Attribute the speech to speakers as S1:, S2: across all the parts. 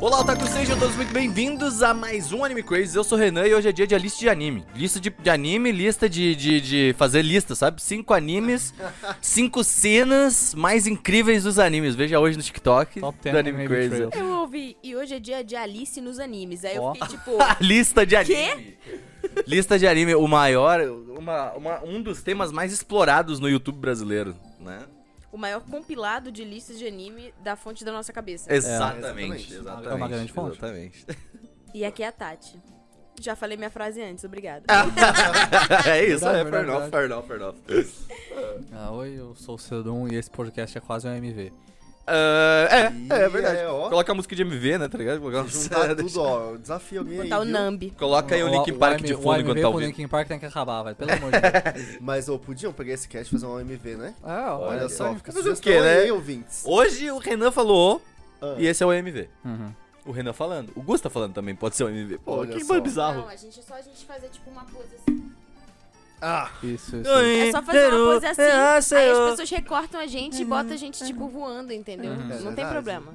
S1: Olá, Otaku, sejam todos muito bem-vindos a mais um Anime Crazy. Eu sou o Renan e hoje é dia de lista de anime. Lista de, de anime, lista de, de, de fazer lista, sabe? Cinco animes, cinco cenas mais incríveis dos animes. Veja hoje no TikTok
S2: Top
S1: do
S2: 10
S1: Anime
S2: Anime
S1: Crazy.
S2: Trails.
S3: Eu ouvi, e hoje é dia de Alice nos animes. Aí
S2: Ó.
S3: eu fiquei tipo,
S1: A lista de
S3: Quê?
S1: anime. Lista de anime, o maior, uma- uma- um dos temas mais explorados no YouTube brasileiro, né?
S3: o maior compilado de listas de anime da fonte da nossa cabeça.
S1: Exatamente,
S4: exatamente.
S1: exatamente.
S2: É uma grande fonte.
S1: Exatamente.
S3: E aqui é a Tati. Já falei minha frase antes, obrigada.
S1: é isso,
S2: Verdade,
S1: é fair enough,
S2: verdade.
S1: fair enough, fair enough.
S2: Ah, oi, eu sou o Cedum e esse podcast é quase um MV.
S1: Ah, é, é
S4: E
S1: verdade.
S4: é, ó.
S1: Coloca a música de MV, né, tá ligado? Colocar
S4: Juntar tudo, ó. Desafio alguém aí,
S3: Botar o
S4: viu?
S3: Nambi.
S1: Coloca aí o um Linkin Park de
S2: o
S1: fundo
S2: AMV
S1: enquanto tá
S2: com
S1: ouvindo.
S2: Linkin Park tem que acabar, velho. Pelo amor de Deus.
S4: Mas, ô, podiam pegar esse cast e fazer um OMV, né?
S2: Ah,
S4: Olha,
S1: Olha,
S4: só, fica
S1: Fazer o
S4: sugestão
S1: quê, né?
S4: aí, ouvintes.
S1: Hoje o Renan falou
S4: Ah.
S1: e esse é o MV.
S2: Uhum.
S1: O Renan falando. O Gusta falando também, pode ser o MV. Pô,
S4: Olha
S1: que
S4: só.
S1: mais bizarro.
S3: Não, a gente é só a gente fazer tipo uma coisa assim.
S4: Ah,
S2: Isso, isso.
S3: É só fazer uma coisa
S1: ah,
S3: assim. Aí as pessoas recortam a gente e botam a gente tipo voando, entendeu?
S2: Uhum.
S3: Não
S4: É
S3: tem
S4: verdade.
S3: problema.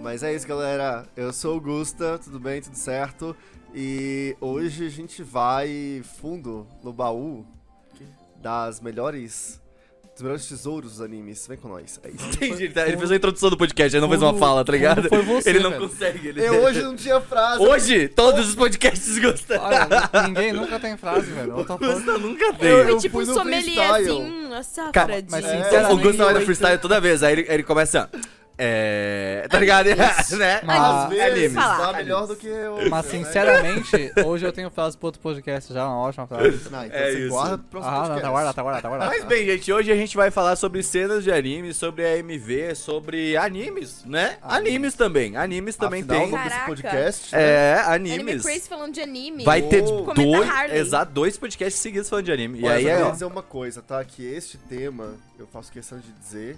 S4: mas é isso, galera. Eu sou o Gusta, tudo bem, tudo certo? E hoje a gente vai fundo no baú das melhores... Dos melhores tesouros dos animes. Vem com nós, é isso.
S1: Entendi, ele, tá- ele fez a introdução do podcast, ele não fez uma
S2: Como-
S1: fala, tá ligado?
S2: como foi você,
S1: ele não
S2: velho?
S1: consegue. Ele...
S4: Eu hoje não tinha frase.
S1: Hoje, todos os podcasts Gusta.
S2: Olha, ninguém nunca tem frase, velho. What the fuck?
S1: Gusta nunca tem.
S4: Eu-
S3: Foi
S4: eu
S3: tipo
S4: fui
S3: um
S4: no
S3: sommelier
S4: freestyle.
S3: assim, hum, a
S1: Calma,
S3: safadinha.
S2: mas
S4: É.
S1: O
S2: sinceramente.
S1: Gusta vai no freestyle toda vez, aí ele, ele começa. assim, É. Tá ligado? né?
S2: Mas-
S4: Às vezes,
S1: Animes.
S4: tá
S3: Falar.
S4: melhor do que né? eu.
S2: Mas sinceramente, hoje eu tenho frase pro outro podcast já, uma ótima frase.
S4: Não, então
S1: É
S4: você
S1: isso.
S4: guarda pro próximo
S2: Ah, não,
S4: podcast.
S2: tá guardado, tá guardado, tá guardado.
S1: Mas bem, gente, hoje a gente vai falar sobre cenas de anime, sobre AMV, sobre animes, né? Animes também. Animes também
S4: Afinal,
S1: tem.
S4: vamos pra esse
S3: Caraca.
S4: podcast. né?
S1: É,
S3: Anime
S1: animes.
S3: Crazy falando de anime.
S1: Vai ter
S4: Oh.
S3: Comenta
S1: dois,
S3: Harley.
S1: exato, dois podcasts seguidos falando de anime.
S4: Mas
S1: e
S4: eu
S1: aí
S4: queria
S1: é.
S4: dizer uma coisa, tá? Que este tema, eu faço questão de dizer,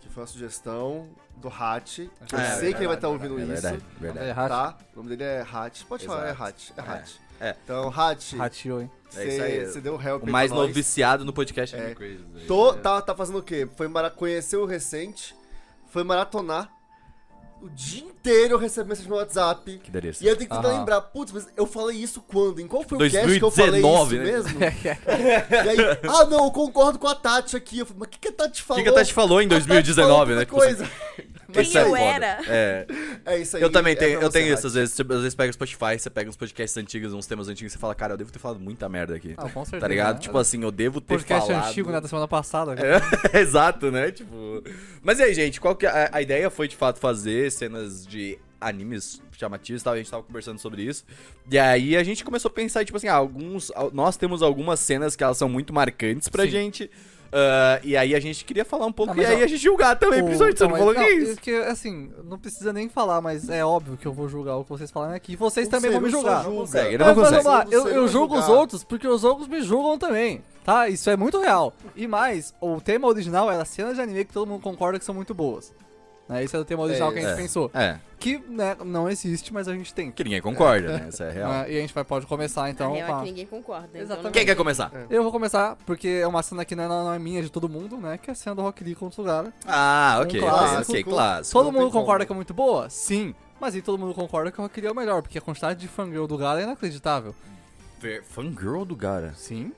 S4: que foi uma sugestão do Hat. Eu
S1: É,
S4: sei que ele
S2: verdade,
S4: vai estar ouvindo
S1: É
S4: isso,
S1: verdade, verdade.
S4: tá? O nome dele é Hat. Pode falar, é
S1: Exato.
S4: Hat. É Hat.
S1: É.
S4: Então, Hat,
S2: Ratio, hein?
S1: É isso aí.
S4: você deu help
S1: O
S4: aí
S1: mais
S4: pra nós.
S1: novo viciado no podcast
S4: É.
S1: Anime Crazy.
S4: Tô, tá, tá fazendo o quê? Foi mara... Conheceu o recente, foi maratonar o dia inteiro recebendo mensagem no WhatsApp.
S1: Que
S4: E
S1: delícia.
S4: eu tenho que tentar
S2: Aham.
S4: lembrar, putz, mas eu falei isso quando? Em qual foi o cast que eu falei
S1: 2019,
S4: isso
S1: né?
S4: mesmo?
S2: É,
S4: E aí, ah não, eu concordo com a Tati aqui. Eu falei, mas o que, que a Tati
S1: O
S4: falou?
S1: que, que a Tati falou em 2019, né?
S4: Tati falou tanta Coisa.
S3: Quem
S1: Isso é
S3: eu
S1: foda.
S3: era.
S1: É.
S4: É isso aí.
S1: Eu também
S4: é
S1: tenho,
S4: pra
S1: eu
S4: você,
S1: tenho isso,
S4: Tati.
S1: às vezes, tipo, às vezes pega um Spotify, você pega uns podcasts antigos, uns temas antigos, você fala, cara, eu devo ter falado muita merda aqui.
S2: Ah, com certeza.
S1: Tá ligado?
S2: né?
S1: Tipo assim, eu devo ter
S2: podcast
S1: falado.
S2: antigo, né? Da semana passada. cara.
S1: É, exato, né? Tipo. Mas e aí, gente, qual que é, a, a ideia foi de fato fazer cenas de animes chamativos e tal, a gente tava conversando sobre isso. E aí a gente começou a pensar, tipo assim, ah, alguns al- nós temos algumas cenas que elas são muito marcantes pra
S2: Sim.
S1: gente. ah, e aí a gente queria falar um pouco
S2: Ah,
S1: e
S2: mas
S1: aí
S2: ó,
S1: a gente julgar também,
S2: O-
S1: principalmente, você não
S2: mas-
S1: falou que é
S2: não, então,
S1: isso.
S2: que, assim, não precisa nem falar, mas é óbvio que eu vou julgar o que vocês falarem aqui. E vocês
S4: O
S2: também vão me
S4: Seru só
S2: julgar.
S4: julga.
S1: consegue, né? ele
S2: É,
S1: não
S2: mas
S1: consegue.
S2: vamos lá, eu,
S4: Você
S2: eu
S4: vai
S2: julgo os
S4: julgar.
S2: outros porque os outros me julgam também, tá? Isso é muito real. E mais, o tema original era cenas de anime que todo mundo concorda que são muito boas. Né? Esse era o tema original que a gente
S1: É,
S2: pensou.
S1: É,
S2: Que né, não existe, mas a gente tem.
S1: que ninguém concorda, né? Isso é real.
S2: Né? E a gente vai, pode começar
S3: Na
S2: então.
S3: real
S2: com
S3: é
S2: a-
S3: que ninguém concorda.
S2: Exatamente.
S1: Quem é quer começar?
S2: Eu vou começar, porque é uma cena que não é, não é minha, é de todo mundo, né? Que é a cena do Rock Lee contra o Gara.
S1: Ah, ok,
S2: Um
S1: ok,
S4: clássico.
S1: ok, clássico.
S2: Todo
S4: não
S2: mundo
S4: tem
S2: concorda
S1: né?
S4: como.
S2: que é muito boa? Sim. Mas e todo mundo concorda que o Rock Lee é o melhor, porque a quantidade de fangirl do Gara é inacreditável.
S1: Ver- Fangirl do Gara.
S2: Sim.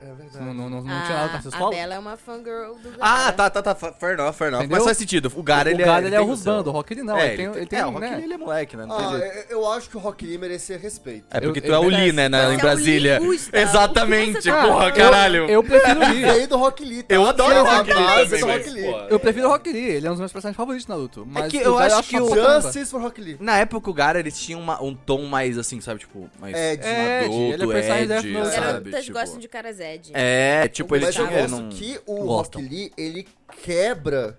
S4: É verdade.
S2: Não, não, não, não
S3: Ah,
S2: tinha nada pra vocês
S3: A
S2: falar.
S3: Bela é uma fangirl do
S1: Ah,
S3: Gaara.
S1: tá, tá, tá. fa- Fair enough, fair enough.
S2: Entendeu?
S1: Mas faz sentido. O Gara,
S2: o
S1: ele,
S2: Gara, ele é
S1: tem seu-
S2: rusbando, o Rock Lee não. ele tem, ele tem
S1: é, o
S2: né?
S1: Rock Lee, ele é moleque, né? Não tem
S4: Ah,
S1: jeito.
S4: eu- eu acho que o Rock Lee merecia respeito.
S1: é porque
S2: eu-
S1: tu é
S2: ele
S1: o Lee,
S2: merece.
S1: né, na-
S3: Você é
S1: em
S3: o
S1: Brasília.
S3: Lee Gustavo.
S1: Exatamente,
S3: O que você tá
S1: porra,
S3: falando?
S1: caralho.
S2: Ah, Eu prefiro o
S4: Eu
S2: Lee.
S4: veio do Rock Lee. tá?
S1: É. Eu adoro
S4: Tinha
S1: o Rock
S4: uma
S1: Lee
S4: base
S1: também,
S4: do
S1: mas,
S4: Rock Lee.
S1: pô.
S2: Eu prefiro o Rock Lee, ele é um dos meus personagens favoritos de Naruto. Mas
S1: É que
S2: o
S1: eu
S2: Gara
S1: acho
S2: acho é um
S1: que o- é
S2: uma caramba.
S4: Justice for Rock Lee.
S1: Na época, o Gara, ele tinha uma- um tom mais assim, sabe? Tipo, mais
S4: Ed.
S2: Ed, ele é
S1: adulto,
S2: personagem da Death
S1: Ed,
S2: Note.
S1: sabe?
S3: Garotas
S1: Tipo,
S3: gostam de cara Zed.
S1: É, tipo, ele
S4: Mas eu
S1: tinha...
S4: gosto
S1: não-
S4: que o
S1: gostam.
S4: Rock Lee, ele quebra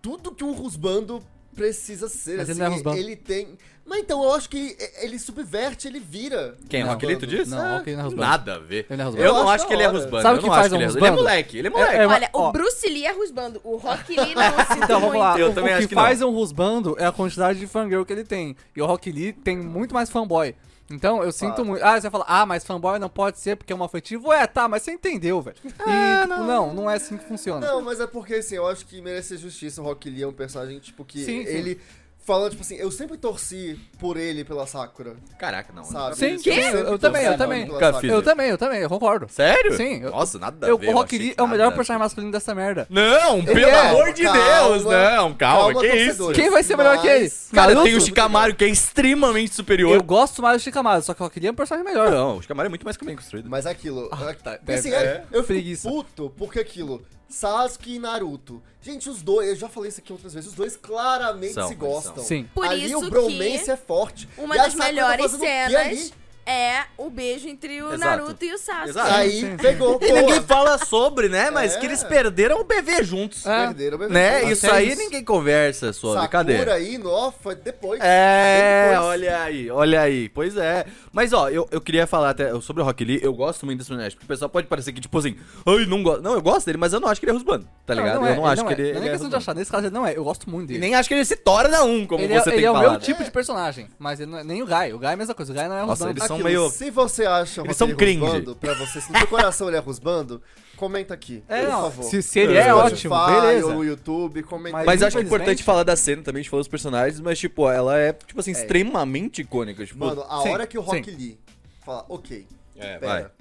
S4: tudo que um rusbando precisa ser.
S2: Mas ele
S4: assim,
S2: não é rusbando.
S4: Ele tem... Mas então, eu acho que ele subverte, ele vira.
S1: Quem, o
S2: Não,
S1: Rock Lee, tu disse?
S2: não, o Rock Lee não é rusbando.
S1: Nada a ver.
S2: Ele não é rusbando.
S1: Eu não
S4: Eu
S1: acho
S4: acho
S1: que ele é
S4: da hora.
S1: rusbando.
S2: Sabe
S1: eu
S2: o que
S1: não
S2: faz
S1: acho que
S2: um
S1: ele é rusbando. Ele é
S2: rusbando?
S1: moleque, ele é moleque.
S2: é uma-
S3: Olha,
S2: ó.
S3: o Bruce Lee é rusbando. O Rock Lee não sinto
S2: Então vamos
S3: muito.
S2: lá,
S1: Eu
S2: o,
S1: também
S2: o
S1: acho
S2: que,
S1: que não.
S2: faz um rusbando é a quantidade de fangirl que ele tem. E o Rock Lee tem muito mais fanboy. Então eu sinto
S4: Fato.
S2: muito. Ah, você fala, ah, mas fanboy não pode ser porque é um afetivo. É, tá, mas você entendeu, velho. E,
S1: Ah,
S2: tipo, não. não, é assim que funciona.
S4: Não, mas é porque, assim, eu acho que merece justiça. O Rock Lee é um personagem, tipo, que
S2: Sim, sim.
S4: ele falando, tipo assim, eu sempre torci por ele e pela Sakura,
S1: Caraca, não.
S4: sabe?
S2: Sim,
S4: Eu
S2: que?
S4: sempre
S2: Eu
S4: torci
S2: também, eu
S4: pela
S2: também.
S4: Sakura.
S1: Nunca fiz.
S2: Eu também, eu também, eu concordo.
S1: Sério?
S2: Sim, eu-
S1: Nossa, nada a
S2: Eu,
S1: ver.
S2: o Rock
S1: achei
S2: Lee
S1: que
S2: é o melhor
S1: nada a ver.
S2: personagem masculino dessa merda.
S1: Não, pelo
S2: é.
S1: amor de
S4: Calma,
S1: Deus, não. Calma, que isso?
S4: torcedores.
S2: Quem vai ser melhor que ele?
S4: Mas-
S1: Cara,
S2: Naruto?
S1: tem o Shikamaru que é extremamente superior.
S2: Eu gosto mais do Shikamaru, só que o Rock Lee é um personagem melhor.
S1: Não, o Shikamaru é muito mais bem construído.
S4: Mas aquilo. é-
S2: tá,
S4: e assim,
S2: deve-
S4: é,
S1: é.
S4: eu fico
S2: Preguiça.
S4: puto porque aquilo. Sasuke e Naruto. Gente, os dois, eu já falei isso aqui outras vezes, os dois claramente
S1: São,
S4: se
S1: eles
S4: gostam.
S1: são.
S2: Sim.
S3: Por
S4: ali
S3: isso
S4: o bromance
S3: que
S4: é forte.
S3: uma
S4: E a
S3: das
S4: Sakura tá
S3: melores
S4: fazendo o quê
S3: cenas
S4: ali?
S3: é o beijo entre o
S1: Exato.
S3: Naruto e o Sasuke.
S1: Exato.
S4: Aí pegou.
S1: E
S4: pô,
S1: ninguém fala sobre, né? Mas
S4: É.
S1: que eles perderam o BV juntos.
S2: É.
S4: Perderam, bebê.
S1: Né?
S4: Mas
S1: Isso
S2: Até
S1: aí
S2: isso.
S1: ninguém conversa sobre. Cadê?
S4: Sakura aí, nó, foi depois.
S1: É,
S4: Depois.
S1: olha aí, olha aí. Pois é. Mas ó, eu, eu queria falar até sobre o Rock Lee. Eu gosto muito desse personagem. Porque o pessoal pode parecer que, tipo assim, ai, não gosto. Não, eu gosto dele, mas eu não acho que ele é Rusbano. Tá ligado?
S2: é,
S1: eu não acho que ele.
S2: Não é
S1: ele
S2: nem questão de
S1: rusbano.
S2: achar, nesse caso ele não é, eu gosto muito
S1: E
S2: dele.
S1: nem acho que ele se torna um, como
S2: ele
S1: você
S2: é,
S1: tem
S2: ele é o
S1: falado.
S2: meu tipo de personagem, mas ele não é, nem o Guy. O Guy é a mesma coisa, o Guy não é
S1: Nossa,
S2: Rosana.
S1: eles são
S4: Aquilo,
S1: meio.
S4: Se você acha o
S1: Eles são
S4: Rodrigo
S1: cringe.
S4: Rusbando, pra você, se no seu coração ele é rusbando, comenta aqui,
S2: É,
S4: por
S2: não,
S4: favor.
S2: se, se ele
S1: É,
S2: é,
S1: eu acho
S2: ótimo,
S4: Spotify
S2: beleza.
S4: Ou no YouTube, comenta
S2: Mas
S1: Mas eu acho
S2: Infelizmente-
S1: importante falar da cena também, a gente falou dos personagens, mas, tipo, ela é, tipo assim, extremamente icônica. Tipo,
S4: Mano, a
S2: Sim,
S4: hora que o Rock
S2: sim.
S4: Lee fala, ok,
S1: É, vai.
S4: pera,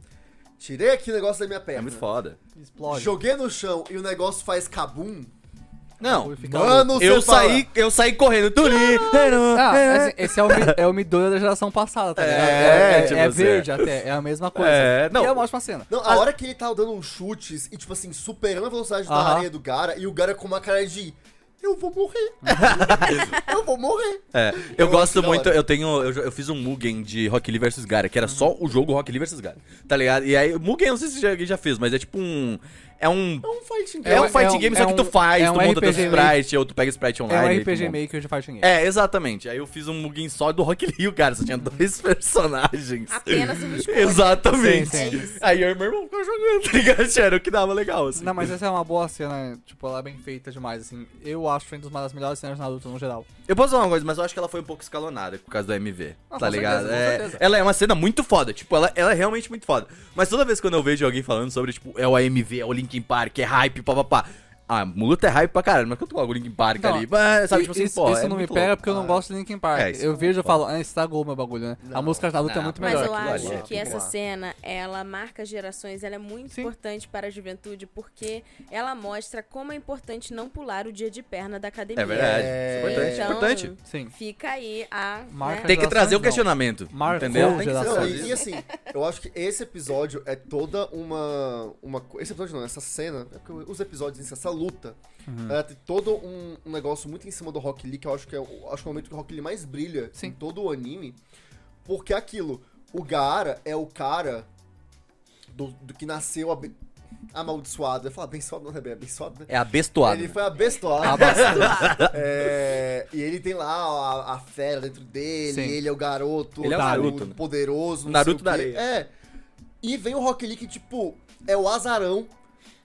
S4: tirei aqui o negócio da minha perna,
S1: é muito foda.
S2: Explode.
S4: joguei no chão e o negócio faz cabum,
S1: Não,
S4: mano, você
S1: eu
S4: fala,
S1: saí, eu saí correndo. Tuli!
S2: Ah, assim, esse é o, Mi- é o Midoriya da geração passada, tá ligado?
S1: É,
S2: é,
S1: tipo
S2: é
S1: assim,
S2: verde até, é a mesma coisa.
S1: É, não.
S2: E é uma ótima cena.
S4: Não, a hora que ele tava dando uns chutes e, tipo assim, superando a velocidade da
S2: Aham.
S4: areia do Gara, e o Gara com uma cara de, eu vou morrer, eu vou morrer.
S1: É, eu,
S4: Eu acho
S1: gosto
S4: da
S1: muito,
S4: hora.
S1: eu tenho, eu, jo- eu fiz um Mugen de Rock Lee vs Gara, que era só o jogo Rock Lee vs Gara, tá ligado? E aí, Mugen, eu não sei se alguém já fez, mas é tipo um, é um,
S4: É um fighting
S1: é,
S2: É
S1: um
S2: um-
S1: fight
S2: é um-
S1: game,
S2: é
S1: só que tu
S2: um-
S1: faz,
S2: é
S1: tu
S2: um
S1: monta teu
S2: RPG
S1: sprite, ou tu pega sprite
S2: É
S1: online. aí
S2: um
S1: tu
S2: RPG
S1: monta.
S2: Maker de fighting game.
S1: É, exatamente, aí eu fiz um Mugen só do Rock Lee, cara, só tinha dois personagens.
S3: Apenas uma escolha.
S1: Exatamente.
S2: Sim,
S3: sim.
S1: Aí eu e meu irmão ficou jogando, tá ligado? Era o que dava legal, assim.
S2: Não, mas essa é uma boa cena, tipo, ela é bem feita demais, assim. Eu acho ainda uma das melhores cenas de Naruto no geral.
S1: Eu posso falar uma coisa, mas eu acho que ela foi um pouco escalonada por causa da MV.
S2: Ah,
S1: tá
S2: com
S1: ligado?
S2: certeza, com
S1: É,
S2: certeza.
S1: ela é uma cena muito foda, tipo, ela, ela é realmente muito foda. Mas toda vez quando eu vejo alguém falando sobre, tipo, é o AMV, é o Linkin Park, é hype, papapá. Ah, multa é hype pra caralho, mas quando tu coloca o Linkin Park
S2: Então,
S1: ali, mas, sabe,
S2: E
S1: tipo assim,
S2: isso,
S1: pô.
S2: isso
S1: é
S2: não me
S1: muito
S2: pega
S1: louco.
S2: porque eu não gosto de Linkin Park.
S1: É, isso
S2: eu
S1: não
S2: vejo e
S1: pode.
S2: falo, ah, estragou meu bagulho, né? a música de Naruto é
S1: não,
S2: muito
S3: Mas
S2: melhor.
S3: eu
S1: aquilo
S3: acho
S1: ali,
S3: que
S1: aquilo
S3: essa
S1: lá.
S3: cena, ela marca gerações, ela é muito
S2: Sim.
S3: importante para a juventude, porque ela mostra como é importante não pular o dia de perna da academia.
S1: É verdade.
S4: É.
S1: Isso é importante,
S3: Então,
S1: é importante.
S2: Sim.
S3: Fica aí a...
S2: Marca
S3: né?
S1: Tem que trazer o
S2: gerações, não.
S1: questionamento.
S2: Marcou
S1: entendeu?
S2: gerações.
S4: Não,
S1: Tem que
S4: e,
S1: trazer.
S4: e assim, eu acho que esse episódio é toda uma. uma co- esse episódio não, essa cena, é porque os episódios, assim, essa luta, ela tem todo um, um negócio muito em cima do Rock Lee, que eu acho que é o, acho que é o momento que o Rock Lee mais brilha
S2: Sim.
S4: em todo o anime. Porque é aquilo, o Gaara é o cara do, do que nasceu abe- amaldiçoado. Eu ia falar abençoado, não é bem abençoado, né?
S1: É abestoado.
S4: Ele
S1: né?
S4: foi abençoado. É, e ele tem lá a, a fera dentro dele,
S2: Sim.
S4: ele é o garoto,
S1: Ele é o
S4: o
S1: Naruto, né?
S4: poderoso, não
S1: Naruto
S4: sei o
S1: da
S4: quê.
S1: areia.
S4: É. E vem o Rock Lee que, tipo, é o azarão.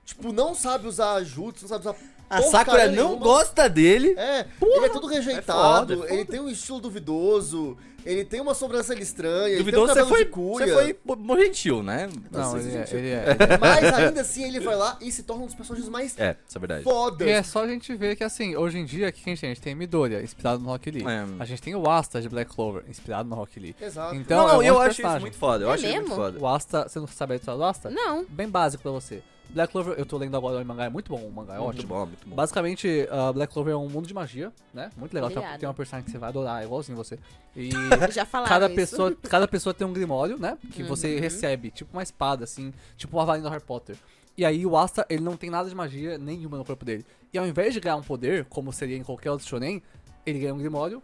S4: Tipo, não sabe usar jutsu, não sabe usar
S1: A
S4: porcaria
S1: Sakura não
S4: nenhuma.
S1: gosta dele.
S4: É, ele é todo rejeitado, ele tem um estilo duvidoso, ele tem uma sobrancelha estranha,
S1: Duvidou,
S4: ele
S1: você
S4: tem um cabelo
S1: foi,
S4: de cuia.
S1: você foi mo- gentil, né?
S2: Não,
S1: Você-
S2: ele é,
S1: gentil.
S2: ele é.
S4: Mas ainda assim ele vai lá e se torna um dos personagens mais
S1: É, isso é verdade.
S4: fodas.
S2: E é só a gente ver que, assim, hoje em dia, o que a gente tem? A gente tem Midoriya, inspirado no Rock Lee.
S1: É.
S2: A gente tem o Asta de Black Clover, inspirado no Rock Lee.
S4: Exato.
S2: Então,
S1: não, não,
S2: é um
S1: eu
S2: monte de
S1: acho isso
S2: personagem.
S1: muito foda. Eu
S3: É
S1: acho isso muito
S3: mesmo?
S1: foda.
S2: O Asta, você não sabe a história do Asta?
S3: Não.
S2: Bem básico pra você. Black Clover, eu tô lendo agora o mangá, é muito bom, o mangá é
S1: Muito
S2: ótimo.
S1: bom, muito bom.
S2: Basicamente, uh, Black Clover é um mundo de magia, né? Muito legal. Tem-
S3: Obrigada.
S2: Tem uma personagem que você vai adorar, é igualzinho você. E
S3: Já falaram
S2: cada
S3: isso. Uhum.
S2: pessoa, cada pessoa tem um grimório, né? Que você recebe, tipo uma espada, assim, tipo uma varinha do Harry Potter. E aí o Asta, ele não tem nada de magia nenhuma no corpo dele. E ao invés de ganhar um poder, como seria em qualquer outro shonen, ele ganha um grimório,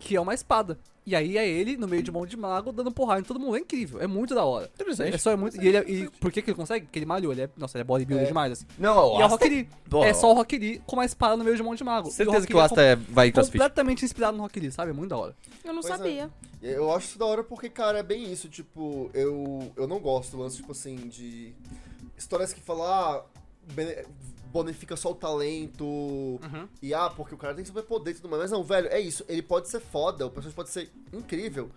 S2: que é uma espada. E aí é ele, no meio de um monte de mago, dando porrada em todo mundo. É incrível, é muito da hora.
S1: Interessante.
S2: É só é muito. E, ele, e por que, que ele consegue? Porque ele malhou, ele é. Nossa, ele é bodybuilder
S4: É.
S2: demais, assim.
S1: Não,
S2: E é o Rock Lee.
S1: Pô,
S2: é só o Rock Lee com uma espada no meio de um monte de mago.
S1: Certeza
S2: E
S1: que o
S2: Rock
S1: Asta
S2: Lee
S1: é- vai
S2: é
S1: entrar as fichas.
S2: completamente inspirado no Rock Lee, sabe? É muito da hora.
S3: Eu não
S4: Pois é.
S3: sabia.
S4: Eu acho isso da hora porque, cara, é bem isso. Tipo, eu, eu não gosto do lance, tipo assim, de histórias que falar bonifica só o talento
S2: Uhum.
S4: e ah, porque o cara tem superpoder e tudo mais. Mas não, velho, é isso. Ele pode ser foda, o personagem pode ser incrível.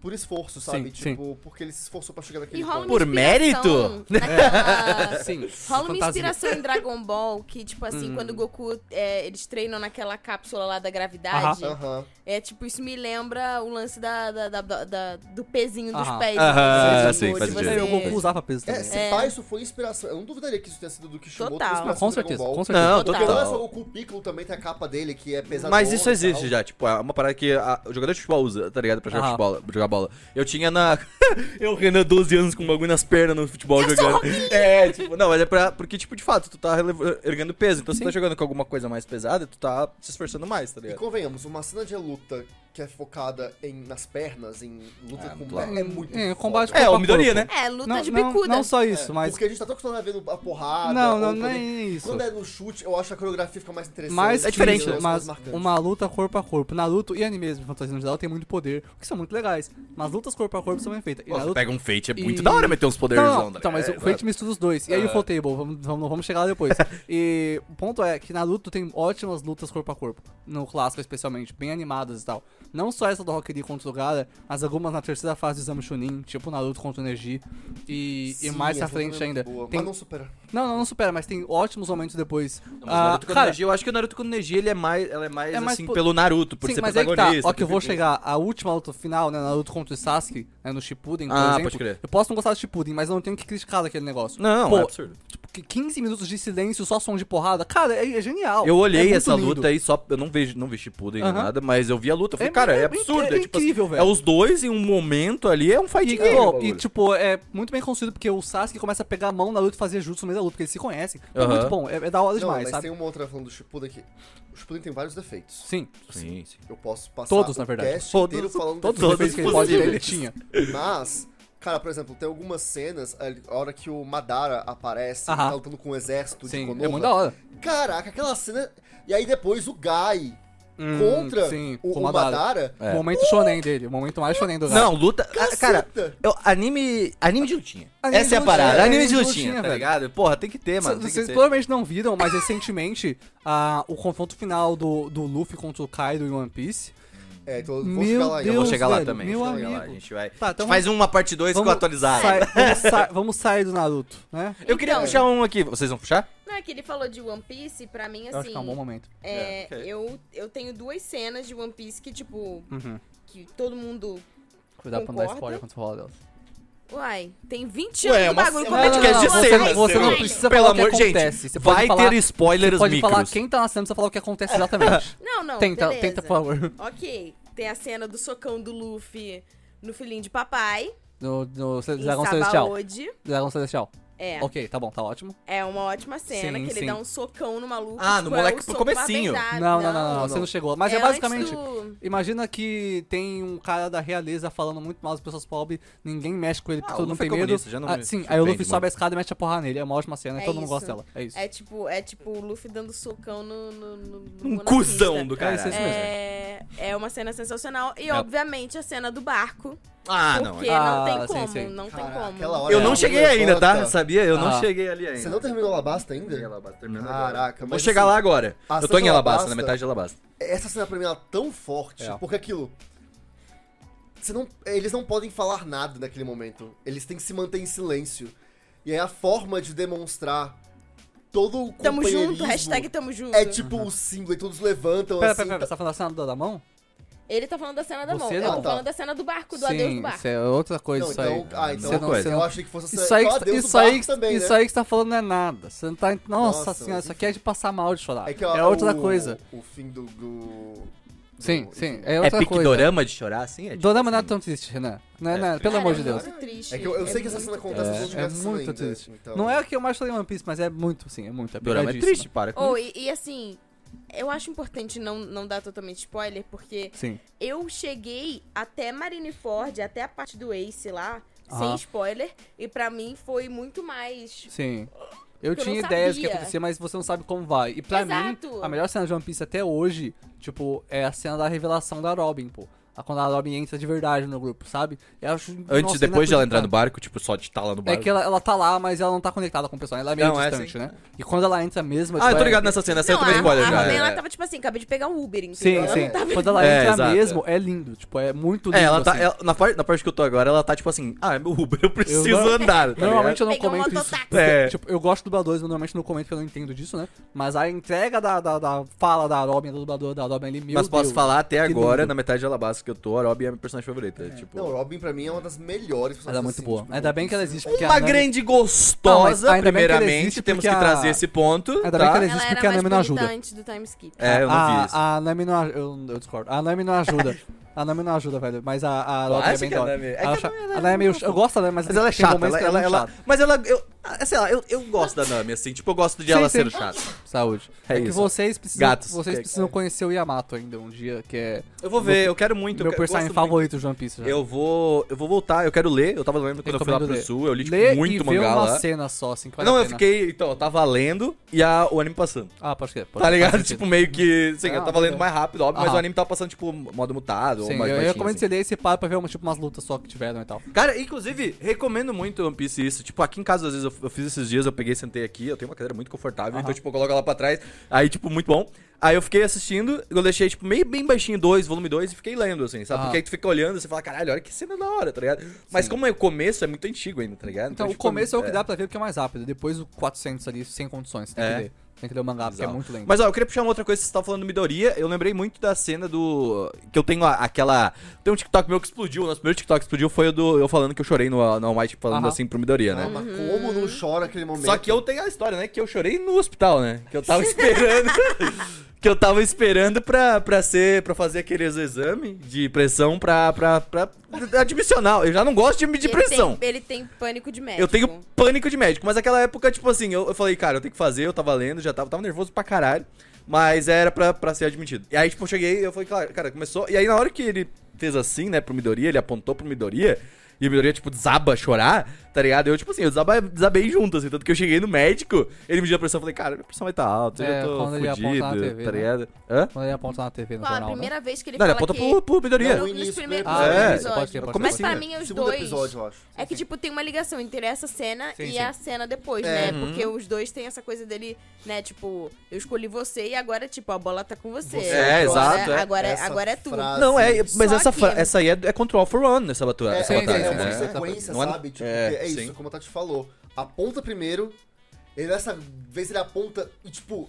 S4: por esforço, sabe?
S2: Sim, sim.
S4: tipo, porque ele se esforçou pra chegar
S3: E
S4: naquele
S3: rola uma
S1: um Por
S3: inspiração
S1: mérito?
S3: naquela-
S2: Sim.
S3: Tá. Rola
S2: fantasia.
S3: uma
S2: Hum.
S3: inspiração em Dragon Ball, que, tipo assim, quando o Goku, é, eles treinam naquela cápsula lá da gravidade.
S2: Aham.
S4: Aham.
S3: É, tipo, isso me lembra o lance da, da- da- da- da- do pezinho dos
S2: Aham.
S3: pés.
S1: Aham,
S3: né?
S1: sim,
S3: de
S1: faz
S3: você-
S1: sentido.
S2: É, o Goku usava pra peso
S4: É,
S2: também.
S4: se pá, isso foi inspiração. Eu não duvidaria que isso tenha sido do Kishimoto.
S3: Total.
S4: foi inspiração
S2: Com
S4: do Dragon
S2: certeza,
S4: Ball.
S2: com certeza.
S1: Não,
S3: Total.
S4: Porque não é só o
S1: total.
S4: Goku, o Piccolo também tem a capa dele, que é
S2: um
S4: pesada.
S1: Mas isso existe já, tipo, é uma parada que a- o jogador de futebol usa, tá ligado? Pra jogar,
S2: Aham.
S1: futebol, pra jogar bola. Eu tinha na. eu, Renan, 12 anos com um bagulho nas pernas no futebol jogando. É, tipo, não, mas é pra. Porque, tipo, de fato, tu tá relev- erguendo peso. Então, se tu tá jogando com alguma coisa mais pesada, tu tá se esforçando mais, tá
S4: E
S1: ligado?
S4: convenhamos, uma cena de luta que é focada em, nas pernas, em luta
S1: Ah,
S4: com
S1: claro.
S4: pé, é muito
S2: É,
S4: foda.
S2: combate
S1: É,
S2: corpo
S1: o
S2: a
S1: Midoriya,
S2: corpo.
S1: né?
S3: É, luta
S2: não,
S3: de
S2: não,
S3: bicuda.
S2: não só
S4: É,
S2: isso, mas...
S4: Porque a gente tá tão acostumado a ver a porrada.
S2: Não,
S4: ou
S2: não,
S4: quando-
S2: nem isso.
S4: Quando é no chute, eu acho a coreografia fica mais interessante.
S2: Mas
S1: É diferente,
S4: né?
S1: né?
S2: mas
S4: As coisas marcantes.
S2: uma luta corpo a corpo. Naruto e anime mesmo, fantasia no geral, tem muito poder, o que são muito legais. Mas lutas corpo a corpo são bem feitas. E
S1: Pô, tu
S2: Naruto...
S1: pega um fate, é muito
S2: e-
S1: da hora meter uns poderes.
S2: Não, não, então, mas
S1: É,
S2: o Fate mistura os dois. E aí o Full Table, vamos, vamos, vamos chegar lá depois. e o ponto é que Naruto tem ótimas lutas corpo a corpo, no clássico especialmente, bem animadas e tal. Não só essa do Rock Lee contra o Gara, mas algumas na terceira fase do Exame Chunin, tipo Naruto contra o Neji. E, e
S4: Sim,
S2: mais à
S4: essa luta
S2: frente
S4: é muito
S2: ainda.
S4: boa,
S2: Tem-
S4: Mas não supera.
S2: Não, não, não supera, mas tem ótimos momentos depois. Ah,
S1: Naruto
S2: cara,
S1: eu acho que o Naruto Kunoneji, ele é mais, ela é mais,
S2: É mais
S1: assim,
S2: po-
S1: pelo Naruto, por
S2: Sim,
S1: ser
S2: mas aí que
S1: protagonista.
S2: tá. Ó, que eu vou
S1: porque-
S2: chegar à última luta final, né? Na luta contra o Sasuke, né, no Shippuden, por
S1: Ah,
S2: exemplo.
S1: pode crer.
S2: Eu posso não gostar do Shippuden, mas eu não tenho que criticar daquele negócio.
S1: Não,
S2: Pô,
S1: é absurdo.
S2: Tipo, que 15 minutos de silêncio, só som de porrada. Cara, é, é genial.
S1: Eu
S2: É
S1: olhei
S2: muito
S1: essa
S2: lindo.
S1: luta aí só. Eu não vejo, não vi Shippuden nem
S2: Aham.
S1: nada, mas eu vi a luta. Eu falei,
S2: É,
S1: cara,
S2: é
S1: é
S2: bem-
S1: absurdo.
S2: é
S1: É, tipo,
S2: incrível,
S1: assim,
S2: velho.
S1: É os dois em um momento ali, é um fight
S2: E,
S1: game.
S2: pô,
S1: o
S2: e,
S1: bagulho.
S2: tipo, é muito bem construído porque o Sasuke começa a pegar a mão na luta e fazer jutsu no meio da luta, porque eles se conhecem. Então,
S1: Aham.
S2: É muito bom, é, é da hora
S4: Não,
S2: demais,
S4: mas
S2: sabe?
S4: tem um uma outra falando do Shippuden aqui. O Shippuden tem vários defeitos.
S2: Sim,
S1: Sim, sim.
S4: Eu posso passar
S2: Todos,
S4: o
S2: na verdade.
S4: cast
S1: Todos-
S4: inteiro falando
S1: todos
S2: toda
S1: Todos
S2: vez
S4: defeitos
S2: que ele pode,
S1: possíveis.
S2: ele tinha.
S4: Mas, cara, por exemplo, tem algumas cenas, ali, a hora que o Madara aparece,
S2: Aham.
S4: tá lutando com o exército de
S2: Sim,
S4: Konoha.
S2: é muito da hora.
S4: Caraca, aquela cena... E aí depois o Gai
S2: Hum,
S4: contra
S2: sim,
S4: o,
S2: com o
S4: o
S2: Madara.
S4: Madara.
S1: É.
S2: O momento shonen dele, o momento mais shonen do
S1: Não, luta. ah, Cara,
S4: Caceta!
S1: eu- anime. Anime de lutinha.
S2: Anime
S1: Essa
S2: de
S1: é a parada.
S2: lutinha,
S1: anime de
S2: anime de
S1: lutinha,
S2: lutinha,
S1: tá
S2: velho.
S1: ligado? Porra, tem que ter, é, mano. tem que
S2: Vocês
S1: ter.
S2: provavelmente não viram, mas recentemente ah, o confronto final do, do Luffy contra o Kaido em One Piece.
S4: É, então eu vou
S2: Meu
S4: chegar lá ainda.
S1: Eu vou
S2: Deus,
S1: chegar lá
S2: velho,
S1: também.
S2: meu
S1: vou chegar lá,
S2: amigo.
S1: a gente vai.
S2: Tá, então
S1: Faz uma parte 2 com atualizado.
S2: sai- vamos, sai- vamos sair do Naruto, né?
S1: Eu queria
S3: Então.
S1: puxar um aqui. Vocês vão puxar?
S3: Não, é que ele falou de One Piece, pra mim,
S2: Eu acho
S3: assim.
S2: que é um bom momento.
S3: é,
S1: É, ok.
S3: eu, eu tenho duas cenas de One Piece que, tipo,
S2: Uhum.
S3: que todo mundo.
S2: Cuidado pra não dar
S3: Concorda?
S2: spoiler quando você falar dela.
S3: Uai, tem 20 anos
S1: Ué, é
S3: do
S1: uma
S3: bagulho.
S4: cena-
S3: como é que
S4: Não, não,
S1: podcast de
S3: fala?
S2: você-
S1: cenas.
S2: você não
S1: seu-
S2: precisa
S1: Pelo
S2: falar o que
S1: amor
S2: acontece,
S1: Gente,
S2: você pode
S1: vai
S2: falar-
S1: ter spoilers
S2: Você pode falar
S1: micros.
S2: quem tá na cena, você falar o que acontece exatamente.
S3: Não, não.
S2: tenta,
S3: beleza.
S2: tenta, por favor.
S3: Ok, tem a cena do socão do Luffy no filhinho de papai.
S2: No, no
S3: em
S2: Dragão Celestial.
S3: Sabaody.
S2: Dragão Celestial.
S3: É,
S2: Ok, tá bom, tá ótimo.
S3: é uma ótima cena
S2: Sim,
S3: que ele
S2: sim.
S3: dá um socão no maluco.
S1: Ah, no
S3: é o
S1: moleque pro
S3: soco
S1: comecinho.
S3: pra beijar.
S2: Não, não, não, não, você não chegou. Mas é,
S3: Ah, antes
S2: basicamente.
S3: do-
S2: Imagina que tem um cara da realeza falando muito mal das pessoas pobres, ninguém mexe com ele porque
S1: Ah, o
S2: todo mundo
S1: Luffy
S2: tem
S1: é
S2: medo.
S1: comunista, já não
S2: Ah,
S1: me
S2: sim, aí o Luffy
S1: surpreende,
S2: sobe
S1: mano.
S2: a escada e mete a porra nele, é uma ótima cena e
S3: É
S2: todo mundo
S3: isso.
S2: gosta dela. É isso.
S3: É tipo, é tipo o Luffy dando socão no. no, no- no
S1: Um
S3: monarquista.
S1: cuzão do
S2: É,
S1: cara.
S2: isso mesmo.
S3: É, é uma cena sensacional. E,
S1: É.
S3: obviamente, a cena do barco.
S1: Ah, não.
S3: porque
S2: Ah,
S3: não tem
S2: sim,
S3: como,
S2: sim.
S3: não tem
S4: Caraca,
S3: como.
S4: aquela hora
S1: Eu
S4: É,
S1: não
S4: a
S1: cheguei
S4: mulher
S1: ainda, tá?
S4: solta.
S1: Sabia? Eu
S2: Ah.
S1: não cheguei ali ainda.
S4: Você não terminou o Alabasta ainda?
S1: Em Alabasta, terminando agora.
S4: Caraca, mas
S1: Vou chegar
S4: assim,
S1: lá agora.
S4: a
S1: Eu tô em
S4: cena
S1: Alabasta,
S4: do
S1: na
S4: Alabasta-
S1: metade de Alabasta.
S4: Essa cena pra mim ela é tão forte,
S2: É.
S4: porque aquilo. Você não, eles não podem falar nada naquele momento. Eles têm que se manter em silêncio. E aí a forma de demonstrar todo o
S3: Tamo junto,
S4: companheirismo
S3: hashtag tamo junto.
S4: É tipo o símbolo, e todos levantam
S2: Pera,
S4: assim.
S2: pera, pera, você tá falando da cena da, da mão?
S3: Ele tá falando da cena da mão.
S2: Você
S3: Eu
S2: não.
S3: tô falando da cena do barco, do adeus do barco.
S2: isso é outra coisa,
S4: Não,
S2: isso
S4: então,
S2: aí.
S4: ah, então
S1: Você não-
S4: eu
S2: você-
S4: achei que fosse
S2: Isso aí,
S4: só
S2: que,
S4: adeus do
S2: isso, aí,
S4: barco
S2: que-
S4: também,
S2: isso
S4: né?
S2: aí que você tá falando não é nada. Você não tá. Nossa,
S4: Nossa,
S2: senhora, isso aqui é de passar mal de chorar.
S4: É
S2: É,
S4: que, ó,
S2: outra
S4: o-
S2: coisa.
S4: O fim do. do-
S2: Sim,
S4: do-
S2: sim,
S4: enfim.
S2: é
S1: É
S2: outra
S1: pique
S2: coisa.
S1: dorama de chorar, assim? É tipo
S2: Dorama não é
S1: assim.
S2: tão triste, Renan. Não é
S1: É,
S2: nada, pelo
S3: Cara,
S2: amor de
S3: é
S2: Deus.
S3: muito triste.
S4: É que eu, eu sei que essa
S3: muito
S4: cena acontece
S2: É,
S4: nas
S2: é
S4: últimas
S2: muito
S4: ainda,
S2: triste.
S5: né?
S4: então-
S2: Não é o que eu mais falei em One Piece, mas é muito, sim, é muito. É
S1: Dorama é
S2: pegadíssimo.
S1: triste, para com
S3: Oh, e, e assim, eu acho importante não, não dar totalmente spoiler, porque
S2: Sim.
S3: eu cheguei até Marineford, até a parte do Ace lá, sem
S2: Aham.
S3: spoiler, e pra mim foi muito mais.
S2: Sim. Eu
S3: Porque eu
S2: tinha
S3: não
S2: ideias do que
S3: sabia.
S2: acontecia, mas você não sabe como vai. E pra mim,
S3: Exato.
S2: a melhor cena de One Piece até hoje, tipo, é a cena da revelação da Robin, pô. a quando a Robin entra de verdade no grupo, sabe? Eu acho,
S1: Antes,
S2: nossa, é
S1: depois de ela entrar no
S2: inacreditável.
S1: barco, tipo, só de estar lá no
S2: É
S1: barco.
S2: que ela, ela tá lá, mas ela não tá conectada com o pessoal, ela é meio
S1: Não, é
S2: distante,
S1: assim.
S2: né? E quando ela entra mesmo.
S1: Ah, eu
S2: tipo,
S1: tô
S2: é-
S1: ligado nessa cena, essa eu
S3: Não,
S1: também
S3: a,
S1: spoiler
S3: a
S1: já.
S3: Robin,
S1: é.
S3: ela
S2: tá
S3: tava tipo assim, acabei de pegar um Uber, entendeu?
S2: Sim,
S3: Ela
S2: sim.
S3: não tava-
S2: Quando ela
S1: É,
S2: entra
S1: exato,
S2: mesmo, é lindo. Tipo, é muito lindo.
S1: É, ela tá.
S2: assim.
S1: ela- na, parte, na parte que eu tô agora, ela tá tipo assim, ah, é meu Uber, eu preciso
S2: Eu não-
S1: andar. tá
S2: Normalmente
S1: ligado?
S2: eu não
S3: Pegar um
S2: comento isso.
S3: mototáxi.
S2: porque,
S1: É.
S2: Tipo, eu gosto do dubladores, mas normalmente não comento porque eu não entendo disso, né? Mas a entrega da, da, da fala da Robin, do dublador da Robin ali, meu
S1: Mas posso
S2: Deus.
S1: falar até
S2: que
S1: agora,
S2: lindo.
S1: na metade de Alabasta que eu tô, a Robin é a minha personagem favorita. Tipo,
S5: Não, Robin pra mim é uma das melhores pessoas.
S2: Ela é muito boa. Ainda bem É que ela existe, porque
S1: uma
S2: a Nami-
S1: grande
S2: Não, mas
S1: gostosa,
S2: ainda bem que ela
S1: primeiramente.
S2: existe,
S1: temos que
S2: porque a-
S1: trazer esse ponto.
S2: Ainda bem
S1: tá?
S2: que ela
S3: Ela
S2: existe
S3: era
S2: porque a
S3: mais
S2: Nami não ajuda.
S3: militante do time skip.
S1: É, eu não
S2: a,
S1: vi isso.
S2: A Nami não ajuda. Eu, eu discordo. A Nami não ajuda. A Nami não ajuda, velho. Mas a, a Robin é
S1: acho
S2: bem
S1: que a
S2: da hora.
S1: Nami- é que
S2: Ela
S1: a
S2: cha-
S1: Nami,
S2: Ela é meio. Eu gosto dela, mas.
S1: Mas ela é
S2: tem
S1: chata,
S2: momentos
S1: ela,
S2: que ela
S1: ela,
S2: é muito
S1: ela-
S2: chata.
S1: Mas ela. Eu, ah, sei lá, eu, eu gosto da Nami, assim. Tipo, eu gosto de
S2: Sim,
S1: ela
S2: sim.
S1: ser chata.
S2: Saúde.
S1: É
S2: É, que
S1: isso.
S2: vocês precisam.
S1: Gatos.
S2: Vocês
S1: Que- é?
S2: precisam conhecer o Yamato ainda um dia, que é.
S1: Eu vou ver, eu quero muito. eu
S2: meu
S1: quero-
S2: personagem
S1: gosto muito.
S2: favorito de One Piece já.
S1: Eu vou. Eu vou voltar, eu quero ler. Eu tava lendo quando eu fui lá
S2: Recomendo
S1: pro
S2: ler.
S1: sul, eu li tipo,
S2: Lê e
S1: muito
S2: vê
S1: mangá
S2: uma
S1: lá.
S2: cena só, assim, que vale
S1: Não,
S2: a
S1: eu
S2: pena.
S1: fiquei. Então, eu tava lendo e a, o anime passando.
S2: Ah, pode crer. pode
S1: Tá
S2: crer,
S1: ligado?
S2: faz
S1: Tipo,
S2: sentido.
S1: meio que. Sei,
S2: Ah,
S1: eu tava lendo
S2: entendeu.
S1: mais rápido, óbvio, mas
S2: Aham.
S1: o anime tava passando, tipo, modo mutado
S2: Sim,
S1: ou
S2: eu,
S1: mais
S2: eu
S1: baixinho,
S2: recomendo
S1: assim.
S2: você ler esse par pra ver uma, tipo, umas lutas só que tiveram e tal.
S1: Cara, inclusive, recomendo muito One Piece isso. Tipo, aqui em casa, às vezes, eu, eu fiz esses dias, eu peguei, sentei aqui, eu tenho uma cadeira muito confortável, então, tipo, eu coloco ela pra trás. Aí, tipo, muito bom. Aí eu fiquei assistindo, eu deixei, tipo, meio bem baixinho dois, volume 2, e fiquei lendo, assim, sabe?
S2: Aham.
S1: Porque aí tu fica olhando, você fala, caralho, olha que cena da hora, tá ligado? Mas como é o começo, é muito antigo ainda, tá ligado?
S2: Então, o
S1: tipo,
S2: começo é o que dá pra ver porque é mais rápido. Depois o 400 ali, sem condições, você tem
S1: É.
S2: que ler. Tem que ler o mangá, porque é
S1: Bizarro.
S2: muito lento.
S1: Mas ó, eu queria puxar uma outra coisa que você tava falando do Midoriya. Eu lembrei muito da cena do. Que eu tenho a- aquela. Tem um TikTok meu que explodiu. O nosso primeiro TikTok que explodiu foi o do. Eu falando que eu chorei no, no All Might falando
S2: Aham.
S1: assim pro Midoriya,
S2: é
S1: né?
S3: Uhum.
S5: Mas como não chora aquele momento?
S1: Só que eu tenho a história, né? Que eu chorei no hospital, né? Que eu tava esperando. que eu tava esperando pra, pra ser. pra fazer aqueles exames de pressão pra. pra, pra admissional. Eu já não gosto de medir
S3: Ele tem-
S1: pressão.
S3: Ele tem pânico de médico.
S1: Eu tenho pânico de médico, mas aquela época, tipo assim, eu, eu falei, cara, eu tenho que fazer, eu tava lendo, já tava, tava nervoso pra caralho, mas era pra, pra ser admitido. E aí, tipo, eu cheguei, eu falei, cara, cara, começou. E aí, na hora que ele fez assim, né, pro Midoriya, ele apontou pro Midoriya, e o Midoriya, tipo, desaba a chorar, tá ligado? Eu, tipo assim, eu desaba, desabei junto, assim, tanto que eu cheguei no médico, ele mediu a pressão, eu falei, cara, minha pressão vai tá alta,
S2: É,
S1: eu já tô
S2: quando ele aponta
S1: fudido,
S2: na TV,
S1: tá
S2: né?
S1: ligado? Hã?
S2: Quando ele aponta na TV no
S3: Qual a
S2: jornal, né?
S3: primeira vez que ele
S1: Não, ele
S3: fala
S1: aponta
S3: que...
S1: pro, pro Midoriya.
S5: No
S3: Não, nos
S5: início do
S3: primeiros
S5: episódio.
S1: É,
S3: episódios.
S2: pode crer, pode
S3: Mas
S1: crer.
S3: pra mim, os
S5: Segundo
S3: dois...
S5: episódio, eu acho.
S3: É que, tipo, tem uma ligação entre essa cena
S2: Sim,
S3: e
S2: sim.
S3: a cena depois,
S5: É.
S3: né? Porque os dois têm essa coisa dele, né? Tipo, eu escolhi você e agora, tipo, a bola tá com você.
S5: Você
S1: é,
S3: Agora-
S1: exato, é.
S3: Agora,
S5: Essa
S3: agora é tudo.
S5: frase-
S1: Não, é, mas
S3: Só
S1: essa,
S3: que-
S1: fra- essa aí é, é Control for One, essa batalha.
S5: É,
S1: essa
S5: é,
S2: sim,
S1: batalha
S5: é
S1: né?
S5: uma
S2: sim.
S5: sequência,
S1: Não é-
S5: sabe? Tipo,
S1: é,
S5: é, isso,
S1: sim.
S5: como o Tati falou. Aponta primeiro, e dessa vez ele aponta e tipo.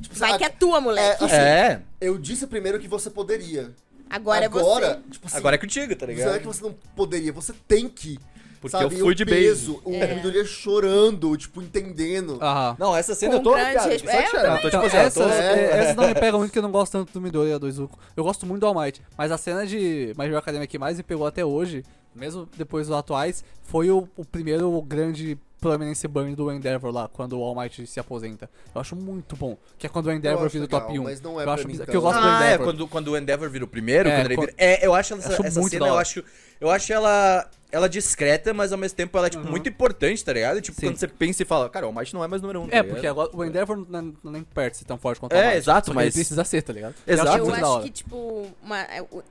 S5: tipo
S3: Vai
S5: sabe?
S3: que é tua, moleque.
S5: É, assim,
S1: É,
S5: Eu disse primeiro que você poderia.
S3: Agora, é você.
S5: Agora, tipo assim,
S1: agora é contigo, tá ligado?
S5: não é que você não poderia, você tem que.
S1: Porque
S5: sabe?
S1: eu fui
S5: E o
S1: de
S5: peso, O
S3: É.
S5: Midoriya chorando, tipo, entendendo.
S2: Aham.
S1: Não, essa cena
S3: Com
S1: eu tô,
S3: grande
S1: cara,
S3: respe-
S1: só
S3: É,
S1: de
S3: eu
S1: chorar, eu tô
S2: Então,
S1: tipo assim, eu
S2: essas,
S1: tô...
S2: é, essas não me pegam muito, porque eu não gosto tanto do Midoriya do Izuku. Eu gosto muito do All Might, mas a cena de My Hero Academia que mais me pegou até hoje, mesmo depois dos atuais, foi o, o primeiro grande prominence burn do Endeavor lá, quando o All Might se aposenta. Eu acho muito bom, que é quando o Endeavor
S5: acho
S2: vira o
S5: legal,
S2: top 1.
S5: mas não é
S2: eu
S5: pra
S2: acho
S5: mim
S2: bizarro,
S5: tanto.
S2: que eu gosto do
S1: Ah, é,
S2: Endeavor.
S1: quando, quando o Endeavor vira o primeiro,
S2: É,
S1: quando ele
S2: quando-
S1: vira... É, eu acho essa,
S2: Acho
S1: essa
S2: muito
S1: cena,
S2: da
S1: eu
S2: hora.
S1: acho... Eu acho ela... Ela discreta, mas ao mesmo tempo ela é, tipo, muito importante, tá ligado? Tipo,
S2: Sim.
S1: quando você pensa e fala, cara, o Might não é mais número um, tá
S2: É,
S1: ligado?
S2: porque agora o Endeavor não é, não- nem perto de ser tão forte quanto o
S1: É,
S2: All Might,
S1: exato,
S2: só que
S1: mas-
S2: Ele precisa ser, tá ligado?
S1: Exato.
S2: Eu acho
S3: Eu
S2: muito da
S3: acho
S2: hora.
S3: que, tipo, uma- é, o-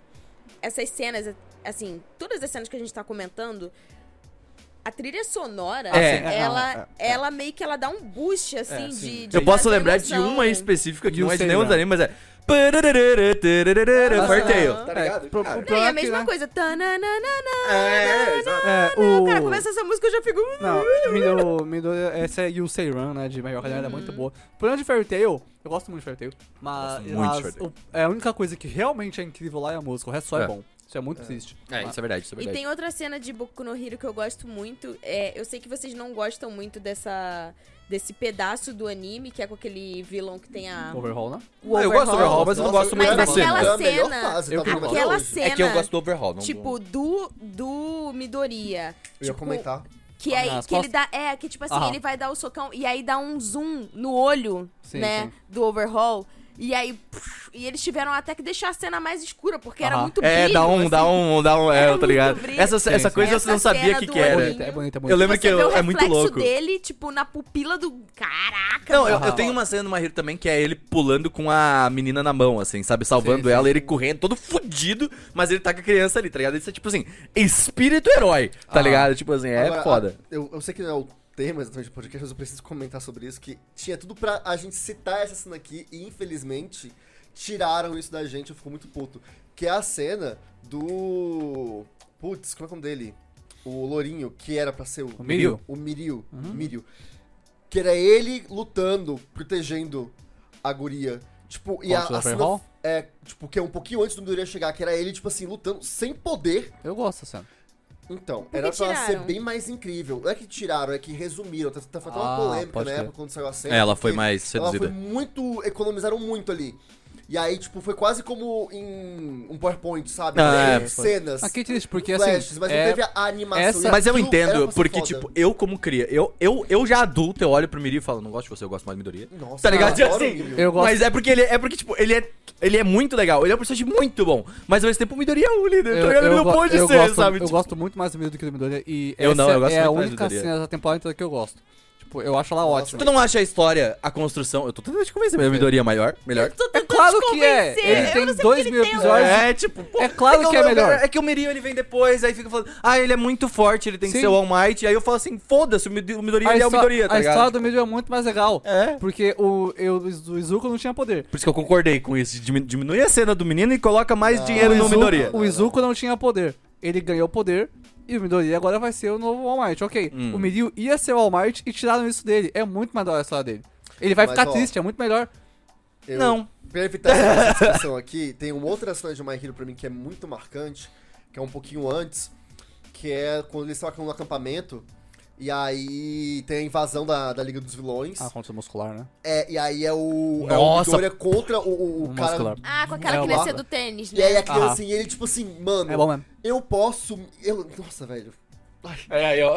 S3: essas cenas, assim, todas as cenas que a gente tá comentando, a trilha sonora,
S1: É,
S3: assim,
S2: é,
S3: ela,
S2: é,
S3: ela meio que ela dá um boost, assim, de, de.
S1: Eu posso
S3: fazer
S1: lembrar de
S3: emoção. né?
S1: uma em específico que
S2: You
S1: não é de
S2: Say
S1: nenhum dos
S2: That.
S1: animes, mas é... Parararara, tararara,
S2: Aham.
S1: Fairy Tail,
S2: É,
S1: tá ligado?
S2: pro-
S1: Cara,
S2: pro-
S3: Não, e a
S2: Black,
S3: mesma
S2: né?
S3: coisa. Tananana,
S1: É, exato.
S2: É, o...
S3: Cara, começa essa música, eu já fico. uh.
S2: Não, Mido, Mido, essa é You Say Run, né? De Maior Academia, ela é muito boa. Por de Fairy Tail, eu gosto muito de Fairy Tail, mas,
S1: Gosto muito de
S2: mas
S1: Fairy Tail.
S2: o- é a única coisa que realmente é incrível lá é a música, o resto só é,
S1: É.
S2: bom. Isso é muito triste.
S1: É, isso é verdade, isso é
S3: E
S1: verdade.
S3: tem outra cena de Boku no Hero que eu gosto muito. É, eu sei que vocês não gostam muito dessa. Desse pedaço do anime, que é com aquele vilão que tem a.
S2: Overhaul, né?
S3: o
S1: Ah, eu gosto do Overhaul, mas eu não
S5: Nossa,
S1: gosto muito
S3: mas
S1: da
S3: aquela
S1: cena.
S5: É a melhor
S3: cena-
S5: fase,
S2: Eu
S5: tá
S2: que-
S5: bom,
S3: Aquela
S5: hoje.
S3: cena.
S1: É que eu gosto do Overhaul, não
S3: Tipo, do, do Midoriya.
S5: Eu ia
S3: Tipo,
S5: comentar.
S3: Que, é,
S2: Nas
S3: que ele
S2: costas?
S3: dá. É, que tipo assim,
S2: Aham.
S3: ele vai dar o socão e aí dá um zoom no olho,
S2: Sim,
S3: né?
S2: sim.
S3: Do overhaul. E aí puf, e eles tiveram até que deixar a cena mais escura, porque era
S2: Aham.
S3: muito
S1: É,
S3: brilho,
S1: dá um,
S3: assim.
S1: dá um, dá um.
S3: Era
S1: É, eu tô
S3: muito
S1: ligado.
S3: brilho.
S1: Essa,
S2: Sim,
S1: essa
S2: sim.
S1: coisa você não
S3: Essa
S1: sabia
S3: cena
S1: que que
S3: do
S2: É
S1: era.
S3: olhinho.
S2: bonito, é bonito,
S1: né?
S2: é
S1: Eu
S2: bonito.
S1: lembro
S3: Você
S1: que
S3: vê
S1: eu-
S3: o
S1: é muito
S3: reflexo
S1: louco.
S3: dele, tipo, na pupila do... Caraca,
S1: Não, eu,
S3: mano.
S1: eu tenho uma cena do Mahiro também que é ele pulando com a menina na mão, assim, sabe? Salvando
S2: Sim, sim.
S1: ela, ele correndo, todo fudido, mas ele tá com a criança ali, tá ligado? Isso é tipo assim, espírito herói, tá
S2: Ah.
S1: ligado? Tipo assim, é
S4: Agora,
S1: foda.
S4: a- Eu, eu sei que não é o tema exatamente do podcast, mas eu preciso comentar sobre isso, que tinha tudo pra a gente citar essa cena aqui e, infelizmente, tiraram isso da gente, eu fico muito puto. Que é a cena do... Putz, como é o nome dele? O Lourinho, que era pra ser o...
S2: O Mirio. Uhum.
S4: O Mirio. Mirio. Que era ele lutando, protegendo a guria. Tipo, e
S2: Qual,
S4: a,
S2: Silver
S4: a cena...
S2: Hall?
S4: É, tipo, que é um pouquinho antes do Midoriya chegar, que era ele, tipo assim, lutando sem poder
S2: Eu gosto, assim.
S4: então,
S3: que
S4: era pra
S3: tiraram?
S4: ser bem mais incrível. Não é que tiraram, é que resumiram. Tá, tá, foi até uma
S2: Ah,
S4: polêmica
S2: pode
S4: na
S2: crer.
S4: época quando saiu a cena.
S1: É, Ela foi
S4: porque
S1: mais
S4: Ela
S1: seduzida.
S4: foi muito. Economizaram muito ali. E aí, tipo, foi quase como em um PowerPoint, sabe?
S1: Ah,
S4: Teve
S1: é.
S4: cenas.
S2: Aqui é triste, porque
S4: flashes,
S2: assim.
S4: mas
S2: é-
S4: não teve a animação.
S2: essa-
S4: e
S1: Mas eu
S4: aquilo era
S1: entendo,
S4: pra ser
S1: porque,
S4: é foda.
S1: tipo, eu como cria, eu, eu, eu já adulto, eu olho pro Miri e falo, não gosto de você, eu gosto mais do Midoriya.
S4: Nossa,
S1: Tá ligado?
S4: eu adoro
S1: Assim,
S4: o Mirio.
S2: Eu gosto.
S1: Mas é porque ele é porque, tipo, ele é. Ele é muito legal, ele é um personagem muito bom. Mas ao mesmo tempo o Midoriya é o líder, tá ligado? Ele não
S2: go-
S1: pode
S2: eu
S1: ser,
S2: gosto,
S1: sabe?
S2: Eu
S1: Tipo,
S2: gosto muito mais do Mido do que do Midoriya. E
S1: Eu não,
S2: essa
S1: eu gosto
S2: é a
S1: muito mais do
S2: única
S1: Midoriya.
S2: cena da temporada inteira que eu gosto. Tipo, eu acho ela ótima.
S1: Tu não acha a história, a construção. Eu tô tentando te convencer, mas a Midoriya é maior, melhor.
S3: Tô
S2: É
S3: tentando
S2: claro
S3: te
S2: que é!
S3: convencer,
S2: Ele
S3: eu
S2: tem
S3: não sei
S2: dois
S3: porque
S2: mil
S3: ele tem um-
S2: episódio.
S1: É, tipo, pô,
S2: É claro que é
S1: eu-
S2: melhor.
S1: É que o Mirio ele vem depois, aí fica falando, ah, ele é muito forte, ele tem que
S2: Sim.
S1: ser o All Might. Aí eu falo assim, foda-se, o Mid- o Midoriya ele é o
S2: histó-
S1: Midoriya, tá
S2: a
S1: ligado?
S2: história do Midoriya é muito mais legal.
S1: É.
S2: Porque o, eu, o Izuku não tinha poder.
S1: Por isso que eu concordei com isso. diminu- Diminui a cena do menino e coloca mais dinheiro
S2: o
S1: no
S2: Izuku,
S1: Midoriya.
S2: o Izuku não tinha poder. Ele ganhou poder e o Midoriya agora vai ser o novo All Might. Ok,
S1: Hum.
S2: o Mirio ia ser o All Might e tiraram isso dele. É muito mais da hora a história dele. Ele vai
S4: Mas,
S2: ficar
S4: ó,
S2: triste, é muito melhor.
S4: Eu-
S1: Não.
S4: Pra evitar essa discussão aqui, tem uma outra cena de My Hero pra mim que é muito marcante, que é um pouquinho antes, que é quando eles estão no acampamento, e aí tem a invasão da, da Liga dos Vilões.
S2: Ah, contra o muscular, né?
S4: É, e aí é o.
S1: Nossa.
S4: É o Midoriya contra o, o, o
S2: O
S4: cara.
S2: muscular.
S3: Ah, com
S4: É,
S3: aquela
S4: o
S3: que crescia
S4: Barba.
S3: do tênis,
S4: E aí
S1: Ah.
S3: né?
S4: a criança,
S2: Aham.
S4: assim, ele tipo assim, mano,
S2: É bom mesmo.
S4: eu posso. Eu, nossa, velho. Ai,
S1: É, eu,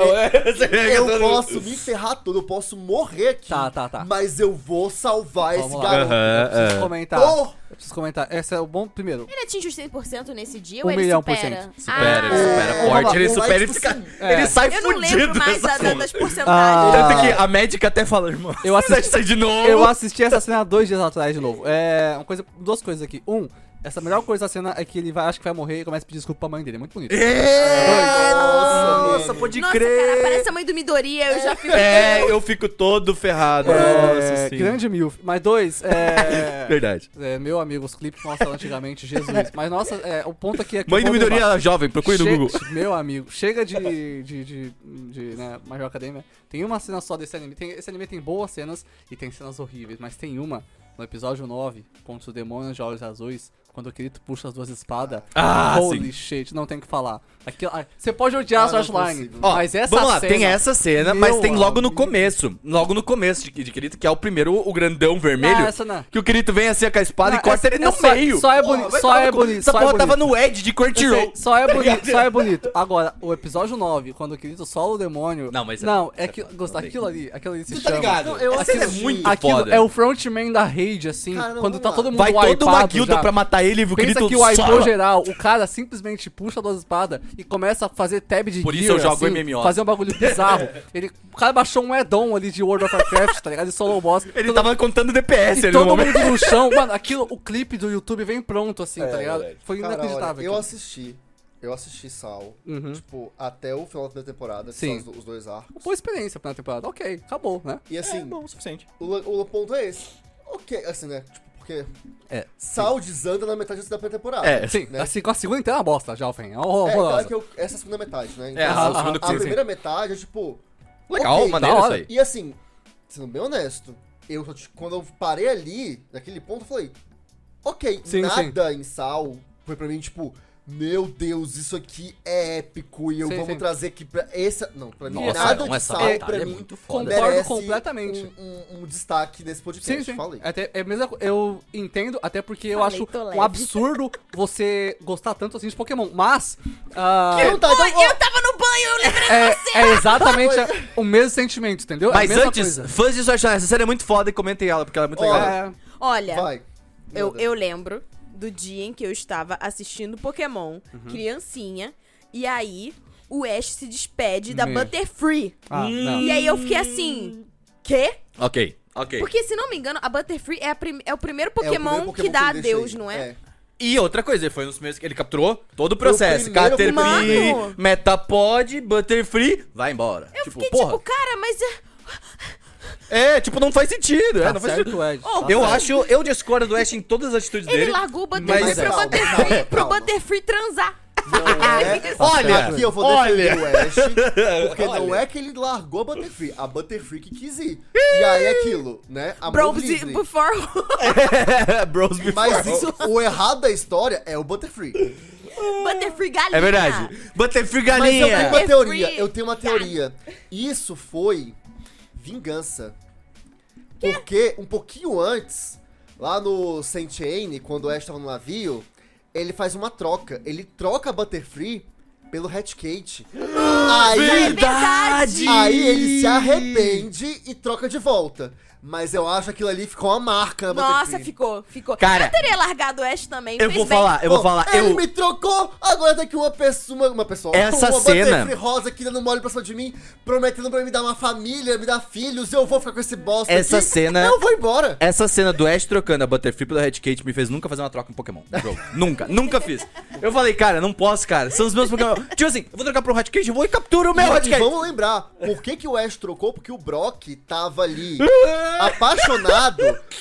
S4: eu posso me ferrar todo, eu posso morrer aqui.
S2: Tá, tá, tá.
S4: Mas eu vou salvar
S2: Vamos
S4: esse
S2: lá. Tá.
S4: garoto.
S2: Eu preciso
S1: Aham, é.
S2: comentar.
S4: Porra!
S2: Eu preciso comentar. Esse é o bom primeiro.
S3: Ele atinge os 100% nesse dia
S2: Um
S3: ou ele
S2: milhão por
S3: supera?
S2: cento.
S1: Supera, ele
S3: Ah,
S1: supera
S4: é,
S1: forte, ele
S4: vamos lá,
S1: supera e
S4: tipo
S1: fica.
S4: assim,
S1: Ele
S2: é.
S1: sai
S3: Eu não
S1: fudido
S3: lembro mais
S1: dessa
S3: da, da-
S1: porra. então
S3: das porcentagens.
S2: Ah.
S1: Tanto que a médica até fala, irmão.
S2: Eu assisti-
S1: você sai de novo.
S2: Eu assisti essa cena dois dias atrás de novo. É. Uma coisa, duas coisas aqui. Um, essa melhor coisa da cena é que ele vai, acho que vai morrer e começa a pedir desculpa pra mãe dele. É muito bonito.
S1: É, nossa,
S4: Dois.
S1: nossa, pode
S3: Nossa,
S1: crer.
S3: cara, parece um a mãe do Midoriya, eu já fico...
S1: É, eu fico todo ferrado. nossa,
S2: É,
S1: sim.
S2: grande milf. Mas dois, é.
S1: Verdade.
S2: é, meu amigo, os clipes mostraram antigamente, Jesus. Mas nossa, é, o ponto aqui é que.
S1: Mãe
S2: o
S1: do
S2: ponto é
S1: Midoriya ela é jovem, procure no
S2: Che-
S1: Google.
S2: Meu amigo, chega de. de. de. de né, Major Academia. Tem uma cena só desse anime. Tem, esse anime tem boas cenas e tem cenas horríveis, mas tem uma no episódio 9, contra o demônio de olhos azuis, quando o Kirito puxa as duas espadas.
S1: Ah,
S2: holy shit, não tem o que falar. Aquilo, ah, você pode odiar
S4: Ah,
S2: a
S4: não
S2: Flashline,
S4: consigo.
S1: Ó,
S2: mas essa
S1: vamos lá,
S2: cena.
S1: tem essa cena, mas
S2: Meu
S1: tem logo no
S2: amigo.
S1: começo. Logo no começo de, de Kirito, que é o primeiro, o grandão vermelho.
S2: Não, essa não.
S1: Que o Kirito vem assim com a espada
S2: Não,
S1: e corta
S2: essa-
S1: ele
S2: é
S1: no
S2: só-
S1: meio.
S2: só é
S1: Porra,
S2: boni-
S1: vai
S2: só
S1: tomar
S2: é
S1: no cu.
S2: bonito,
S1: Essa
S2: só é
S1: porra tava
S2: bonito.
S1: no edge de
S2: Eu
S1: Crunchyroll.
S2: sei, só é bonito, só é bonito. Agora, o episódio 9, quando o Kirito sola o demônio.
S1: Não, mas-
S2: Não, é que.
S1: não
S2: Gostar
S1: tem.
S2: aquilo ali, aquilo ali se
S1: Tu tá
S2: chama.
S1: ligado?
S4: Não, eu
S1: Essa cena é
S4: assisti.
S1: muito
S2: Aquilo
S1: foda.
S2: é o frontman da rage, assim,
S4: Cara, não,
S2: quando tá
S4: vamos lá.
S2: todo mundo
S1: Vai toda uma
S2: wipeado
S1: guilda
S2: já.
S1: pra matar ele e o
S2: Pensa
S1: Kirito
S2: que o wipeou
S1: sola.
S2: geral, o cara simplesmente puxa duas espadas e começa a fazer tab de
S1: Por isso
S2: gear,
S1: eu jogo
S2: assim,
S1: MMO.
S2: Fazer um bagulho bizarro. Ele, o cara baixou um add-on ali de World of Warcraft, tá ligado? E solou o boss.
S1: Ele tava contando DPS
S2: E
S1: ali no
S2: todo
S1: é momento.
S2: mundo no chão, mano, aquilo, o clipe do YouTube vem pronto, assim,
S1: É,
S2: tá ligado?
S1: verdade.
S2: Foi
S4: Cara, olha,
S2: inacreditável.
S4: eu
S2: aquilo.
S4: assisti. Eu assisti Sal,
S2: Uhum.
S4: tipo, até o final da primeira temporada, que
S2: Sim.
S4: são os, os dois arcos.
S2: Boa experiência pra temporada. Ok, acabou, né?
S4: E assim,
S1: é o suficiente.
S4: o, la- o ponto é esse. Ok, assim, né? Tipo, porque
S2: É.
S4: Sal desanda na metade da primeira temporada.
S1: É,
S2: Sim,
S4: né?
S2: assim, com a segunda inteira é uma bosta, já, Alfen. É
S4: É, claro
S2: horrorosa.
S4: que eu, essa é a segunda metade, né?
S1: É,
S2: a
S4: assim,
S2: segunda
S1: que sim,
S4: a primeira metade é tipo.
S1: Legal,
S4: ok,
S1: maneiro
S2: da
S1: isso
S2: hora.
S1: aí.
S4: E assim, sendo bem honesto, eu só te- quando eu parei ali, naquele ponto, eu falei, ok,
S2: Sim,
S4: nada em sal foi pra mim, tipo, meu Deus, isso aqui é épico e eu
S2: Sim,
S4: vamos
S2: sim.
S4: trazer aqui pra essa. Não, pra mim,
S1: Nossa,
S4: nada
S1: não,
S4: de
S1: essa
S4: sal
S1: batalha
S4: pra
S1: é
S4: mim
S1: muito foda.
S2: Concordo
S4: merece
S2: completamente.
S4: Um, um- um destaque nesse podcast,
S2: Sim, sim.
S4: falei.
S2: Até, é a mesma co- eu entendo, até porque eu
S3: Falei,
S2: acho
S3: tô leve.
S2: um absurdo você gostar tanto assim de Pokémon. Mas. ah,
S4: Então tá, então,
S3: Oi, eu tava no banho, eu lembrei.
S2: é, é exatamente a- o mesmo sentimento, entendeu? É a
S1: Mas
S2: mesma
S1: antes,
S2: coisa.
S1: fãs de Sword Art, essa série é muito foda e comentem ela, porque ela é muito
S4: Ó, Ah,
S1: legal.
S2: É,
S3: Olha,
S4: ó, vai.
S3: Eu,
S4: Nada.
S3: eu lembro do dia em que eu estava assistindo Pokémon,
S1: Uhum.
S3: criancinha, e aí o Ash se despede da
S2: Meu.
S3: Butterfree.
S2: Ah, não.
S3: E aí eu fiquei assim, quê?
S1: Ok, ok.
S3: Porque se não me engano, a Butterfree é, a prim- é o primeiro
S4: É o primeiro
S3: Pokémon, que dá
S4: ele deixa
S3: adeus,
S4: aí.
S3: não é?
S1: E outra coisa, ele foi nos primeiros que ele capturou todo o processo.
S4: primeiro
S1: Caterpie,
S3: Mano!
S1: Metapod, Butterfree, vai embora.
S3: Eu
S1: tipo,
S3: fiquei
S1: porra.
S3: tipo, cara, mas é-
S1: É, tipo, não faz sentido. é,
S2: Tá
S1: não faz
S2: certo,
S1: sentido.
S2: Ed.
S3: Oh,
S2: tá
S1: Eu
S2: certo.
S1: acho, eu discordo do Ash em todas as atitudes
S3: ele
S1: dele.
S3: largou o Butterfree
S1: Mas- é.
S3: pro,
S4: Calma,
S3: Butterfree,
S4: calma,
S3: pro
S4: calma.
S3: Butterfree transar.
S4: Não é?
S1: Olha,
S4: Aqui eu vou defender o Ash, porque não é que ele largou a Butterfree, a Butterfree que quis ir. E aí é aquilo, né? Amor
S3: Bros
S4: livre.
S3: before
S1: é. Bros before.
S4: Mas isso- o errado da história é o Butterfree.
S3: Butterfree galinha.
S1: É verdade. Butterfree
S4: Mas eu
S1: galinha.
S4: tenho uma
S3: Butterfree.
S4: teoria, eu tenho uma teoria. Isso foi vingança. Porque um pouquinho antes, lá no Saint Anne, quando o Ash tava no navio, ele faz uma troca. Ele troca a Butterfree pelo Hat Kate. Aí,
S3: verdade.
S4: aí ele se arrepende e troca de volta. Mas eu acho que aquilo ali ficou uma marca né, na
S3: Nossa,
S4: Butterfree.
S3: ficou, ficou.
S1: Cara,
S3: eu teria largado o Ash também.
S1: Eu
S3: fez
S1: vou
S3: bem.
S1: falar, eu vou
S4: Pô,
S1: falar.
S4: Ele
S1: Eu,
S4: me trocou, agora tem que uma pessoa, uma, uma pessoa,
S1: Essa
S4: uma
S1: cena-
S4: Butterfree rosa que dando mole pra cima de mim, prometendo pra me dar uma família, me dar filhos, eu vou ficar com esse bosta
S1: Essa
S4: aqui.
S1: cena- É
S4: Eu vou embora.
S1: Essa cena do Ash trocando a Butterfree pela Red Kate me fez nunca fazer uma troca em Pokémon no jogo. nunca, nunca fiz. Eu falei, cara, não posso, cara. São os meus Pokémon. Tipo assim, eu vou trocar pro Red Kate, eu vou e capturo o meu Red
S4: e,
S1: Kate.
S4: vamos lembrar, por que que o Ash trocou? Porque o Brock tava ali apaixonado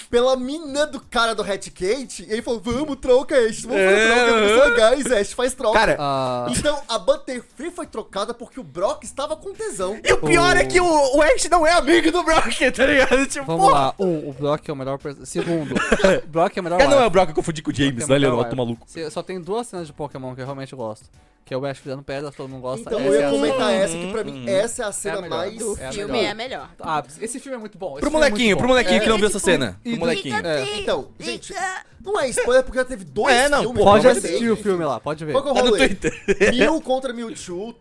S4: pela mina do cara do Hat Kate, e ele falou, vamos, troca, Ash, vamos fazer
S1: É,
S4: troca, vocês são legais, Ash, faz troca.
S1: Cara,
S2: Ah,
S4: então a Butterfree foi trocada porque o Brock estava com tesão.
S1: E o pior é que o, o Ash não é amigo do Brock, tá ligado? Tipo,
S2: vamos
S1: porra.
S2: lá. Um, o Brock é o melhor. pers- Segundo, o Brock é o melhor.
S1: Cara, não é
S2: wife.
S1: o Brock, eu confundi com o James, né,
S2: melhor
S1: Leonardo?
S2: wife.
S1: Tô maluco.
S2: Se- Só tem duas cenas de Pokémon que eu realmente gosto. Que é o Ash virando pedra, todo mundo gosta.
S4: Então
S2: essa
S4: eu
S2: é
S4: ia
S2: a-
S4: comentar essa, que pra mim essa é a cena
S2: Uhum. melhor.
S4: mais.
S3: Do
S2: É a
S3: filme
S2: melhor.
S3: é a melhor.
S2: Ah, esse filme é muito bom. esse
S1: Pro
S2: filme é muito
S1: molequinho,
S2: bom.
S1: pro um molequinho que não
S3: É,
S1: viu essa
S3: tipo,
S1: cena.
S2: e-
S1: Pro molequinho.
S3: Fica
S2: É.
S3: tri,
S4: Então,
S3: fica-
S4: gente, não é spoiler porque já teve dois
S1: É, não,
S4: filmes.
S1: porra,
S2: Pode
S1: Pode
S2: assistir o filme lá, pode ver.
S4: Qual que é o
S1: Tá no
S4: rolê?
S1: Twitter.
S4: Mew contra Mewtwo,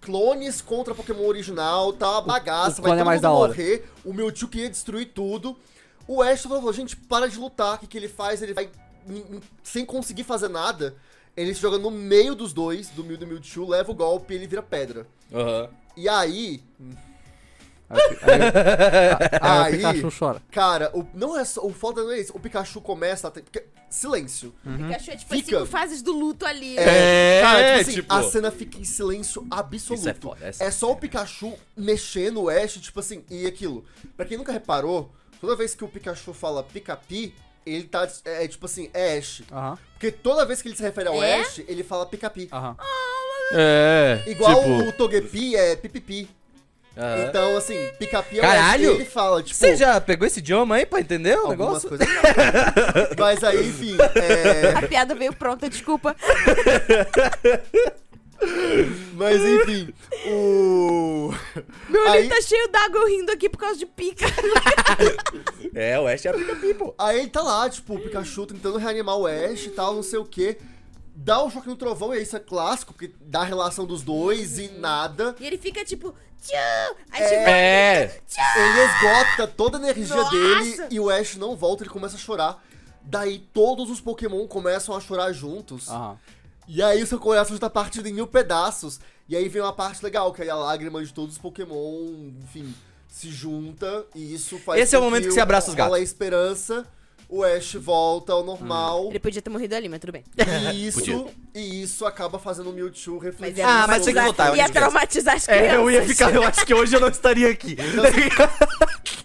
S4: clones contra Pokémon original, tá uma bagaça,
S2: o clone
S4: vai todo
S2: é mais
S4: mundo
S2: da hora.
S4: morrer, o Mewtwo queria destruir tudo. O Ash falou, gente, para de lutar, o que, que ele faz? Ele vai, em- em- sem conseguir fazer nada, ele se joga no meio dos dois, do Mew e do Mewtwo, leva o golpe e ele vira pedra.
S1: Aham.
S4: E aí,
S2: Ah,
S4: aí-
S2: o Pikachu chora.
S4: Cara, o, não é só, o foda não é isso. O Pikachu começa a ter, porque- silêncio.
S3: Pikachu é tipo
S4: Fica.
S3: cinco fases do luto ali.
S1: Uhum. É,
S4: Cara, tipo assim,
S1: tipo-
S4: a cena fica em silêncio absoluto.
S1: Isso é foda, essa-
S4: É só o Pikachu mexendo o Ash, tipo assim, e aquilo. Pra quem nunca reparou, toda vez que o Pikachu fala pica-pi, ele tá, é, é tipo assim, é Ash.
S2: Aham,
S4: Porque toda vez que ele se refere ao
S3: É?
S4: Ash, ele fala pica-pi.
S2: aham.
S1: É.
S4: Igual
S1: Ah, tipo,
S4: o Togepi é pipipi.
S1: aham.
S4: Então, assim, pica-pi é
S1: Caralho!
S4: o Ash, ele fala, tipo...
S1: Você já pegou esse idioma aí pra entender o
S4: algumas
S1: negócio?
S4: coisas... Mas aí, enfim, é...
S3: A piada veio pronta, desculpa.
S4: Mas enfim, o.
S3: Meu olho
S4: Aí-
S3: tá cheio d'água, eu rindo aqui por causa de pica.
S1: É, o Ash é amigo people.
S4: Aí ele tá lá, tipo, o Pikachu tentando reanimar o Ash e tal, não sei o quê. Dá um choque no trovão, e isso é clássico, porque dá a relação dos dois e nada.
S3: E ele fica tipo, tchau. Aí chega
S1: É.
S4: Ele esgota toda a energia
S3: Nossa!
S4: dele e o Ash não volta, ele começa a chorar. Daí todos os Pokémon começam a chorar juntos.
S2: Aham.
S4: E aí o seu coração já tá partido em mil pedaços. E aí vem uma parte legal, que aí a lágrima de todos os Pokémon, enfim, se junta. E isso faz
S1: Esse é o
S4: com
S1: momento que você abraça os gatos. Hum.
S4: rola a esperança, o Ash volta ao normal.
S3: Ele podia ter morrido ali, mas tudo bem.
S4: E isso,
S1: Podia.
S4: e isso acaba fazendo o Mewtwo
S3: Mas
S4: refletir.
S3: ia
S1: Ah, mas tem que
S3: traumatizar-
S1: voltar, eu
S3: Ia
S1: esqueci.
S3: traumatizar as crianças.
S1: É, eu ia ficar, eu acho que hoje eu não estaria aqui.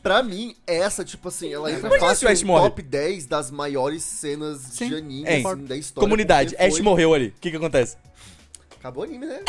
S4: Pra mim, essa, tipo assim, ela entra
S1: Por que
S4: fácil
S1: o Ash
S4: no
S1: morre?
S4: top 10 das maiores cenas
S2: Sim.
S4: de anime,
S1: Hein,
S4: assim, da história.
S1: Então, Comunidade,
S4: porque foi-
S1: Ash morreu ali. O que que acontece?
S4: Acabou o anime, né?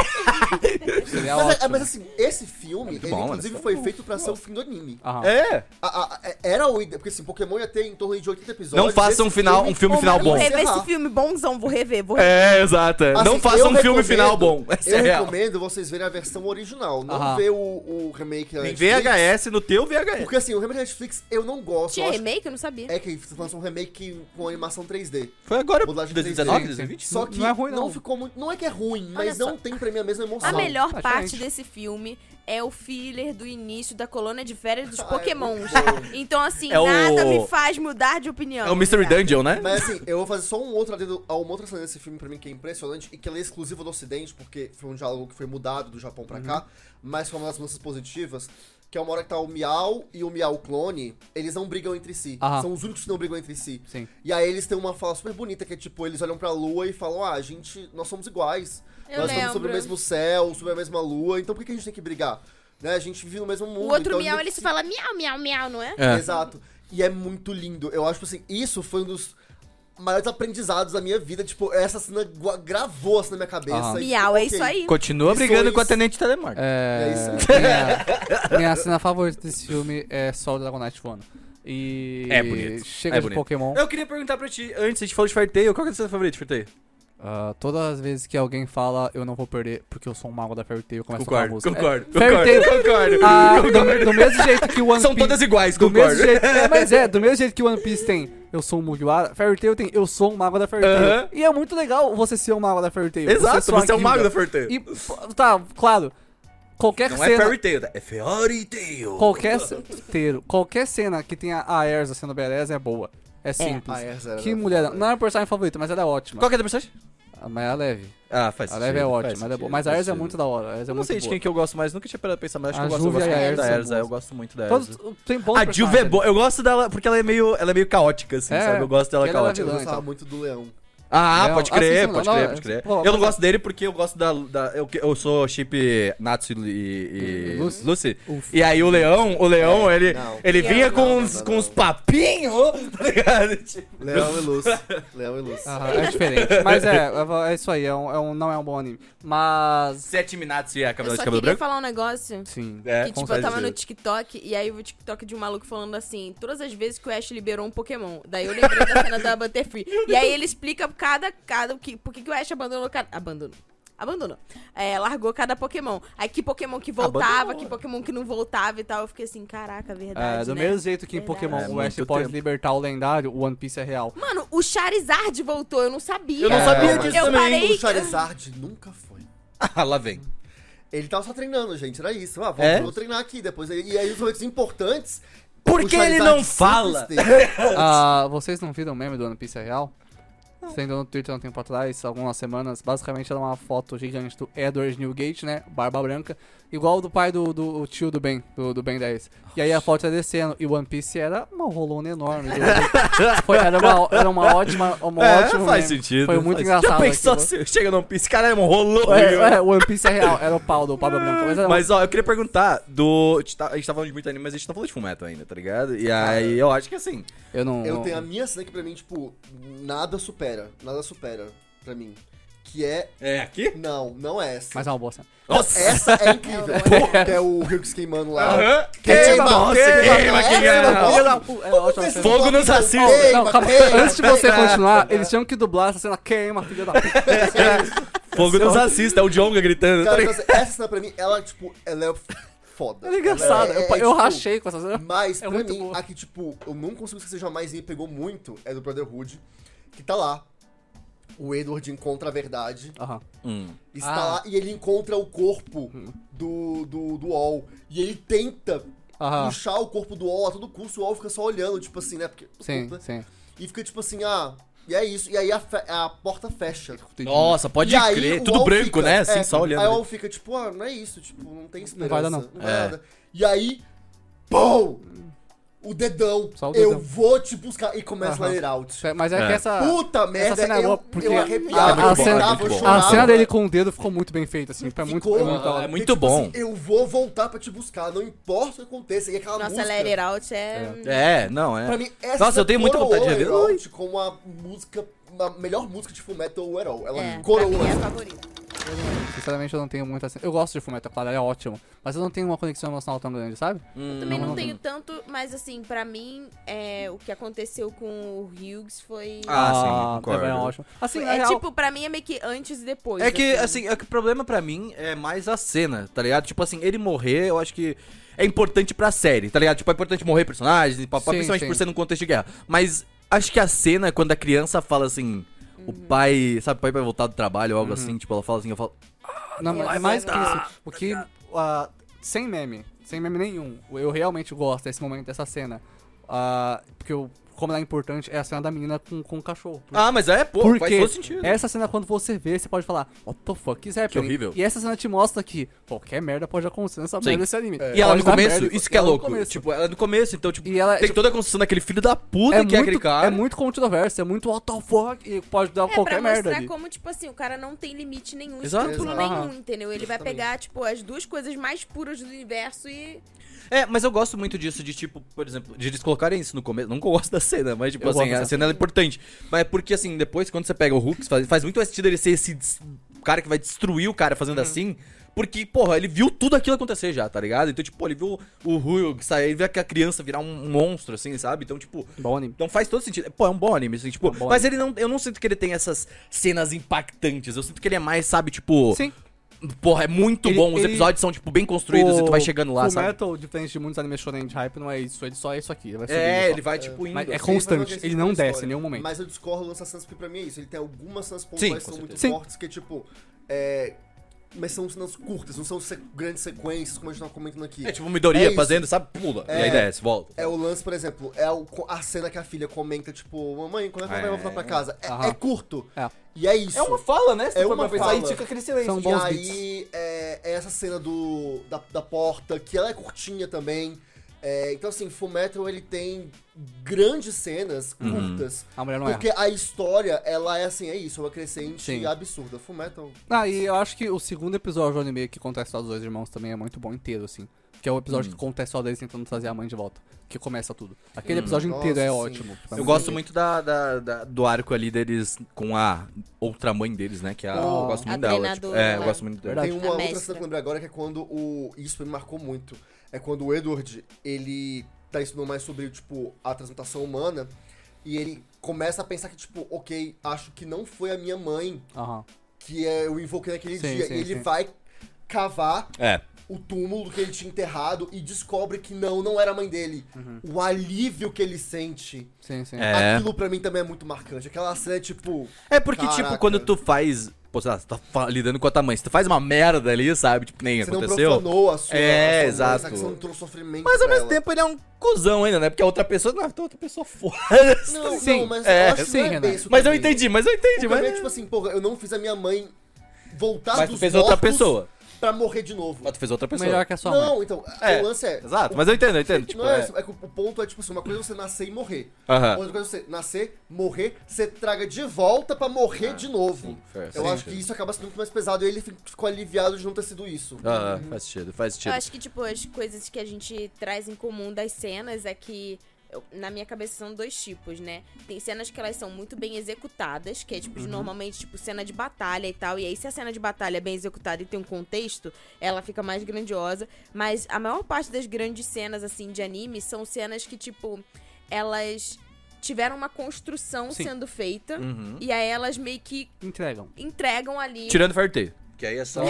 S2: Seria
S4: Mas, é-
S2: ótimo.
S4: mas assim, esse filme, ele
S1: É bom,
S4: inclusive
S1: olha só.
S4: foi feito pra ser o fim do anime.
S2: Aham.
S1: É.
S4: A- a- a- era o ide- porque assim, Pokémon ia ter em torno de 80 episódios.
S1: Não faça um
S4: Esse
S1: final, um filme
S3: Pô,
S1: final
S3: mano, Vou
S1: bom.
S3: rever
S4: Encerrar.
S3: esse filme bonzão, vou rever, vou rever.
S1: É, exato. é.
S4: Assim,
S1: não faça
S4: eu
S1: um filme
S4: recomendo-
S1: final bom. Essa
S4: Eu
S1: é real.
S4: recomendo vocês verem a versão original, não
S2: Aham.
S4: ver o, o remake da
S1: Em
S4: Netflix,
S1: VHS, no teu VHS.
S4: Porque assim, o remake da Netflix eu não gosto.
S3: Tinha
S4: eu acho-
S3: remake? Eu não sabia.
S4: É que lançou um remake com animação 3D.
S1: Foi agora,
S4: Modulagem
S1: 2019,
S4: 3D.
S1: 2020?
S4: Só que
S2: Não é ruim, não.
S4: ficou muito. Não é que é ruim,
S3: olha
S4: mas mas
S3: só.
S4: não tem pra mim a mesma emoção.
S3: A melhor
S2: Tá
S3: parte
S2: diferente.
S3: desse filme é o filler do início da colônia de férias dos
S4: Ah, é
S3: pokémons. então, assim,
S1: É o-
S3: nada me faz mudar de opinião.
S1: É o Mystery
S3: cara.
S1: Dungeon, né?
S4: Mas assim, eu vou fazer só um outro adendo a uma outra cena desse filme pra mim que é impressionante e que ela é exclusiva do Ocidente, porque foi um diálogo que foi mudado do Japão pra cá, mas foi uma das mudanças positivas, que é uma hora que tá o Miau e o Miau clone, eles não brigam entre si.
S2: Aham.
S4: São os únicos que não brigam entre si.
S2: Sim.
S4: E aí eles têm uma fala super bonita que é tipo, eles olham pra lua e falam: "Ah, a gente, nós somos iguais.
S3: Eu
S4: nós estamos sobre o
S3: lembro.
S4: mesmo céu, sobre a mesma lua, então por que que a gente tem que brigar?" Né? A gente vive no mesmo mundo.
S3: O outro
S4: então a gente
S3: miau,
S4: tem
S3: ele
S4: que
S3: se fala miau, miau, miau, não é?
S1: É.
S4: Exato. E é muito lindo. Eu acho, assim, isso foi um dos maiores aprendizados da minha vida. Tipo, essa cena gua- gravou assim na minha cabeça.
S2: Aham.
S4: E,
S3: Miau,
S4: tipo,
S3: é isso
S4: ok.
S3: aí.
S1: Continua
S4: Isso,
S1: brigando com a
S4: isso.
S1: Tenente Telemark.
S2: É,
S4: É isso.
S2: minha, minha cena favorita desse filme é só o Dragon Knight One. E.
S1: É bonito.
S2: Chega
S1: É
S2: de
S1: bonito.
S2: Pokémon.
S1: Eu queria perguntar pra ti, antes, a gente falou de Fire Tail, qual que é a sua favorita de Fire Tail?
S2: Ah, todas as vezes que alguém fala, eu não vou perder, porque eu sou um mago da Fairy Tail, começa a tocar a
S1: Concordo,
S2: música.
S1: concordo,
S2: É, Fairy
S1: concordo,
S2: Tail-
S1: concordo.
S2: Ah, do, do mesmo jeito que o One
S1: São
S2: Piece.
S1: todas iguais,
S2: do mesmo
S1: concordo.
S2: jeito, é, mas é, do mesmo jeito que One Piece tem Eu sou um Mugiwara, Fairy Tail tem Eu sou um mago da Fairy Tail.
S1: Aham.
S2: E é muito legal você ser um mago da Fairy Tail.
S1: Exato,
S2: só
S1: você é o
S2: Gilda.
S1: mago da Fairy Tail.
S2: E, pô, tá, claro. Qualquer
S1: Não
S2: cena.
S1: é Fairy Tail, tá? é Fairy Tail.
S2: Qualquer, ce- inteiro, qualquer cena que tenha a Erza sendo beleza é boa. É simples.
S4: Ah, essa era-
S2: Que mulher. Não é a personagem favorita, mas ela é ótima.
S1: Qual que é a personagem?
S2: Mas ela é leve.
S1: Ah, faz
S2: A
S1: sentido.
S2: leve é
S1: faz
S2: ótima, ela é
S1: sentido,
S2: boa. Mas a
S1: faz
S2: Erza é
S1: sentido.
S2: muito da hora. A Erza é
S1: Eu não
S2: muito
S1: sei de
S2: boa.
S1: quem que eu gosto mais, nunca tinha parado pra pensar, mas acho
S2: A
S1: que eu gosto, eu
S2: Juve
S1: gosto
S2: e a
S1: muito da
S2: Erza
S1: Erza,
S2: são
S1: eu
S2: boas.
S1: gosto muito da
S2: Todos,
S1: Erza.
S2: tem bons
S1: A Juve é
S2: personagens.
S1: boa, eu gosto dela porque ela é meio, ela é meio caótica, assim,
S2: É,
S1: sabe? Eu gosto dela
S2: porque ela é
S1: caótica.
S4: Eu
S2: vilã.
S4: gostava
S2: Então.
S4: muito do leão.
S1: Ah,
S2: Não,
S1: pode
S2: assim,
S1: crer,
S2: sim,
S1: pode
S2: não,
S1: crer,
S2: não,
S1: pode
S2: é-
S1: crer.
S2: pô, vamos
S1: eu não
S2: lá.
S1: gosto dele porque eu gosto da. da- eu, eu sou chip Natsu e, e- e
S2: Lucy.
S1: Lucy.
S2: Ufa. É,
S1: E aí o leão, o leão, ele,
S4: não.
S1: ele
S3: Leão.
S1: vinha
S4: Não,
S1: com
S4: não,
S1: uns,
S4: não,
S1: com
S4: não.
S1: uns papinhos, tá ligado? Tipo,
S4: Leão e luz. leão e luz.
S2: Aham, é diferente. Mas é, é isso aí. É um, é um- não é um bom anime. Mas.
S1: se é time Natsu e a
S3: Eu
S1: cabelo
S3: só
S1: de cabelo
S3: queria
S1: branco.
S3: falar um negócio.
S2: Sim.
S1: É,
S3: que, tipo,
S1: com
S3: eu tava no
S1: certeza.
S3: TikTok e aí o TikTok de um maluco falando assim: todas as vezes que o Ash liberou um Pokémon. Daí eu lembrei da cena da Butterfree. E aí ele explica cada. cada o que, por que que o Ash abandonou cada. Abandonou. Abandonou. É, largou cada Pokémon. Aí que Pokémon que voltava,
S1: Abandonou.
S3: que Pokémon que não voltava e tal. Eu fiquei assim: caraca, verdade.
S2: É, do
S3: né?
S2: mesmo jeito que em
S3: Verdade.
S2: Pokémon
S1: É,
S2: o Ash
S1: muito
S2: pode
S1: tempo.
S2: libertar o lendário, o One Piece é real.
S3: Mano, o Charizard voltou, eu não sabia.
S1: Eu não
S4: É,
S1: sabia
S4: mas
S1: disso
S3: eu
S1: também.
S3: parei-
S4: O Charizard nunca foi.
S1: Ah, lá vem.
S4: Ele tava só treinando, gente. Era isso. Ah, vou,
S1: É?
S4: vou treinar aqui depois. E aí os momentos importantes.
S1: Por
S4: o
S1: que ele
S4: Charizard
S1: não
S4: sempre
S1: fala?
S4: esteve.
S2: Ah, vocês não viram o meme do One Piece é real? Sendo no Twitter há um tempo atrás, algumas semanas, basicamente era uma foto gigante do Edward Newgate, né? Barba branca, igual do pai do, do o tio do Ben, do, do Ben 10. E aí a foto ia descendo, e o One Piece era uma rolona enorme. Foi, era, uma, era uma ótima. Uma
S1: É,
S2: ótima
S1: faz sentido.
S2: Foi muito
S1: faz-
S2: engraçado.
S1: Já pensou
S2: aquilo.
S1: se chega num piso, caralho, rolou.
S2: É, é, o One Piece é real, era o pau do Barba Branca. Mas é era
S1: Mas ó, eu queria perguntar do. A gente tá a gente tá falando de muito anime, mas a gente não falou de fumeto ainda, tá ligado? E aí eu acho que assim.
S2: Eu não.
S4: Eu tenho a minha cena que pra mim, tipo, nada supera. Nada supera pra mim. Que é.
S1: É aqui?
S4: Não, não é essa.
S2: Mas é uma boa cena.
S1: Nossa!
S4: Essa é incrível. Pô, que é o Hughes queimando lá.
S1: Aham.
S4: Queima,
S1: nossa,
S4: queima,
S1: queima,
S4: queima,
S1: queima.
S4: queima.
S2: É ótima cena.
S1: Fogo nos
S4: tá
S1: racistas.
S4: Queima,
S2: Não, calma.
S4: queima,
S2: Antes de você
S4: queima.
S2: continuar, eles tinham que dublar essa cena. Queima, filha da puta.
S1: Fogo nos racistas, é o Jonga gritando.
S4: Cara, então, assim, essa cena pra mim, ela, tipo, ela é f- foda.
S2: É engraçado. Eu,
S4: Ela é- é,
S2: eu
S4: tipo,
S2: rachei com essa cena.
S4: Mas,
S2: É
S4: pra
S2: muito
S4: mim,
S2: boa.
S4: a que, tipo, eu não consigo esquecer jamais e me pegou muito é do Brotherhood, que tá lá. O Edward encontra a verdade.
S2: Aham.
S1: Hum.
S4: Está
S2: Ah.
S4: lá e ele encontra o corpo do, do, do All. E ele tenta
S2: Aham.
S4: puxar o corpo do All a todo custo. O All fica só olhando, tipo assim, né? Porque,
S2: Sim,
S4: puta.
S2: sim.
S4: E fica tipo assim, ah, e é isso. E aí a, fe- a porta fecha.
S1: Nossa, pode
S4: E aí,
S1: crer.
S4: o
S1: Tudo
S4: Al
S1: branco,
S4: fica-
S1: né? Assim,
S4: é,
S1: só
S4: Aí o
S1: olhando.
S4: Al fica tipo, ah, não é isso, tipo, não tem esperança.
S2: vai dar, não.
S4: vai
S1: É.
S4: nada. E aí, pum! O dedão.
S2: Só o
S4: Eu
S2: dedão.
S4: vou te buscar. E começa
S2: Aham.
S4: a ler out.
S2: Mas é
S1: É.
S2: que essa.
S4: Puta merda,
S2: cena é
S4: eu,
S2: boa, porque Ah,
S4: eu
S1: a-
S4: arrepiava,
S1: a
S4: eu
S1: cena-
S4: gritava, eu
S1: muito boa.
S4: chorava.
S2: A cena dele com o dedo ficou muito bem feita, assim. Foi muito,
S4: Ficou,
S2: foi muito da hora.
S1: é muito
S4: Porque, tipo
S1: bom.
S4: assim, eu vou voltar pra te buscar, não importa o que aconteça. E aquela
S3: Nossa,
S4: música...
S3: Let It Out é.
S1: É, não,
S4: Pra
S1: é.
S4: mim, essa
S1: Nossa, eu tenho muita
S4: coroou
S1: vontade de rever.
S4: Let It Out como a música, a melhor música de Fullmetal At All. Ela
S3: É, pra
S4: coroou.
S3: mim é a
S4: essa.
S3: favorita.
S2: Sinceramente, eu não tenho muita. cena- Eu gosto de Fullmetal, claro, é ótimo. Mas eu não tenho uma conexão emocional tão grande, sabe?
S3: Eu também não,
S2: Não, não
S3: tenho tanto, mas assim, pra mim, é, o que aconteceu com o Hughes foi.
S1: Ah, sim, concordo.
S2: Também é ótimo. Assim, na
S3: é
S2: real,
S3: tipo, pra mim é meio que antes e depois.
S1: É que, assim, é que o problema pra mim é mais a cena, tá ligado? Tipo assim, ele morrer, eu acho que é importante pra série, tá ligado? Tipo, é importante morrer personagens, papá,
S2: Sim,
S1: principalmente
S2: sim.
S1: por ser num contexto de guerra. Mas acho que a cena, quando a criança fala assim, O
S2: Uhum.
S1: pai, sabe, o pai vai voltar do trabalho ou algo assim, tipo, ela fala assim, eu falo,
S2: Não,
S3: Yes.
S2: mas mais que
S3: tá
S2: isso. O que. ah, sem meme. Sem meme nenhum. Eu realmente gosto desse momento, dessa cena. Ah, porque eu, como ela é importante, é a cena da menina com, com o cachorro.
S1: ah, mas é, pô,
S2: Porque
S1: faz todo sentido.
S2: essa cena, quando você vê, você pode falar, what the fuck is happening?
S1: Que horrível.
S2: E essa cena te mostra que qualquer merda pode acontecer nessa
S1: Sim.
S2: merda desse anime.
S1: E ela
S2: Pode
S1: no
S2: dar
S1: começo,
S2: merda.
S1: isso
S2: E
S1: que é
S2: ela no
S1: louco.
S2: começo.
S1: Tipo, ela no começo, então, tipo,
S2: E ela,
S1: tem
S2: tipo,
S1: toda a construção daquele filho da puta
S2: é,
S1: que é aquele
S2: muito,
S1: cara.
S2: é muito controverso, é muito what the fuck, e pode dar
S3: É,
S2: qualquer
S3: pra
S2: merda
S3: mostrar
S2: ali.
S3: como, tipo assim, o cara não tem limite nenhum,
S1: Exato.
S3: escrúpulo
S2: Exato.
S3: nenhum,
S2: Aham.
S3: entendeu? Ele vai
S4: Exatamente.
S3: pegar, tipo, as duas coisas mais puras do universo e...
S1: É, mas eu gosto muito disso, de tipo, por exemplo, de eles colocarem isso no começo. Não que eu gosto da cena, mas tipo
S2: Eu
S1: assim,
S2: gosto
S1: a
S2: dessa
S1: cena é importante. Mas é porque assim, depois quando você pega o Hooks, faz, faz muito mais sentido ele ser esse des- cara que vai destruir o cara
S2: Uhum.
S1: fazendo assim. Porque, porra, ele viu tudo aquilo acontecer já, tá ligado? Então, tipo, ele viu o Hughes sair, ele viu a criança virar um monstro, assim, sabe? Então, tipo,
S2: Bom anime.
S1: Então faz todo sentido. Pô, é um bom anime, assim, tipo.
S2: É um bom
S1: mas ele não. Eu não sinto que ele tem essas cenas impactantes. Eu sinto que ele é mais, sabe, tipo.
S2: Sim.
S1: Porra, é muito
S2: Ele-
S1: bom. Os
S2: ele-
S1: episódios são, tipo, bem construídos e tu vai chegando lá,
S2: o
S1: sabe?
S2: Metal, diferente de muitos animes shonen de hype, não é isso. Ele só é isso aqui. Ele vai subindo
S1: É,
S2: só.
S1: ele vai, tipo, indo.
S2: Mas é
S1: assim.
S2: constante,
S4: Sim, mas
S2: ele não
S4: acontece na
S2: desce em nenhum momento.
S4: Mas eu discordo nessas cenas, porque pra mim é isso. Ele tem algumas cenas
S1: Sim, com
S4: pontuais que são
S1: certeza.
S4: muito
S2: Sim.
S4: fortes, que é tipo. é, Mas são cenas curtas, não são se- grandes sequências, como a gente tava comentando aqui.
S1: É tipo Midoriya
S4: É isso.
S1: fazendo, sabe? Pula. E aí
S4: É.
S1: desce, volta.
S4: É o lance, por exemplo, é o- a cena que a filha comenta, tipo, mamãe, quando é que ela vai voltar pra casa? É,
S2: Aham.
S4: é curto.
S2: É.
S4: E é isso.
S1: fala, né?
S4: É for uma pra pensar, fala. aí fica
S1: aquele silêncio.
S2: São
S4: E
S2: bons beats.
S4: aí, é, é essa cena do, da, da porta, que ela é curtinha também. É, então, assim, Fullmetal, ele tem grandes cenas curtas.
S2: A mulher não é.
S4: Porque a história, ela é assim, é isso, é uma crescente
S2: Sim.
S4: absurda. Fullmetal,
S2: Ah, e eu acho que o segundo episódio do anime que conta a história dos dois irmãos também é muito bom inteiro, assim. Que é o
S1: Hum.
S2: episódio que conta a história deles tentando trazer a mãe de volta. Que começa tudo. Aquele episódio inteiro é
S4: Nossa, sim.
S2: ótimo. tipo, é
S1: Hum. Eu
S2: muito
S1: gosto
S2: bom.
S1: muito da, da- da- do arco ali deles com a outra mãe deles, né? Que é a, eu
S2: Oh.
S1: gosto muito
S3: A
S1: dela. tipo,
S3: treinadora
S1: é, eu
S3: lá.
S1: gosto muito dela.
S2: Verdade.
S4: Tem uma
S3: A
S4: outra
S3: mestra.
S4: cena que eu lembrei agora que é quando o. Isso me marcou muito. É quando o Edward, ele tá ensinando mais sobre, tipo, a transmutação humana. E ele começa a pensar que, tipo, ok, acho que não foi a minha mãe
S2: Aham.
S4: que é, eu invoquei naquele
S2: Sim,
S4: dia.
S2: sim,
S4: e ele
S2: sim.
S4: vai cavar
S1: É.
S4: o túmulo que ele tinha enterrado e descobre que não, não era a mãe dele.
S1: Uhum.
S4: O alívio que ele sente.
S2: Sim, sim.
S1: É.
S4: Aquilo pra mim também é muito marcante. Aquela cena, tipo.
S1: É porque, tipo,
S4: Caraca.
S1: quando tu faz. Pô, sei lá, você tá fa- lidando com a tua mãe, se tu faz uma merda ali, sabe? Tipo, nem
S4: Você não
S1: aconteceu.
S4: profanou a sua.
S1: É,
S4: a sua mãe,
S1: exato.
S4: sabe? Você não trouxe sofrimento.
S1: Mas ao
S4: pra
S1: mesmo
S4: ela.
S1: tempo ele é um cuzão ainda, né? Porque a outra pessoa. Não, então a outra pessoa foda.
S4: Não,
S2: Sim,
S4: não, mas
S1: é,
S4: eu acho que
S2: sim,
S4: não é
S2: Renato.
S4: bem isso
S1: Mas eu
S4: também.
S1: entendi, mas eu entendi,
S4: Porque
S1: mas.
S4: é tipo assim, porra, eu não fiz a minha mãe voltar
S1: Mas tu
S4: dos
S1: fez outra
S4: mortos
S1: pessoa.
S4: pra morrer de novo.
S1: Mas tu fez outra pessoa.
S2: Melhor que a sua mãe.
S4: não, então,
S1: É,
S4: o lance é...
S1: Exato,
S4: o-
S1: mas eu entendo, eu entendo. Tipo,
S4: não é,
S1: é.
S4: isso, é que o ponto é, tipo assim, uma coisa é você nascer e morrer.
S1: Aham.
S4: Outra coisa é você nascer, morrer, você traga de volta pra morrer de novo.
S1: Ah, sim, assim. fair,
S4: eu
S1: sim,
S4: acho
S1: sim.
S4: que isso acaba sendo muito mais pesado. E ele fi- ficou aliviado de não ter sido isso.
S1: Aham, Ah, faz sentido, faz sentido.
S3: Eu acho que, tipo, as coisas que a gente traz em comum das cenas é que. eu- na minha cabeça são dois tipos, né? Tem cenas que elas são muito bem executadas, que é tipo, de normalmente, tipo, cena de batalha e tal. E aí, se a cena de batalha é bem executada e tem um contexto, ela fica mais grandiosa. Mas a maior parte das grandes cenas, assim, de anime são cenas que, tipo, elas tiveram uma construção
S2: Sim.
S3: sendo feita.
S1: Uhum.
S3: E aí elas meio que
S2: Entregam.
S3: entregam ali.
S1: Tirando Fairy Que aí é só.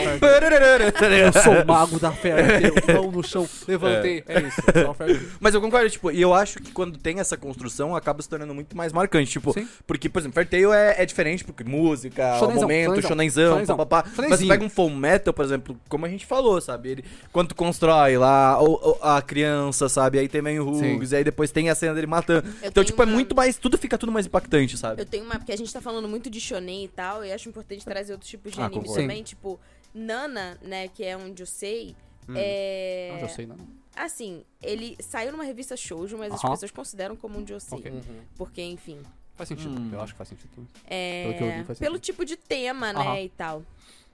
S2: Eu sou o mago da fera, eu mão no chão, levantei. É, isso, só fera.
S1: Mas eu concordo, tipo, e eu acho que quando tem essa construção, acaba se tornando muito mais marcante. Tipo,
S2: Sim.
S1: porque, por exemplo, Fairy Tail é, é diferente, porque música, o
S2: Shonenzão,
S1: momento,
S2: shonenzão,
S1: shonenzão,
S2: shonenzão,
S1: papapá. Mas você
S2: shonenzinho.
S1: pega um full metal, por exemplo, como a gente falou, sabe? Ele, quando tu constrói lá o- o- a criança, sabe? Aí tem meio Hughes,
S2: Sim.
S1: e aí depois tem a cena dele matando.
S3: Eu
S1: então,
S3: tenho um
S1: tipo, é
S3: uma-
S1: muito mais. Tudo fica tudo mais impactante, sabe?
S3: Eu tenho uma, porque a gente tá falando muito de shonen e tal, e eu acho importante trazer outros tipos de
S1: Ah,
S3: animes
S1: concordo.
S3: também, tipo Nana, né, que é onde eu sei, é
S2: Não, já Hum. sei, não.
S3: assim, ele saiu numa revista shoujo, mas as
S2: Aham.
S3: pessoas consideram como um josei,
S2: Ok.
S1: Uhum.
S3: porque enfim,
S2: Faz sentido.
S1: Hum.
S2: Eu acho que faz sentido.
S3: é
S2: Pelo que eu li, faz
S3: pelo
S2: sentido.
S3: tipo de tema, né,
S2: Aham.
S3: e tal.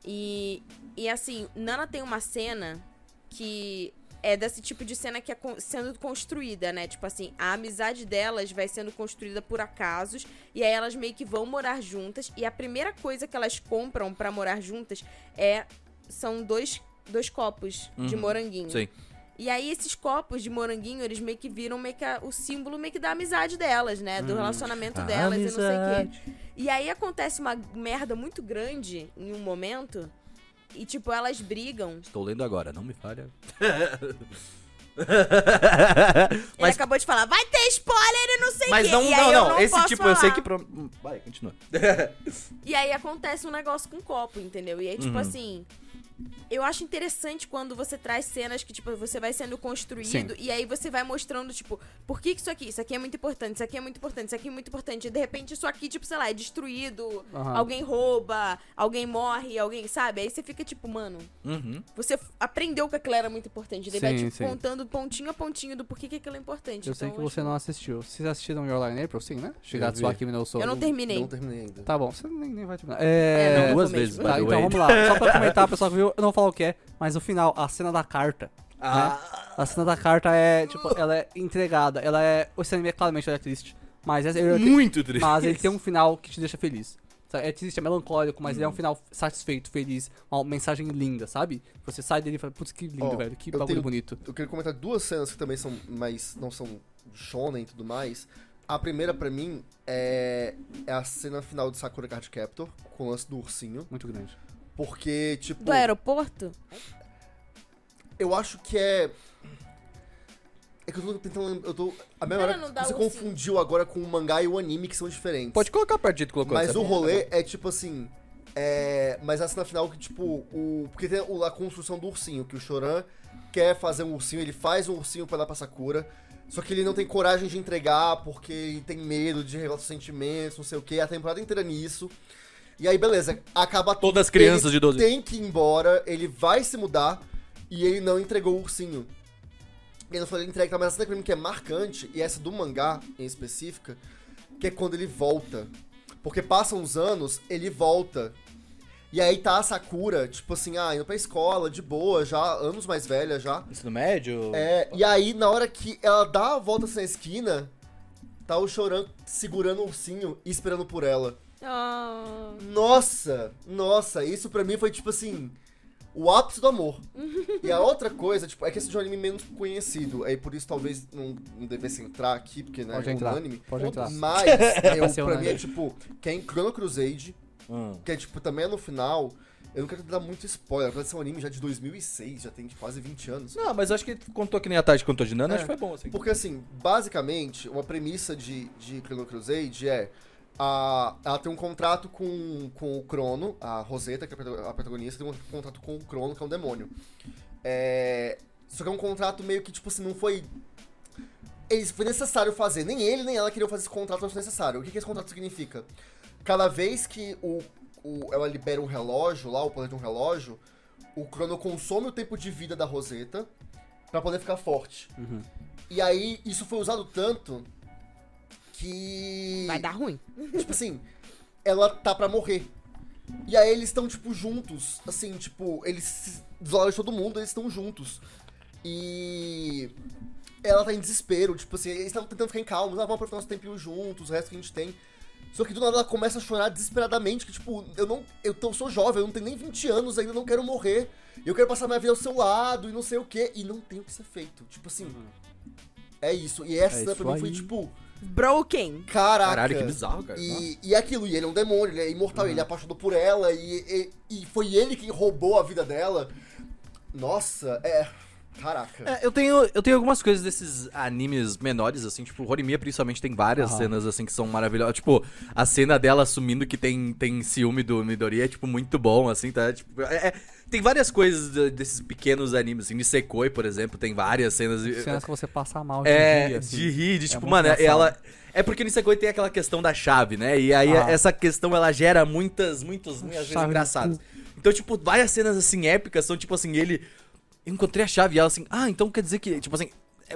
S3: E e assim, Nana tem uma cena que é desse tipo de cena que é con- sendo construída, né? Tipo assim, a amizade delas vai sendo construída por acasos e aí elas meio que vão morar juntas e a primeira coisa que elas compram pra morar juntas é são dois dois copos de
S1: Uhum.
S3: moranguinho.
S1: Sim.
S3: E aí esses copos de moranguinho, eles meio que viram meio que a- o símbolo meio que da amizade delas, né? Do relacionamento
S1: A
S3: delas e não
S1: Hum. amizade.
S3: sei o quê. E aí acontece uma merda muito grande em um momento e tipo elas brigam
S1: Estou lendo agora, não me falha.
S3: Ele acabou de falar, vai ter spoiler e não sei o
S1: Mas
S3: quê.
S1: não,
S3: e aí
S1: não,
S3: eu
S1: não. Esse
S3: posso
S1: tipo, eu sei
S3: falar.
S1: que. pro- Hum, Vai, continua.
S3: E aí acontece um negócio com o copo, entendeu? E aí,
S2: Uhum.
S3: tipo assim. Eu acho interessante quando você traz cenas que, tipo, você vai sendo construído
S2: Sim.
S3: e aí você vai mostrando, tipo, por que, que isso aqui? Isso aqui é muito importante, isso aqui é muito importante, isso aqui é muito importante. E de repente isso aqui, tipo, sei lá, é destruído,
S2: Aham.
S3: alguém rouba, alguém morre, alguém, sabe? Aí você fica, tipo, mano,
S1: Uhum.
S3: você f- aprendeu que aquilo era muito importante. Ele
S2: Sim,
S3: vai, tipo,
S2: sim.
S3: contando pontinho a pontinho do porquê que aquilo é importante.
S2: Eu sei que
S3: Então,
S2: você
S3: acho-
S2: não assistiu. Vocês assistiram Your Line April, sim, né?
S4: vi.
S2: Shigatsuaki Minou
S3: Eu não terminei.
S4: Não terminei ainda.
S2: Tá bom, você nem, nem vai terminar.
S3: É,
S2: É...
S3: não,
S1: duas
S3: eu tô
S1: vezes,
S3: mesmo.
S1: by
S2: Tá,
S1: the
S2: então
S1: way.
S2: vamos lá. Só pra comentar, pessoal que viu, eu não vou falar o que é, mas no final, a cena da carta.
S1: Ah.
S2: né? A cena da carta é, tipo, ela é entregada. Ela é. Esse anime é claramente ele é triste. Mas, essa- ele-
S1: Muito triste.
S2: mas ele tem um final que te deixa feliz. Sabe, É triste, é melancólico, mas ele é um final satisfeito, feliz, uma mensagem linda, sabe? Você sai dele e fala, putz, que lindo,
S4: Ó,
S2: velho, que
S4: eu
S2: bagulho
S4: tenho-
S2: bonito.
S4: Eu queria comentar duas cenas que também são mais. não são shonen e tudo mais. A primeira, pra mim, é, é a cena final de Sakura Card Captor, com o lance do ursinho.
S2: Muito grande.
S4: Porque, tipo.
S3: Do aeroporto?
S4: Eu acho que é. É que eu tô tentando lembrar. Eu tô. A memória.
S3: não dá
S4: Você
S3: o sim.
S4: confundiu agora com o mangá e o anime, que são diferentes.
S1: um- Pode colocar a partida que colocou.
S4: Mas
S1: sabe?
S4: o rolê é tipo assim. É, mas a cena final que, tipo, o. Porque tem o- a construção do ursinho, que o Choran quer fazer um ursinho, ele faz um ursinho pra dar pra Sakura. Só que ele não tem coragem de entregar, porque ele tem medo de revelar seus sentimentos, não sei o que, a temporada inteira nisso. E aí, beleza, acaba tudo.
S1: Todas as crianças
S4: Ele
S1: de 12
S4: tem que ir embora, ele vai se mudar e ele não entregou o ursinho. Ele não falou ele entrega, tá? mas essa pra mim que é marcante, e essa do mangá em específica, que é quando ele volta. Porque passam uns anos, ele volta. E aí tá a Sakura, tipo assim, ah, indo pra escola, de boa, já, anos mais velha já.
S1: Ensino médio?
S4: É, e aí na hora que ela dá a volta assim, na esquina, tá o Choran segurando o ursinho e esperando por ela.
S3: Ah.
S4: Nossa, nossa, isso pra mim foi tipo assim. O ápice do amor. e a outra coisa, tipo, é que esse é um anime menos conhecido. Aí por isso talvez não, não devesse entrar aqui, porque né,
S2: Pode
S4: é
S2: entrar,
S4: unânime.
S2: pode entrar.
S4: Mas
S2: Vai
S4: eu,
S2: ser um
S4: pra mim
S2: unânime.
S4: é tipo, que é em Chrono Crusade,
S1: Hum.
S4: que é tipo, também é no final. Eu não quero dar muito spoiler, apesar de ser um anime já de 2006, já tem tipo, quase 20 anos.
S1: Não, mas eu acho que contou que nem a Tati contou de Nana,
S4: É.
S1: acho que foi bom, assim.
S4: Porque assim, basicamente, uma premissa de, de Chrono Crusade é. A, ela tem um contrato com, com o Crono, a Rosetta, que é a protago- a protagonista, tem um contrato com o Crono, que é um demônio. É, só que é um contrato meio que, tipo assim, não foi. Ele, foi necessário fazer. Nem ele, nem ela queriam fazer esse contrato, mas foi necessário. O que, que esse contrato significa? Cada vez que o, o, ela libera um relógio lá, o poder de um relógio, o Crono consome o tempo de vida da Rosetta pra poder ficar forte. E aí, isso foi usado tanto que.
S3: Vai dar ruim.
S4: Tipo assim, ela tá pra morrer. E aí eles estão, tipo, juntos. Assim, tipo, eles se isolaram de todo mundo, eles estão juntos. E. Ela tá em desespero, tipo assim, eles estavam tentando ficar em calma, ah, vamos aproveitar nosso tempinho juntos, o resto que a gente tem. Só que do nada ela começa a chorar desesperadamente, que tipo, eu não. Eu, tô, eu sou jovem, eu não tenho nem 20 anos ainda, eu não quero morrer. Eu quero passar minha vida ao seu lado e não sei o quê. E não tem o que ser feito. Tipo assim. É isso. E essa
S2: isso
S4: pra mim foi
S2: aí.
S4: tipo.
S3: Broken.
S4: Caraca.
S1: Caralho, que bizarro, cara.
S4: E, e é aquilo, e ele é um demônio, ele é imortal,
S2: Uhum.
S4: ele é apaixonado por ela, e, e, e foi ele quem roubou a vida dela. Nossa, é. Caraca.
S1: É, eu tenho, eu tenho algumas coisas desses animes menores, assim, tipo, Horimiya principalmente tem várias
S2: Aham.
S1: cenas, assim, que são maravilhosas. Tipo, a cena dela assumindo que tem, tem ciúme do Midori é, tipo, muito bom, assim, tá? Tipo, é- é- tem várias coisas de- desses pequenos animes, assim, Nisekoi, por exemplo, tem várias cenas.
S2: Cenas que você passa mal de
S1: É,
S2: rir, assim.
S1: de rir, de, tipo,
S2: muito
S1: mano,
S2: engraçado.
S1: ela. É porque Nisekoi tem aquela questão da chave, né? E aí
S2: Ah.
S1: essa questão ela gera muitas, muitas, muitas
S2: Chave
S1: vezes
S2: no
S1: engraçadas. Então, tipo, várias cenas assim épicas são tipo assim, ele. Eu encontrei a chave e ela assim, ah, então quer dizer que, tipo assim.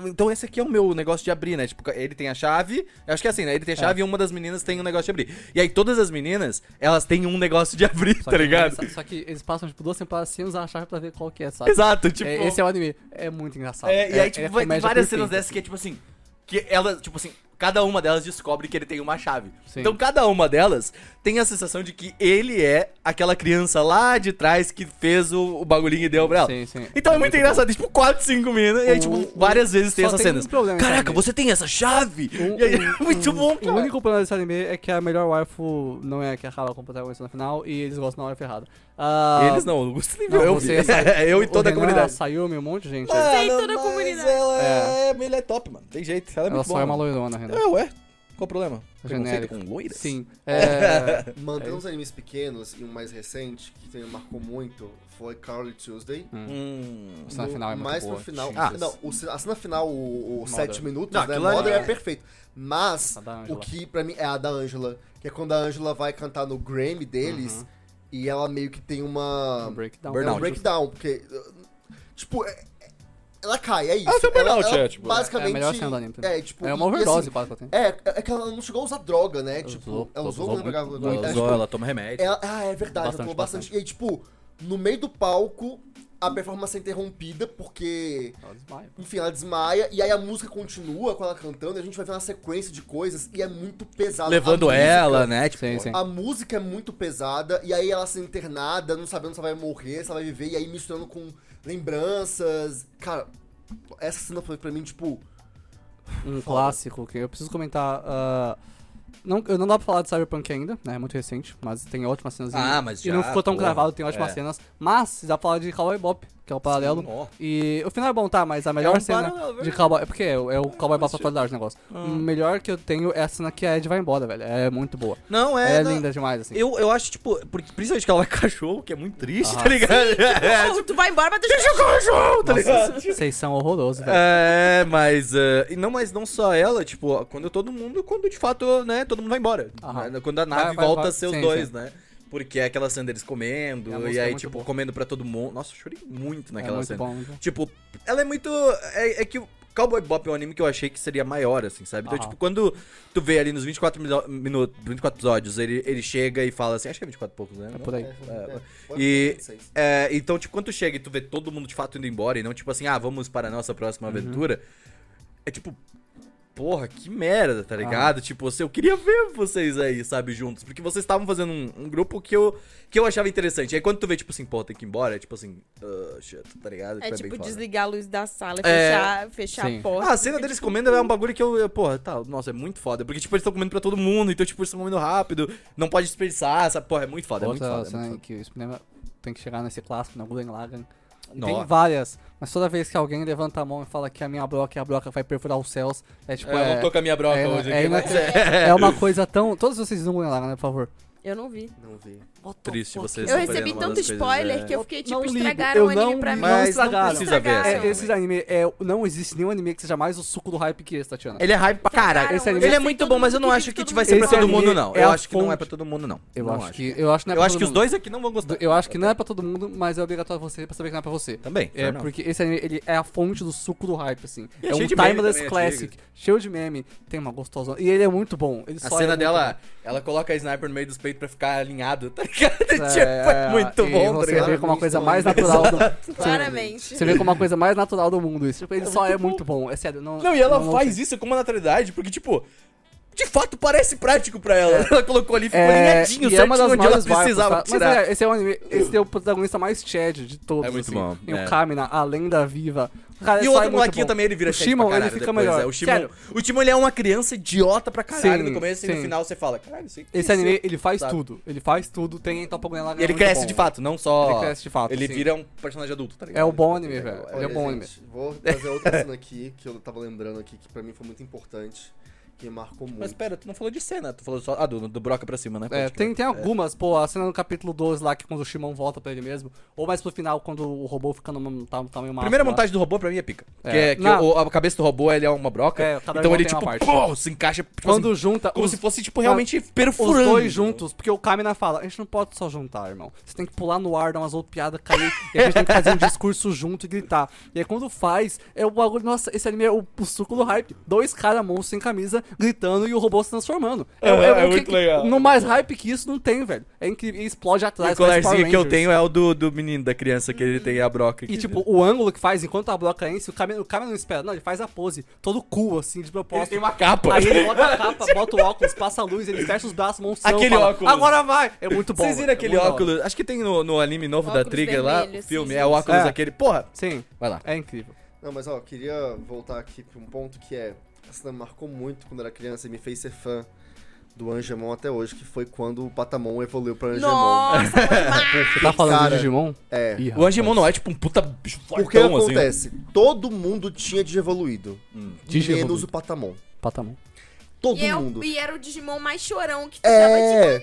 S1: Então esse aqui é o meu negócio de abrir, né? Tipo, ele tem a chave. eu Acho que é assim, né? Ele tem a chave e uma das meninas tem um negócio de abrir. E aí todas as meninas, elas têm um negócio de abrir, tá
S2: Só que- é
S1: ligado?
S2: Só, só que eles passam, tipo, duas temporadas sem usar a chave pra ver qual que é, sabe?
S1: Exato, tipo.
S2: É, esse é o anime. É muito engraçado.
S1: É, e aí, tipo, vai ter
S2: comédia
S1: várias cenas
S2: perfeita.
S1: dessas que é tipo assim. Que ela, tipo assim, Cada uma delas descobre que ele tem uma chave.
S2: Sim.
S1: Então cada uma delas tem a sensação de que ele é aquela criança lá de trás que fez o, o bagulhinho e deu pra ela.
S2: Sim, sim.
S1: Então é muito, engraçado, tipo, 4, 5 minas, e aí, tipo,
S2: O-
S1: várias vezes tem
S2: só
S1: essas
S2: tem um
S1: cenas.
S2: problema,
S1: Caraca,
S2: sabe?
S1: você tem essa chave!
S2: Um-
S1: e aí, é
S2: um-
S1: muito bom,
S2: O
S1: cara.
S2: único problema desse anime é que a melhor waifu não é a que acaba com o protagonista na final e eles gostam da waifu errada. Ah,
S1: Eles não, o Augusto nem
S2: não,
S1: viu, eu
S2: você,
S1: vi. eu e
S2: o
S1: toda a
S2: Renan,
S1: comunidade. Ah,
S2: Sayumi, um monte de gente.
S3: Você e
S1: Mano,
S3: toda a
S1: mas
S3: comunidade.
S1: Ela é, ela é top, mano. Tem jeito, ela é
S2: Ela
S1: muito
S2: só
S1: boa.
S2: é uma loirona, Renan.
S1: É, ué. Qual o problema? Preconceito
S2: Genérico.
S1: com loiras?
S2: Sim. É,
S4: Mantendo os animes pequenos e um mais recente, que também marcou muito, foi Carly Tuesday.
S1: Hum.
S2: a cena
S4: No-
S2: final é muito
S4: mais
S2: boa.
S4: pro final.
S1: Jesus.
S4: Ah, não, o, ce- a cena final, o, o
S2: Mother.
S4: 7 minutos,
S1: Não,
S4: né?
S1: aquilo ali
S4: Modern
S1: é-
S4: é perfeito. Mas
S2: A da
S4: o
S2: Angela.
S4: que pra mim é a da Angela, que é quando a Angela vai cantar no Grammy deles
S2: Uhum.
S4: e ela meio que tem uma.
S2: Um breakdown.
S4: É
S1: Burnout.
S4: um breakdown, porque. uh, Tipo, é- é- ela cai, é isso.
S1: Ah, tem um burnout,
S4: ela,
S1: é, tipo,
S4: Basicamente.
S2: é a melhor cena do anime pra mim.
S4: É, tipo.
S2: É uma
S4: e- e assim,
S2: overdose quase que ela tem.
S4: É, é que ela não chegou a usar droga, né?
S2: Ela
S4: tipo,
S2: usou,
S4: ela usou,
S2: usou
S4: não lembro
S2: muito,
S4: agora.
S1: Ela
S4: É,
S1: usou,
S4: tipo,
S1: ela toma remédio.
S4: ela- ah, é verdade,
S2: Bastante,
S4: ela tomou bastante. E aí, tipo, no meio do palco, a performance é interrompida porque.
S1: É.
S2: Ela desmaia.
S4: Enfim, ela desmaia e aí a música continua com ela cantando e a gente vai ver uma sequência de coisas e é muito pesado.
S1: Levando
S4: A música-
S1: ela, né? Tipo,
S2: Sim, sim.
S4: A música é muito pesada e aí ela sendo internada, não sabendo se ela vai morrer, se ela vai viver, e aí misturando com lembranças. Cara, essa cena foi pra mim, tipo.
S2: um clássico que eu preciso comentar. ah, não, eu não dá pra falar de Cyberpunk ainda, né? É muito recente, mas tem ótimas cenas. e-
S1: Ah, mas
S2: E não
S1: já,
S2: ficou tão
S1: porra.
S2: gravado, tem ótimas
S1: É.
S2: cenas. Mas dá pra falar de Cowboy Bop, que é o paralelo.
S1: Sim, ó.
S2: e o final é bom, tá? Mas a melhor
S1: um
S2: cena
S1: paralelo,
S2: de
S1: verdade. Ah.
S2: Cowboy... É porque é, o- é o Cowboy Bop atualidade o negócio. O melhor que eu tenho é a cena que a Ed vai embora, velho. É muito boa.
S1: Não,
S2: É,
S1: é. não-
S2: linda demais, assim.
S1: Eu, eu acho, tipo, porque, principalmente que ela vai com cachorro, que é muito triste,
S2: Ah,
S1: tá ligado? É,
S3: Pô, tu vai embora, mas deixa
S1: Deixa o cachorro, tá ligado?
S2: Vocês são horrorosos, velho.
S1: É, mas. eh, e não, mas não só ela, tipo, quando todo mundo, quando de fato, né, todo mundo vai embora.
S2: Aham.
S1: Né, Quando a nave
S2: Vai, vai,
S1: volta
S2: vai.
S1: a ser os
S2: Sim,
S1: dois,
S2: sim.
S1: né? Porque é aquela cena deles comendo,
S2: E a música
S1: e
S2: é
S1: aí,
S2: muito
S1: tipo,
S2: boa.
S1: comendo pra todo mundo. Nossa, eu chorei muito
S2: É
S1: naquela
S2: muito
S1: cena.
S2: bom. muito bom.
S1: Tipo, ela é muito. É, é que o Cowboy Bop é um anime que eu achei que seria maior, assim, sabe? Então,
S2: Aham.
S1: tipo, quando tu vê ali nos 24 minutos, 24 episódios, ele, ele chega e fala assim, acho que é 24 e poucos, né?
S2: É
S1: Não?
S2: por aí.
S1: É,
S4: foi
S1: e-
S4: 26.
S1: É, então, tipo, quando tu chega e tu vê todo mundo de fato indo embora e não, tipo assim, ah, vamos para a nossa próxima aventura, é tipo, porra, que merda, tá ligado? Tipo, assim, eu queria ver vocês aí, sabe, juntos, porque vocês estavam fazendo um, um grupo que eu, que eu achava interessante. Aí quando tu vê, tipo assim, pô, tem que ir embora, é tipo assim, ah, shit, tá ligado?
S3: É
S1: bem
S3: tipo
S1: foda.
S3: desligar a luz da sala,
S1: É.
S3: fechar, fechar
S2: Sim.
S3: a porta.
S1: Ah, a cena deles comendo é um bagulho que eu, eu- Porra, tá, nossa, é muito foda. Porque, tipo, eles estão comendo pra todo mundo, então, tipo, eles estão comendo rápido, não pode desperdiçar, sabe? Porra, é muito foda, é muito
S2: Outra
S1: foda. É
S2: cena
S1: muito
S2: em que o cinema tem que chegar nesse clássico, no Gurren Lagann. Tem
S1: Nossa.
S2: várias, mas toda vez que alguém levanta a mão e fala que é a minha broca, a broca vai perfurar os céus, é tipo,
S1: foda. É, eu
S2: é,
S1: não tô com a minha broca
S2: é,
S1: hoje
S2: é
S1: aqui,
S2: ina-
S1: mas é,
S2: é uma coisa tão... Todos vocês viram Gurren Lagann, né, por favor?
S3: Eu não vi.
S4: Não vi.
S1: triste vocês.
S3: Eu
S1: estão
S3: recebi
S1: fazendo umas
S3: tanto
S1: coisas,
S3: spoiler
S1: é.
S3: que eu fiquei, tipo,
S2: não ligo,
S3: estragaram
S2: eu
S3: o anime
S2: não
S3: pra mim.
S2: ligo.
S1: Mas não
S2: estragaram.
S1: precisa ver.
S3: Estragaram.
S1: essa
S2: É,
S1: também.
S2: esse anime, é, não existe nenhum anime que seja mais o suco do hype que esse, Tatiana.
S1: Ele é hype pra caralho.
S3: Estragaram,
S1: Esse anime-
S3: eu
S1: Ele é
S3: sei
S1: muito
S3: todo
S1: bom, mas eu
S3: mundo
S1: não
S3: que
S1: acho que
S3: todo
S1: tipo, vai
S3: mundo
S1: ser pra
S2: Esse
S1: todo mundo,
S2: anime
S1: não.
S2: é
S1: Eu
S2: a
S1: acho que não é
S2: fonte.
S1: pra todo mundo, não.
S2: Eu
S1: Não
S2: acho que... Eu acho, que não é
S1: Eu
S2: pra
S1: acho
S2: todo
S1: que os
S2: mundo.
S1: dois aqui não vão gostar.
S2: Eu acho que não é pra todo mundo, mas é obrigatório você pra saber que não é pra você.
S1: Também. fair
S2: É,
S1: enough.
S2: porque esse anime, ele é a fonte do suco do hype, assim.
S1: E é
S2: é um
S1: cheio de meme
S2: timeless
S1: também,
S2: classic, cheio de meme, tem uma gostosa. E ele é muito bom. Ele
S1: A
S2: só é
S1: cena
S2: muito
S1: dela,
S2: bom.
S1: ela coloca a sniper no meio dos peitos pra ficar alinhado, tá ligado?
S2: É,
S1: Tipo, é muito
S2: e
S1: bom, tá
S2: Você
S1: ligado?
S2: vê como uma
S4: Muito
S2: coisa
S4: bom.
S2: mais natural do
S3: Claramente.
S2: Você vê como uma coisa mais natural do mundo isso. Tipo, ele só é muito bom. É sério. Não,
S1: Não, e ela
S2: não- não
S1: faz
S2: sei.
S1: isso com uma naturalidade, porque, tipo, de fato parece prático pra ela. Ela colocou ali, ficou
S2: É,
S1: alinhadinho,
S2: e
S1: certinho
S2: é uma das
S1: onde ela
S2: maiores vibes,
S1: precisava
S2: tá?
S1: tirar.
S2: Mas é, esse é o anime, esse é o protagonista mais Chad de todos.
S1: É muito
S2: assim.
S1: bom,
S2: Tem
S1: é.
S2: o Kamina, a lenda viva. Cara,
S1: E
S2: só
S1: o outro
S2: é muito
S1: molequinho
S2: bom.
S1: também, ele vira
S2: O
S1: chato
S2: Shimon,
S1: pra caralho
S2: ele fica
S1: depois,
S2: melhor.
S1: é. O Shimon,
S2: Sério.
S1: o Shimon, ele é uma criança idiota pra caralho
S2: Sim,
S1: no começo e no
S2: sim.
S1: final você fala, caralho, isso aí
S2: Esse
S1: cresceu,
S2: anime, ele faz
S1: sabe?
S2: tudo. Ele faz tudo, tem então pra ganhar
S1: é E ele cresce de fato, não só...
S2: Ele cresce de fato,
S1: Ele
S2: sim.
S1: vira um personagem adulto, tá ligado?
S2: É o bom anime, velho. Ele é
S4: Olha,
S2: bom anime.
S4: gente, Vou trazer outra cena aqui que eu tava lembrando aqui, que pra mim foi muito importante, que marcou muito.
S1: Mas pera, tu não falou de cena, tu falou só... Ah, do, do broca pra cima, né?
S2: É,
S1: Pode
S2: tem,
S1: crer.
S2: tem algumas, pô, a cena no capítulo 12 lá, que quando o Shimon volta pra ele mesmo, ou mais pro final, quando o robô fica no tá, tamanho máximo.
S1: Primeira
S2: lá.
S1: montagem do robô pra mim é pica.
S2: É.
S1: Que é que
S2: Não.
S1: o- a cabeça do robô ele é uma broca.
S2: É, cada
S1: então
S2: irmão
S1: ele
S2: tem uma
S1: tipo,
S2: parte.
S1: pô, se encaixa tipo,
S2: Quando
S1: assim,
S2: junta
S1: como
S2: os,
S1: se fosse tipo realmente perfurando.
S2: os dois juntos, porque o Kamina fala, a gente não pode só juntar, irmão. Você tem que pular no ar, dar umas outras piadas, cair, e a gente tem que fazer um discurso junto e gritar. E aí quando faz, é o bagulho, nossa, esse anime é o, o suco do hype. Dois caras monstros sem camisa gritando e o robô se transformando.
S1: É,
S2: o
S1: é
S2: que-
S1: muito legal.
S2: No mais hype que isso não tem, velho. É incrível. E explode atrás.
S1: o
S2: parece Power
S1: colarzinho que eu
S2: Rangers.
S1: tenho é o do, do menino, da criança, que ele tem a broca.
S2: E
S1: aqui.
S2: tipo, o ângulo que faz enquanto a bloca enche, o cara, o cara não espera. Não, ele faz a pose, todo cool, assim, de
S1: ele
S2: propósito.
S1: tem uma capa.
S2: Aí ele bota a capa, bota o óculos, passa a luz, ele fecha os braços, monção.
S1: Aquele
S2: fala,
S1: óculos.
S2: Agora vai! É muito bom.
S1: Vocês viram
S2: é
S1: aquele
S2: muito da hora.
S1: óculos? Acho que tem no, no anime novo da
S3: Óculos
S1: Trigger lá,
S3: vermelho,
S1: o filme,
S3: cinza.
S1: é o óculos
S2: É.
S1: aquele. Porra!
S2: Sim,
S1: Vai lá.
S2: é incrível.
S4: Não, mas ó, queria voltar aqui pra um ponto que é. Essa me marcou muito quando era criança e me fez ser fã do Angemon até hoje, que foi quando o Patamon evoluiu pra Angemon.
S3: Nossa,
S2: Você tá falando
S4: cara,
S2: de Digimon?
S4: É.
S2: Ih,
S1: O Angemon não é tipo um puta bicho
S4: Porque que
S1: fortão, assim.
S4: acontece? Todo mundo tinha de evoluído.
S1: Hum.
S2: Digimon.
S4: Menos o Patamon.
S2: Patamon.
S4: Todo
S3: e, é
S4: mundo.
S3: o, e era o Digimon mais chorão que tipo, tu tava
S4: É.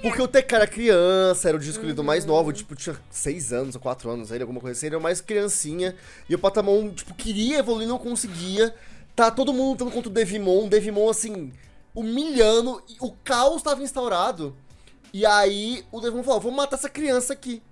S4: Porque o Teca era criança, era o descolhido mais novo, tipo, tinha 6 anos ou 4 anos, ele, alguma coisa assim, ele era mais criancinha. E o Patamon, tipo, queria evoluir, não conseguia. Tá todo mundo lutando contra o Devimon, Devimon, assim, humilhando, e o caos tava instaurado. E aí o Devimon falou: vou matar essa criança aqui.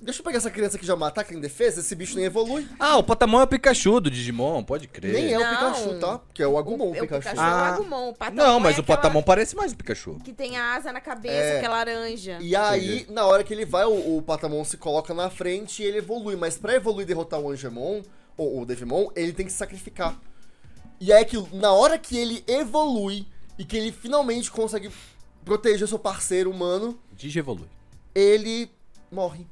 S4: Deixa eu pegar essa criança que já matar, que é indefesa, esse bicho nem evolui.
S1: Ah, o Patamon é o Pikachu do Digimon, pode crer.
S4: Nem é o
S3: Não.
S4: Pikachu, tá? Que é o Agumon, o,
S3: É
S4: Pikachu.
S3: O Pikachu
S1: Ah.
S3: é o Agumon. O Patamon
S1: Não, mas
S3: é
S1: o Patamon
S3: aquela
S1: parece mais o Pikachu.
S3: Que tem a asa na cabeça,
S4: É.
S3: que é laranja.
S4: E aí, na hora que ele vai, o, o Patamon se coloca na frente e ele evolui. Mas pra evoluir e derrotar o Angemon, ou o Devimon, ele tem que se sacrificar. E é que na hora que ele evolui e que ele finalmente consegue proteger seu parceiro humano,
S1: Digievolui.
S4: ele morre.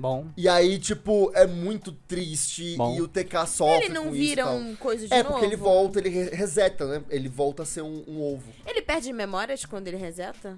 S2: Bom.
S4: E aí, tipo, é muito triste
S2: Bom.
S4: e o TK sofre
S3: Ele não
S4: com isso e
S3: vira
S4: tal.
S3: um coisa de
S4: É,
S3: novo?
S4: porque ele volta, ele re- reseta, né? Ele volta a ser um, um ovo.
S3: Ele perde memórias quando ele reseta?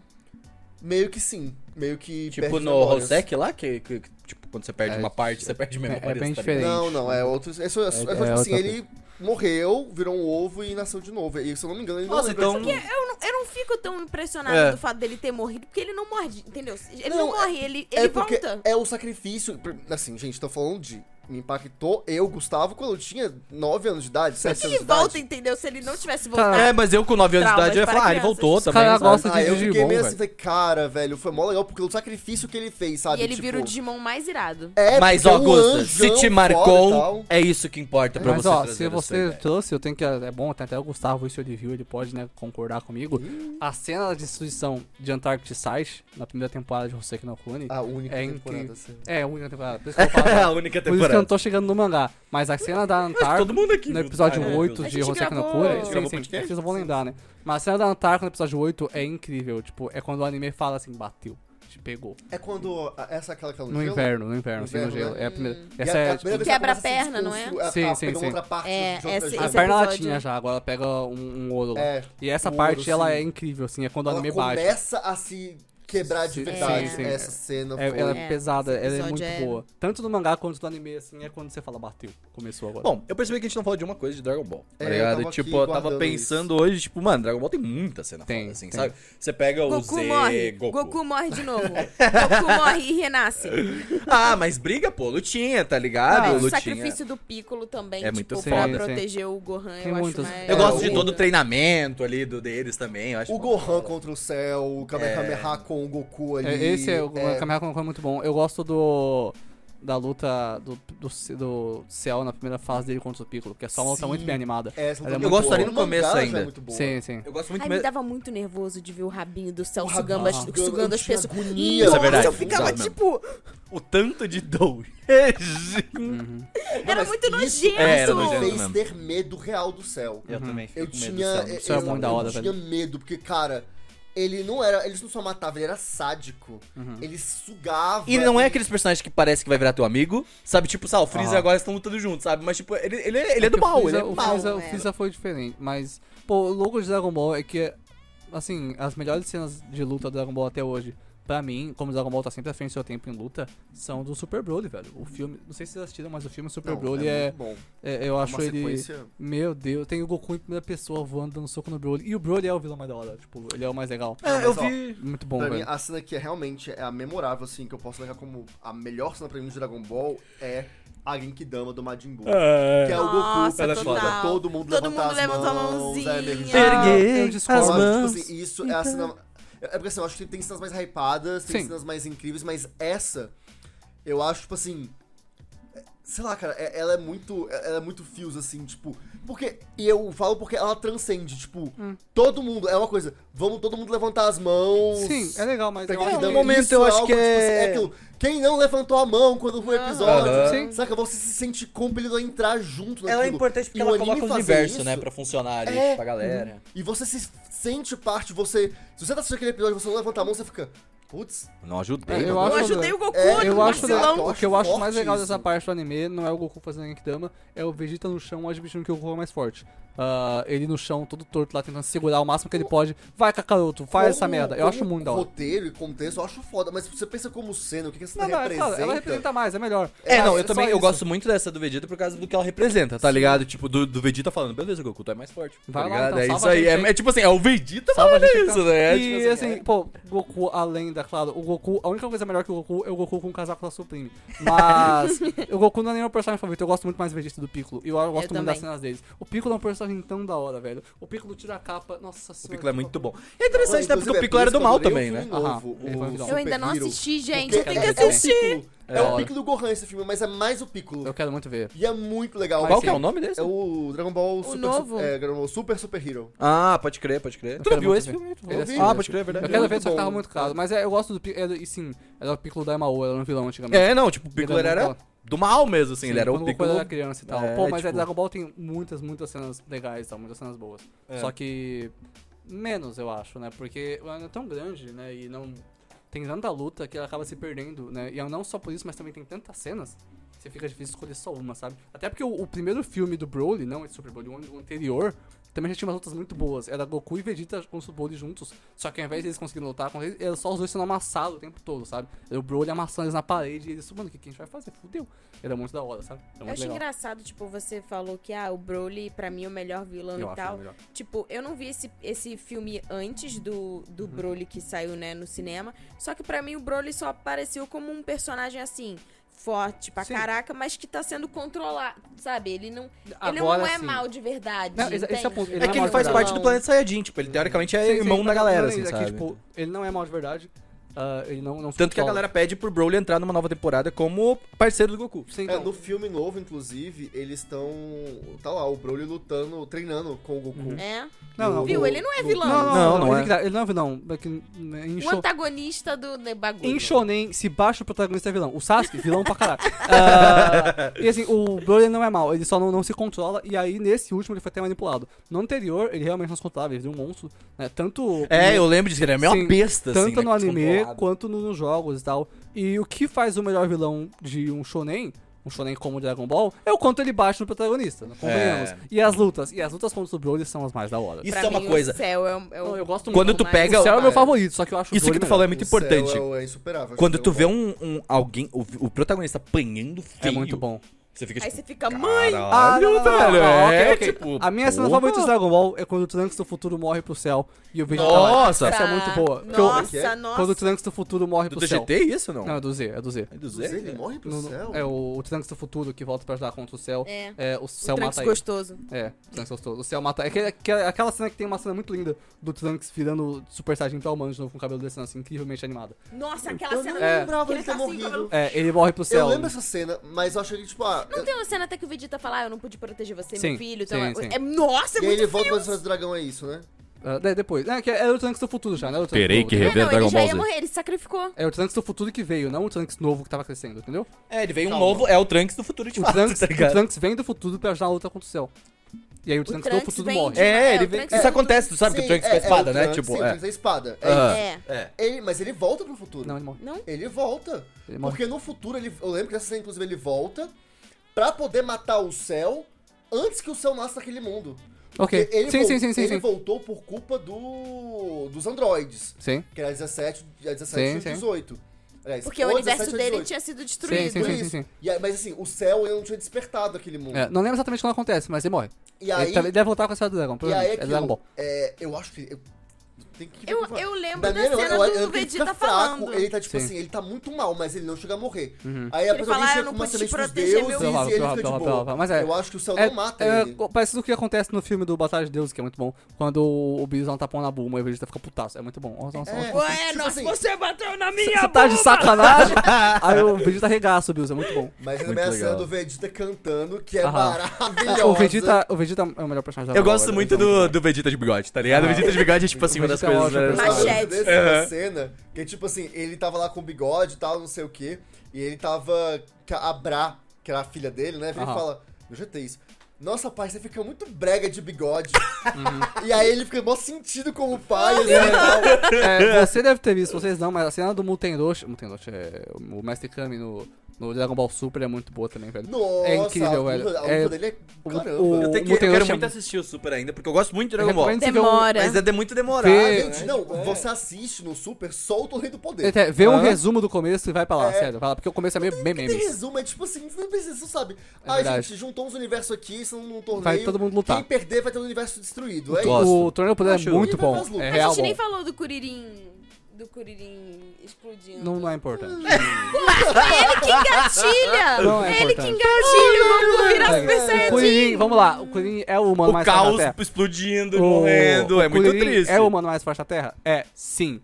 S4: Meio que sim. Meio que.
S1: Tipo
S4: perde
S1: no
S4: memórias.
S1: Rosek lá, que, que- que, tipo, quando você perde
S4: É,
S1: uma parte, você perde memória.
S2: bem
S1: tá ligado?
S2: diferente.
S4: Não, não, é outro. É só, é só,
S2: É-
S4: tipo
S2: é
S4: assim,
S2: outra
S4: ele morreu, virou um ovo e nasceu de novo. E se eu não me engano, ele não
S1: Nossa,
S4: lembra
S1: então.
S4: disso.
S3: Eu não, eu não fico tão impressionado
S1: É.
S3: do fato dele ter morrido, porque ele não morre, entendeu? Ele
S4: Não,
S3: não,
S4: é-
S3: morre, ele,
S4: É
S3: ele
S4: porque
S3: volta.
S4: é o sacrifício. Assim, gente, tô falando de. Me impactou eu, Gustavo, quando eu tinha 9 anos de idade, 7 anos
S3: Ele
S4: de idade.
S3: volta, entendeu? Se ele não tivesse
S2: Tá.
S3: voltado.
S1: É, mas eu com 9 anos de
S3: Traumas
S1: idade eu ia
S3: para
S1: falar, ah, ele
S3: crianças.
S1: voltou
S3: Os
S1: também.
S2: caras
S1: sabe?
S2: gostam
S4: Ah, eu
S2: de
S4: fiquei
S2: Digimon,
S4: meio
S2: velho.
S4: assim, falei, cara, velho, foi mó legal porque o sacrifício que ele fez, sabe?
S3: e ele
S4: tipo,
S3: vira o Digimon mais irado.
S4: É,
S1: Mas,
S4: porque
S1: ó,
S4: é um
S1: Gusta,
S4: anjão
S1: se te
S4: foda e
S1: marcou,
S4: tal.
S1: é isso que importa pra
S2: Mas
S1: você
S2: ó,
S1: trazer
S2: se
S1: essa
S2: você
S1: ideia.
S2: trouxe, eu tenho que. É bom, tem até o Gustavo, isso ele viu, ele pode, né, concordar comigo. A cena da destruição de Antarctic Size, na primeira temporada de Hoseki no Kune,
S4: A única
S2: É
S4: temporada,
S2: incrível.
S4: assim.
S2: é a única temporada. Por isso que eu, falo,
S1: É a única
S2: por isso que eu
S1: temporada.
S2: não tô chegando no mangá. Mas a cena da Antártica.
S1: Todo mundo aqui.
S2: no
S1: viu?
S2: episódio
S1: Ah, é,
S2: 8
S3: A
S2: de
S3: gente
S2: Hoseki no
S3: gravou-
S2: Kure.
S3: A gente
S2: Sim,
S1: gravou
S2: sim,
S1: podcast?
S2: vocês vão lembrar, né? Mas a cena da Antártica no episódio 8 é incrível. Tipo, é quando o anime fala assim, bateu, te pegou.
S4: É quando. a- Essa é aquela que é
S2: No
S4: gelo?
S2: inverno, no inverno,
S4: No
S2: sim, no
S4: inverno,
S2: gelo.
S4: né?
S2: É a primeira.
S4: E
S2: Essa
S4: a-
S2: é,
S4: a primeira
S2: tipo,
S4: vez que ela
S3: Quebra
S4: começa a
S3: a perna, não é?
S4: desconstruir- a-
S2: Sim,
S4: a-
S2: sim,
S4: pegou
S2: sim.
S4: outra parte assim,
S3: É,
S4: de outra
S3: essa-
S4: geração.
S2: a
S3: esse
S2: perna ela
S3: episódio-
S2: tinha já, agora ela pega um, um ouro lá.
S4: É,
S2: e essa
S4: um
S2: parte,
S4: ouro,
S2: ela
S4: sim.
S2: é incrível, assim, é quando o
S4: ela
S2: anime baixa.
S4: começa a se quebrar de
S2: Sim,
S4: verdade.
S3: sim, sim.
S4: Essa cena
S2: É,
S4: foi...
S2: ela é,
S3: É,
S2: pesada,
S3: esse
S2: ela é muito
S3: episódio é-
S2: boa. Tanto no mangá quanto no anime, assim, é quando você fala, bateu, começou agora.
S1: Bom, eu percebi que a gente não falou de uma coisa de Dragon Ball. Tá
S4: É, eu
S1: ligado?
S4: tava aqui
S1: tipo, eu tava
S4: guardando
S1: pensando hoje, tipo, mano, Dragon Ball tem muita cena
S2: Tem,
S1: foda, assim,
S2: tem.
S1: sabe? Você pega o
S3: Goku
S1: Z,
S3: morre.
S1: Goku.
S3: Goku. morre de novo. Goku morre e renasce.
S1: Ah, mas briga, pô, lutinha, tá ligado?
S3: Mas o
S1: lutinha.
S3: sacrifício do Piccolo também,
S1: É
S3: tipo,
S1: muito
S3: pra
S1: foda.
S3: proteger o Gohan,
S2: Tem
S3: eu
S2: muitos.
S3: acho mais...
S1: Eu
S4: É,
S1: gosto de
S4: o-
S1: todo o treinamento ali do deles também.
S2: é
S1: Eu acho
S4: O
S1: muito
S4: Gohan
S1: foda.
S4: contra o Cell, o Kamehameha com o Goku ali.
S2: É, esse é o
S4: é,
S2: Kamehameha Conquer é muito bom. Eu gosto do. Da luta do, do, do Cell na primeira fase dele contra o Piccolo, que é só uma luta
S4: Sim.
S2: muito bem animada.
S4: é, essa luta
S2: Eu
S4: muito
S1: gosto
S4: boa.
S1: ali no
S4: O mangá
S1: começo
S4: já é
S1: ainda.
S4: muito boa.
S2: Sim, sim.
S1: Eu gosto muito
S3: Ai, me
S1: mesmo.
S3: dava muito nervoso de ver o rabinho do céu
S4: O
S3: sugando,
S4: rabinho
S3: as,
S4: sugando,
S3: sugando
S4: eu
S3: as
S4: tinha
S3: pessoas.
S4: agonia.
S1: Isso é verdade,
S3: eu ficava,
S1: bizarro
S3: tipo...
S1: O tanto de dor.
S3: Era muito nojento.
S1: É, era
S4: Me
S1: nojento.
S4: fez
S1: mesmo.
S4: ter medo real do Cell.
S1: Eu também
S4: Eu
S1: fico com medo do
S4: tinha.
S1: céu, não
S4: eu-
S1: sei
S2: é
S4: eu-
S2: muito da
S4: eu
S2: hora,
S4: tinha medo, porque, cara, ele não era. Ele não só matava, ele era sádico.
S2: Uhum.
S4: Ele sugava.
S1: E não é aqueles personagens que parece que vai virar teu amigo, sabe? Tipo, sabe, o Freeza
S2: Aham.
S1: agora estão lutando juntos, sabe? Mas, tipo, ele, ele, é- ele é do
S2: Porque
S1: mal,
S2: o
S1: ele é
S2: Freeza, o
S1: mal.
S2: Freeza, o
S3: né?
S2: Freeza foi diferente, mas... Pô, o logo de Dragon Ball é que, assim, as melhores cenas de luta do Dragon Ball até hoje, pra mim, como o Dragon Ball tá sempre à frente do seu tempo em luta, são do Super Broly, velho. O filme... Não sei se vocês assistiram, mas o filme Super
S4: Não,
S2: Broly
S4: é
S2: é...
S4: muito bom.
S2: é- eu acho
S4: uma
S2: ele...
S4: sequência.
S2: Meu Deus, tem o Goku em primeira pessoa voando, dando soco no Broly. E o Broly é o vilão mais da hora, tipo, ele é o mais legal.
S1: É, eu
S4: Mas, ó,
S1: vi.
S2: Muito bom,
S4: pra mim,
S2: velho.
S4: a cena que é realmente é a memorável, assim, que eu posso levar como a melhor cena pra mim de Dragon Ball é a Genkidama do Majin Buu. Que é o Goku,
S3: Nossa,
S1: ela é foda.
S3: total.
S4: todo mundo
S3: Todo
S4: levanta
S3: mundo
S4: as
S3: levanta a
S4: mãos, é
S3: mãozinha.
S4: energia.
S2: Erguei as
S4: Eu acho,
S2: mãos.
S4: Tipo assim, isso é a cena. É porque assim, eu acho que tem cenas mais hypadas, tem
S2: Sim.
S4: cenas mais incríveis, mas essa, eu acho, tipo assim. Sei lá, cara, é- ela é muito. Ela é muito fios, assim, tipo. Porque. E eu falo porque ela transcende, tipo,
S2: Hum.
S4: todo mundo. É uma coisa. Vamos todo mundo levantar as mãos.
S2: Sim, é legal, mas eu
S4: pegar
S1: É,
S2: acho
S1: um
S4: dando-
S2: que-
S1: momento
S4: isso
S1: eu acho
S4: algo,
S1: que
S4: tipo assim,
S1: é-
S4: aquilo. Quem não levantou a mão quando foi o episódio?
S1: Aham.
S2: Sim.
S4: Saca? Você se sente compelido a entrar junto naquilo.
S1: Ela é importante porque
S4: E
S1: ela
S4: anime
S1: coloca o
S4: fazer
S1: universo,
S4: isso-
S1: né, pra funcionar ali,
S4: É.
S1: pra galera.
S4: E você se sente parte, você. Se você tá assistindo aquele episódio e você não levanta a mão, você fica. Putz,
S1: Não ajudei.
S2: É, eu
S3: Eu
S2: acho-
S3: ajudei o Goku,
S4: É,
S3: outro
S2: Eu acho,
S4: Marcelão.
S2: legal-
S4: Eu
S2: o
S4: acho
S2: que eu acho mais
S4: forte
S2: legal dessa
S4: isso.
S2: parte do anime não é o Goku fazendo Genkidama, é o Vegeta no chão admitindo que o Goku é mais forte. Ah, ele no chão, todo torto lá, tentando segurar o máximo que ele pode. Vai, Kakaroto, faz essa
S4: como-
S2: merda. Eu
S4: como
S2: acho muito da hora.
S4: Roteiro e contexto, eu acho foda, mas você pensa como cena, o que, que essa
S2: Não, não,
S4: cena
S2: é claro,
S4: representa.
S2: ela representa mais, é melhor.
S1: É, não, eu
S2: só
S1: também eu
S2: isso.
S1: gosto muito dessa do Vegeta por causa do que ela representa, tá ligado? Tipo, do, do Vegeta falando, beleza, Goku, tu é mais forte. Tá
S2: Vai lá,
S1: ligado?
S2: então,
S1: é
S2: salva
S1: isso
S2: a
S1: aí.
S2: gente
S1: É,
S2: aí.
S1: é tipo assim, é o Vegeta
S2: Salva a
S1: falando
S2: gente
S1: isso,
S2: então.
S1: né? É
S2: E
S1: tipo
S2: assim, pô, Goku, a lenda, claro, o Goku, a única coisa melhor que o Goku é o Goku com o casaco da Supreme. Mas o Goku não é nem meu personagem favorito, eu gosto muito mais do Vegeta e do Piccolo. E eu gosto muito das
S3: também.
S2: cenas deles. O Piccolo é um personagem tão da hora, velho. O Piccolo tira a capa, nossa
S1: O
S2: senhora. tipo,
S1: Piccolo é
S2: que
S1: muito
S2: foda.
S1: bom. E é interessante, né? Porque o Piccolo era do mal também, né?
S2: Aham,
S4: Novo,
S2: ele foi um
S4: o
S2: vilão.
S3: Eu ainda não
S4: Super Hero.
S3: assisti, gente.
S4: Porque
S3: Eu tenho que
S2: cara,
S4: é o
S3: assistir.
S4: Piccolo. É,
S2: É
S4: o
S2: hora.
S4: Piccolo e o Gohan esse filme, mas é mais o Piccolo.
S2: Eu quero muito ver.
S4: E é muito legal.
S1: Qual que é o nome desse?
S4: É o Dragon Ball Super,
S3: novo?
S4: É, Dragon Ball Super Super Hero.
S1: Ah, pode crer, pode crer.
S2: Eu
S1: Tu não
S2: quero
S1: viu
S2: muito
S1: esse
S2: ver.
S1: filme? aí, tu
S2: Ele
S1: falou?
S2: assistiu,
S1: Ah,
S2: ele
S1: pode crer, é verdade.
S2: Eu quero ver,
S4: muito
S2: só que tava
S4: bom.
S2: muito caro. Mas é, eu gosto do Piccolo. E sim, era o Piccolo da Emao, era um vilão antigamente.
S1: É, não, tipo, o Piccolo
S2: Ele é muito
S1: era
S2: bom.
S1: do mal mesmo, assim,
S2: Sim,
S1: ele era
S2: quando
S1: o
S2: eu era
S1: Piccolo.
S2: criança e tal.
S1: É,
S2: Pô, mas é,
S1: tipo-
S2: Dragon Ball tem muitas, muitas cenas legais, tal, muitas cenas boas.
S1: É.
S2: Só que menos, eu acho, né? Porque o anime é tão grande, né? E não tem tanta luta que ela acaba se perdendo, né? E não só por isso, mas também tem tantas cenas. que Fica difícil escolher só uma, sabe? Até porque o, o primeiro filme do Broly, não esse Super Broly, o anterior, também já tinha umas lutas muito boas. Era Goku e Vegeta contra o Broly juntos. Só que ao invés deles conseguirem lutar com eles, era só os dois sendo amassados o tempo todo, sabe? Era o Broly amassando eles na parede e eles, mano, o que, que a gente vai fazer? Fudeu. Era muito da hora, sabe? Era
S3: Eu
S2: muito
S3: achei
S2: legal.
S3: engraçado, tipo, você falou que ah, o Broly, pra mim, é o melhor vilão
S2: Eu
S3: e
S2: acho
S3: tal.
S2: melhor.
S3: Tipo, eu não vi esse, esse filme antes do,
S2: Uhum.
S3: do Broly que saiu, né, no cinema. Só que pra mim o Broly só apareceu como um personagem assim, forte pra
S2: Sim.
S3: caraca, mas que tá sendo controlado, sabe? Ele não, ele
S2: Agora
S3: não é
S2: sim.
S3: mal de verdade.
S2: Não, esse- esse é o
S3: entende?
S2: ponto, ele
S1: É
S2: não
S1: que ele
S2: é mal
S1: faz
S2: de
S1: parte
S3: vilão.
S1: do planeta Saiyajin, tipo, ele teoricamente é
S2: Sim, sim,
S1: irmão
S2: mas
S1: da
S2: não,
S1: galera,
S2: não é
S1: assim,
S2: isso, é que,
S1: sabe?
S2: tipo, ele não é mal de verdade. ah, ele não, não se
S1: Tanto que a
S2: controla.
S1: galera pede pro Broly entrar numa nova temporada como parceiro do Goku.
S2: Sim,
S4: É,
S2: então,
S4: no filme novo, inclusive, eles estão. Tá lá, o Broly lutando, treinando com o Goku.
S3: É.
S2: Não, não.
S3: Viu? Ele não é vilão.
S2: Não,
S1: Não,
S2: não,
S1: não
S2: não, ele,
S1: é.
S2: que dá- ele não é vilão. é que Em,
S3: O
S2: show,
S3: antagonista do do bagulho.
S2: em Shonen, se baixa o protagonista é vilão. O Sasuke, vilão pra caralho. Ah, e assim, o Broly não é mal, ele só não, não se controla. E aí, nesse último, ele foi até manipulado. No anterior, ele realmente não se controlava, ele virou um monstro. Né? Tanto.
S1: É,
S2: no-
S1: eu lembro disso, ele é meio uma
S2: Sim,
S1: besta, assim.
S2: tanto no anime quanto no- nos jogos e tal. E o que faz o melhor vilão de um shonen, um shonen como o Dragon Ball, é o quanto ele bate no protagonista, né? convenhamos.
S1: É.
S2: E as lutas, e as lutas contra o Broly são as mais da hora.
S1: Isso
S3: Pra
S1: é uma
S3: mim,
S1: coisa.
S3: O céu é, o- é o-
S2: Não, eu gosto muito.
S1: Quando tu
S3: Mas-
S1: pega.
S2: O céu é meu
S4: É.
S2: favorito, só que eu acho o
S1: Isso
S2: Broly
S1: que tu
S2: melhor.
S1: falou é muito
S4: O céu
S1: importante.
S4: É, é insuperável.
S1: Quando
S4: Dragon
S1: tu vê
S4: Ball.
S1: um, um- alguém, o, o protagonista apanhando feio.
S2: É muito bom.
S1: Você fica
S3: Aí
S1: tipo.
S3: você fica, mãe!
S1: Caralho,
S2: Ah, não, não, não,
S1: velho.
S2: não, ok,
S1: é,
S2: ok.
S1: tipo,
S2: A minha cena
S1: porra.
S2: favorita de Dragon Ball é quando o Trunks do futuro morre pro céu e eu vejo
S1: Nossa.
S2: essa é muito boa. Porque eu-
S3: tá. Nossa,
S4: é?
S3: nossa.
S2: quando o Trunks do futuro morre
S1: Do
S2: pro céu.
S1: DGT isso não?
S2: Não, é do Z, é do Z.
S1: É do
S4: Zé,
S1: Z?
S4: ele morre pro
S2: No- no-
S4: céu?
S2: é o, o Trunks do futuro que volta pra ajudar contra o céu.
S3: É.
S2: o céu
S3: O Trunks
S2: mata ele.
S3: gostoso.
S2: É, o Trunks gostoso. O céu mata. É aquele- aquela, aquela cena que tem uma cena muito linda do Trunks virando Super Saiyajin pra humano de novo com o cabelo descendo assim, incrivelmente animada.
S3: Nossa, aquela
S4: Eu
S3: cena.
S4: não
S2: É.
S4: lembrava
S3: que
S4: dele ter
S3: tá assim,
S4: morrido.
S3: cabelo-
S2: É, ele morre pro céu.
S4: Eu lembro essa cena, mas eu achei que, tipo, ah.
S3: Não tem uma cena até que o Vegeta fala, ah, eu não pude proteger você,
S2: Sim,
S3: meu filho. Então,
S2: sim,
S3: é-
S2: sim.
S3: É, nossa, é
S4: E aí ele
S3: muito
S4: volta
S3: frio.
S4: pra história do dragão, é isso, né?
S2: Ah, daí depois. É, que é o Trunks do futuro já, né? O Trunks
S1: Peraí
S2: novo.
S1: que
S3: É,
S1: revela
S3: não,
S1: Dragon
S3: ele já
S1: Ball
S3: ia
S1: Z.
S3: morrer, ele se sacrificou.
S2: É o Trunks do futuro que veio, não o Trunks novo que tava crescendo, entendeu?
S1: É, ele veio
S4: Calma.
S1: um novo, é o Trunks do futuro de
S2: O
S1: fato,
S2: Trunks,
S1: tá
S2: o
S1: ligado?
S2: Trunks vem do futuro pra ajudar a luta contra o céu. E aí o Trunks,
S3: Trunks
S2: do futuro
S3: vem
S2: morre.
S3: de-
S1: É,
S3: É,
S1: ele
S3: o
S1: vem...
S3: Trunks-
S1: Isso acontece, tu sabe que o
S4: Sim,
S1: Trunks
S4: é-
S1: com a
S4: é o
S1: espada, né?
S4: Trunks,
S1: Tipo,
S4: Sim, o
S1: é.
S4: Trunks é a espada. É
S1: Aham.
S3: É.
S1: É.
S4: Ele, mas ele volta pro futuro.
S2: Não, ele morre.
S3: Não?
S4: Ele volta.
S2: Ele morre.
S4: Porque no futuro, ele, eu lembro que nessa cena, inclusive, ele volta pra poder matar o céu antes que o céu nasça naquele mundo.
S2: Ok.
S4: Porque Ele
S2: Sim,
S4: vol-
S2: sim, sim, sim,
S4: Ele
S2: sim.
S4: voltou por culpa do dos androides,
S2: Sim.
S4: que era 17, a 17
S2: Sim,
S4: e
S2: sim.
S4: 18. Aliás,
S3: Porque o
S4: ou
S3: universo
S4: 17 ou
S3: dele
S4: 18.
S3: tinha sido destruído.
S2: Sim, sim, sim, sim,
S4: Isso.
S2: sim.
S4: E aí- mas assim, o céu ele não tinha despertado aquele mundo.
S2: É, não lembro exatamente quando acontece, mas ele morre.
S4: E aí,
S2: ele, tá- ele deve voltar com a esfera do dragão,
S4: e aí
S2: provavelmente.
S4: é
S2: É
S4: aquilo,
S2: Dragon Ball.
S4: é, eu acho que eu- tem que ver
S3: Eu,
S2: Tipo,
S4: como-
S3: eu lembro
S4: Da
S3: da
S4: minha não,
S3: cena
S4: eu- eu-
S3: do
S4: ele
S3: Vegeta
S4: fica
S3: falando.
S4: Ele tá tipo
S2: Sim. Uhum.
S4: assim, ele tá muito mal, mas ele não chega a morrer. Aí a
S3: Ele fala,
S4: pessoa
S3: "Ah, eu
S4: chega
S3: não
S4: com uma
S3: pude te
S4: semente dos
S3: proteger, meu
S4: deuses e
S3: bem."
S4: ele
S2: Provável,
S4: fica de
S2: provável,
S4: boa.
S2: provável, mas é-
S4: Eu acho que o céu
S2: É,
S4: não mata
S2: é,
S4: ele.
S2: co- parecido com o que acontece no filme do Batalha de Deus, que é muito bom. Quando o o Bills dá um tapão na Bulma e o Vegeta fica putaço. É muito bom. Nossa, nossa,
S4: É.
S2: nossa.
S3: Ué,
S4: Tipo
S3: nossa,
S4: assim,
S3: você bateu na
S2: Cê-
S3: minha
S2: cê tá
S3: boca!
S2: de sacanagem? Aí o Vegeta arregaça o Bills, é muito bom.
S4: Mas
S1: Muito
S4: também a cena
S1: legal.
S4: do Vegeta cantando, que né? é
S2: Aham.
S4: maravilhosa.
S2: O Vegeta, o Vegeta é o melhor personagem da
S1: Eu
S2: Marvel,
S1: gosto
S2: velho.
S1: muito
S2: Ele é
S1: do, do Vegeta de bigode, tá ligado? O Vegeta de bigode é tipo assim, uma das coisas. né?
S2: Vegeta é ótimo
S3: personagem. Machete.
S4: Desse,
S1: É.
S4: da cena, que tipo assim, ele tava lá com o bigode e tal, não sei o que, e ele tava com a Bra, que era a filha dele, né? Vem e
S2: Aham.
S4: fala, meu GT isso. Nossa, pai, você fica muito brega de bigode. E aí ele fica mó sentido como pai, assim, e tal.
S2: Uhum. É, você deve ter visto, vocês não, mas a cena do Muten Roshi, Muten Roshi é o Mestre Kami no, no Dragon Ball Super é muito boa também, velho.
S4: Nossa,
S2: é incrível,
S4: a
S2: velho.
S4: luta, a luta
S2: é,
S4: dele é...
S2: o-
S4: Caramba.
S2: o-
S1: Eu, tenho que, eu quero
S2: Muten Roshi é
S1: muito
S2: muito-
S1: assistir o Super ainda, porque eu gosto É muito de Dragon Ball.
S2: recomendo você ver o-
S3: Demora.
S1: Mas é muito demorado.
S2: Vê-
S4: Gente,
S1: né?
S4: não, você assiste no Super só o Torneio do Poder.
S2: Até, vê um
S1: Hã?
S2: resumo do começo e vai pra lá,
S4: É.
S2: sério. Vai lá, porque o começo é meio meio
S4: Tem
S2: memes.
S4: resumo, é tipo assim, você não precisa, você sabe. ah,
S2: É verdade.
S4: gente, juntou uns universos aqui, são num torneio.
S2: Vai todo mundo lutar.
S4: Quem perder vai ter um universo destruído. É
S1: Gosto.
S2: O Torneio do Poder
S1: Acho-
S2: é muito
S4: Ele vai
S2: bom.
S4: pras lutas.
S2: É
S4: A
S3: A
S2: real
S3: gente nem
S2: bom.
S3: falou do Curirim. Do Curirim explodindo.
S2: Não, não é importante.
S3: Ele que engatilha!
S2: Não é
S3: ele que
S2: importante.
S3: engatilha, o Goku vira
S2: Pega.
S3: Super
S2: é. O
S3: Saiyajin.
S2: Kuririn, vamos lá, o Kuririn é o humano
S1: O
S2: mais forte da
S1: caos
S2: Terra.
S1: explodindo,
S2: O-
S1: morrendo.
S2: o
S1: é muito
S2: Kuririn
S1: triste.
S2: É o humano mais forte da Terra? É, sim.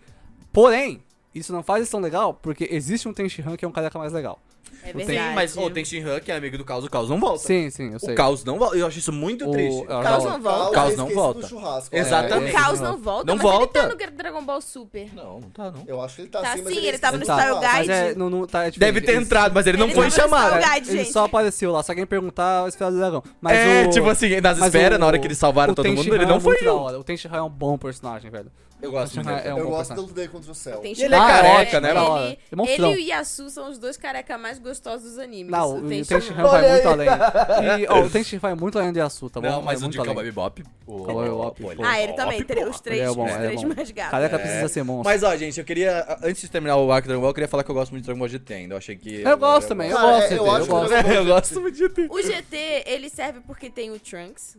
S2: Porém, isso não faz isso tão legal, porque existe um Tenshinhan que é um careca mais legal.
S3: É
S2: Sim,
S1: Sim,
S3: verdade.
S1: mas o tem Shinhan, que é amigo do caos, o caos não volta.
S2: Sim, sim, eu sei.
S1: o caos não volta. Eu acho isso muito
S2: O-
S1: triste.
S2: é o-
S3: Caos
S2: não,
S3: não
S4: Caos,
S3: volta.
S1: Caos
S4: eu
S1: não
S4: esqueci
S1: volta.
S4: Do churrasco,
S1: Exatamente.
S2: é,
S3: O
S2: é.
S3: Caos não volta,
S1: Não
S3: mas
S1: volta.
S3: ele tá no Dragon Ball Super.
S1: Não, não tá, não.
S4: Eu acho que ele tá,
S3: Tá
S4: assim, mas
S3: sim,
S4: ele,
S3: ele tava no
S4: esqueceu
S3: Style
S4: do
S3: Guide.
S2: é. Mas é, não, não, tá,
S1: Deve
S2: é diferente.
S1: ter
S2: Ele- é,
S1: entrado, mas ele não
S3: Ele
S1: foi
S3: tava no
S1: chamado.
S3: Style
S2: Ele
S3: gente.
S2: só apareceu lá, se alguém perguntar, eu espero do dragão. Mas
S1: É,
S2: o-
S1: tipo assim, nas
S2: mas
S1: esferas,
S2: o-
S1: na hora que eles salvaram
S2: o
S1: todo mundo,
S2: Tenshinhan
S1: ele não
S2: é
S1: foi
S2: muito da
S1: junto.
S2: hora. O Tenshinhan é um bom personagem, velho.
S1: Eu gosto muito
S2: Tenshinhan
S1: dele.
S2: é um
S4: Eu
S2: bom
S4: gosto da
S2: personagem.
S4: luta dele contra o céu.
S3: Tem
S1: E ele é
S3: Shinhan,
S1: careca, né?
S2: Da hora.
S3: Ele,
S2: É monstrão.
S3: ele e o Yasu são os dois carecas mais gostosos dos animes.
S2: Não,
S3: Tem
S2: o
S3: Shinhan.
S2: Tenshinhan vai muito além. E, ó, o Tenshinhan vai muito além de Yasu, tá bom?
S1: Não, mas
S2: é
S1: o
S2: muito
S1: de Cowboy
S2: além.
S1: Bebop. o-
S2: Cowboy Bebop,
S1: pô,
S3: Ah, ele também.
S1: Bebop,
S3: tre-
S1: pô.
S3: os três,
S2: Ele é bom,
S3: os
S2: ele é
S3: três
S2: bom.
S3: mais gatos.
S2: Careca
S1: É.
S2: precisa ser monstro.
S1: Mas ó, gente, eu queria. Antes de terminar o Arco Dragon Ball, eu queria falar que eu gosto muito de Dragon Ball GT ainda. Eu achei que.
S2: Eu gosto também, eu
S4: Cara,
S2: gosto,
S4: eu
S2: eu
S4: acho
S2: gosto.
S4: que
S2: Eu gosto.
S1: eu gosto muito de GT.
S3: O GT, ele serve porque tem o Trunks.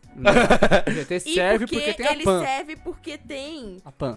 S2: O GT
S3: E
S2: serve
S3: porque,
S2: porque tem
S3: ele
S2: a Pan.
S3: serve porque tem
S2: A Pan.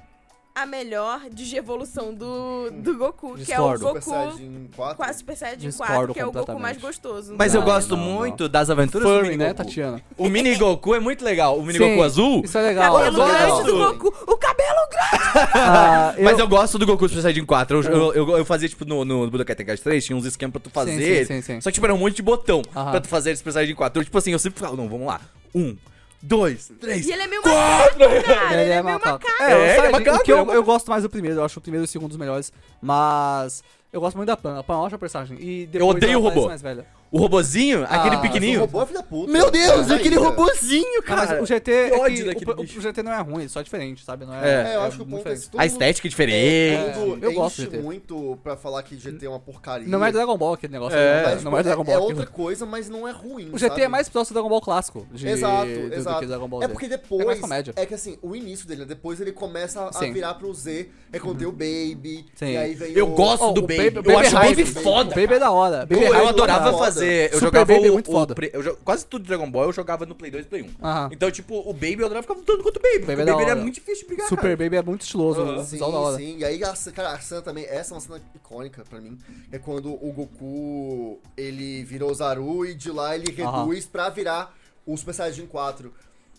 S3: a melhor digievolução do, do Goku,
S2: Discordo.
S3: que é o
S4: Super
S3: Goku
S4: Saiyajin 4.
S3: com a Super Saiyajin
S2: Discordo
S3: 4, que é o Goku
S2: completamente.
S3: mais gostoso.
S1: Mas eu
S2: Não,
S1: gosto
S2: não, não.
S1: muito das aventuras do
S2: Furry,
S1: Mini
S2: né,
S1: Goku.
S2: Tatiana?
S1: O Mini Goku é muito legal. O Mini Goku
S2: Sim,
S1: azul.
S2: Isso é legal.
S3: Cabelo
S1: eu
S3: grande do
S1: gosto.
S3: Goku! O cabelo grande!
S2: Ah, eu-
S1: Mas eu gosto do Goku Super Saiyajin 4. Eu, eu, eu, eu fazia, tipo, no, no Budokai Tenkaichi 3, tinha uns esquemas pra tu fazer.
S2: sim, sim, sim.
S1: Só que, tipo, era um monte de botão
S2: Aham.
S1: pra tu fazer Super Saiyajin 4. Eu, tipo assim, eu sempre falava, não, vamos lá. Um, dois, três,
S3: E ele é meio
S1: quatro.
S3: macaco, cara! Ele é meio
S2: macaco.
S3: macaco.
S2: É,
S1: É,
S2: o
S1: ele é
S2: Saiyajin-
S1: macaco,
S2: o que
S1: ele é
S2: eu,
S1: macaco.
S2: eu gosto mais do primeiro, eu acho o primeiro e o segundo dos melhores, mas eu gosto muito da Pan. A Pan é uma ótima personagem. E depois
S1: odeio
S2: ela
S1: o
S2: parece
S1: robô.
S2: Mais velha.
S1: O robozinho, aquele
S2: Ah, mas o
S4: O
S1: pequenininho.
S4: robô é filho da puta.
S1: Meu Deus,
S4: É,
S1: aquele
S4: ainda.
S1: robozinho,
S2: Ah, mas
S1: cara.
S2: o GT é que
S1: ódio
S2: o-
S1: daquele
S2: o, o
S1: bicho.
S2: GT não é ruim, ele só é diferente, sabe? Não
S1: É.
S2: é,
S4: É, eu acho que o
S2: muito
S4: ponto é
S2: diferente.
S4: esse. todo
S1: A
S4: mundo-
S1: estética é diferente.
S4: todo mundo
S2: eu gosto
S4: enche
S2: de ter.
S4: muito pra falar que GT é uma porcaria.
S2: Não é Dragon Ball aquele negócio.
S1: É.
S2: não
S4: Mas,
S2: é-
S4: tipo,
S2: não é Dragon Ball.
S4: É
S2: aquilo.
S4: outra coisa, mas não é ruim.
S2: O GT é
S4: sabe?
S2: mais próximo do Dragon Ball clássico. de-
S4: Exato,
S2: do- do
S4: exato.
S2: que Dragon Ball
S4: é
S2: Z.
S4: porque
S2: É
S4: depois.
S2: mais comédia.
S4: É que assim, o início dele, né? depois ele começa a- a
S2: Sim.
S4: virar pro Z. É quando tem o Baby.
S2: Sim.
S4: E aí vem
S1: Eu
S4: o-
S1: gosto
S2: Oh,
S1: do
S2: o
S1: Baby.
S2: Baby-
S1: eu
S2: Baby
S1: acho o
S2: Hype.
S1: Baby
S2: O
S1: foda.
S2: Baby é da hora. Baby
S1: Eu,
S2: Hype é
S1: adorava
S2: da hora.
S1: fazer. Eu
S2: Super
S1: jogava
S2: Baby é
S1: o,
S2: muito
S1: o
S2: foda.
S1: pre- eu jo- quase tudo de Dragon Ball eu jogava no Play 2 e Play 1.
S2: Aham.
S1: Então, tipo, o Baby eu adorava ficar lutando contra o Baby. porque
S2: Baby é
S1: o
S2: da
S1: Baby era
S2: hora.
S1: muito difícil de brigar.
S2: Super Baby é muito estiloso, um
S4: Sim,
S2: visual da hora.
S4: sim. E aí, a, ce- cara, a cena também, essa é uma cena icônica pra mim. É quando o Goku, ele virou o Zaru e de lá ele
S2: Aham.
S4: reduz pra virar o Super Saiyajin 4.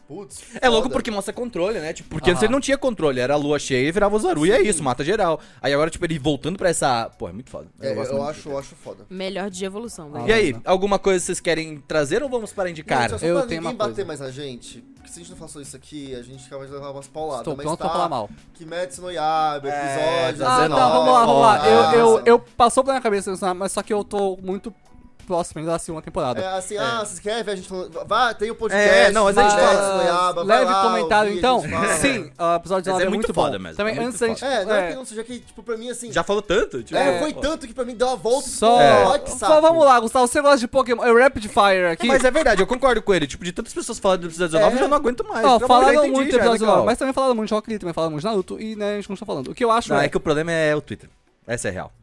S4: Putz,
S1: É louco
S4: foda.
S1: porque mostra controle, né? Tipo, porque antes
S2: Aham.
S1: ele não tinha controle, era a lua cheia e virava o Zaru, e é isso, mata geral. Aí agora, tipo, ele voltando pra essa. Pô, é muito foda.
S4: É, eu,
S1: gosto muito.
S4: acho, eu acho foda.
S3: Melhor digievolução, velho.
S1: E
S2: né?
S1: aí, alguma coisa vocês querem trazer ou vamos para indicar?
S4: Gente, é só
S2: eu
S4: pra
S2: tenho
S4: ninguém
S2: uma
S4: bater
S2: coisa.
S4: mais a gente, porque se a gente não façou isso aqui, a gente acaba de levar umas pauladas.
S2: Estou
S4: mas
S2: pronto
S4: tá
S2: pra falar mal.
S4: Kimetsu no
S1: É,
S4: Yaiba, episódio... assim,
S2: Ah, tá,
S1: 19,
S2: vamos lá, vamos lá.
S1: nossa.
S2: Eu, eu, eu passou pela minha cabeça, né? mas só que eu tô muito próximo ainda da segunda temporada.
S4: É assim, ah, se inscreve, a gente falando... Vai, tem o podcast,
S1: É, não, mas a gente
S4: Kimetsu
S1: fala-
S4: no Yaiba, vai
S2: Leve
S4: lá,
S2: comentário
S4: ouvir,
S2: então.
S4: a gente fala.
S2: Sim, o episódio 19
S1: Mas é
S2: é,
S1: muito
S2: bom.
S1: foda mesmo,
S2: Também
S1: é muito
S2: antes da gente.
S4: É, não é, que
S2: é,
S4: não seja que, tipo, pra mim,
S2: um
S4: assim...
S1: Já falou tanto? Tipo,
S4: É,
S1: pô.
S4: foi tanto que pra mim deu uma volta e ficou,
S2: Só,
S4: "Ai, que
S2: só
S4: saco."
S2: vamos lá, Gustavo. Você gosta de Pokémon? É Rapid Fire aqui.
S1: Mas é verdade, eu concordo com ele. Tipo, de tantas pessoas falando do episódio 19,
S4: É.
S1: eu já não aguento mais.
S2: Ó,
S1: Então, eu já
S2: falaram
S1: entendi,
S2: muito do
S1: já é
S2: episódio 19,
S1: legal.
S2: mas também falaram muito tá de Rock Lee, também falaram muito de Naruto e né, a gente não está falando. O que eu acho
S1: Não,
S2: é,
S1: é que o problema é o Twitter. Essa é real.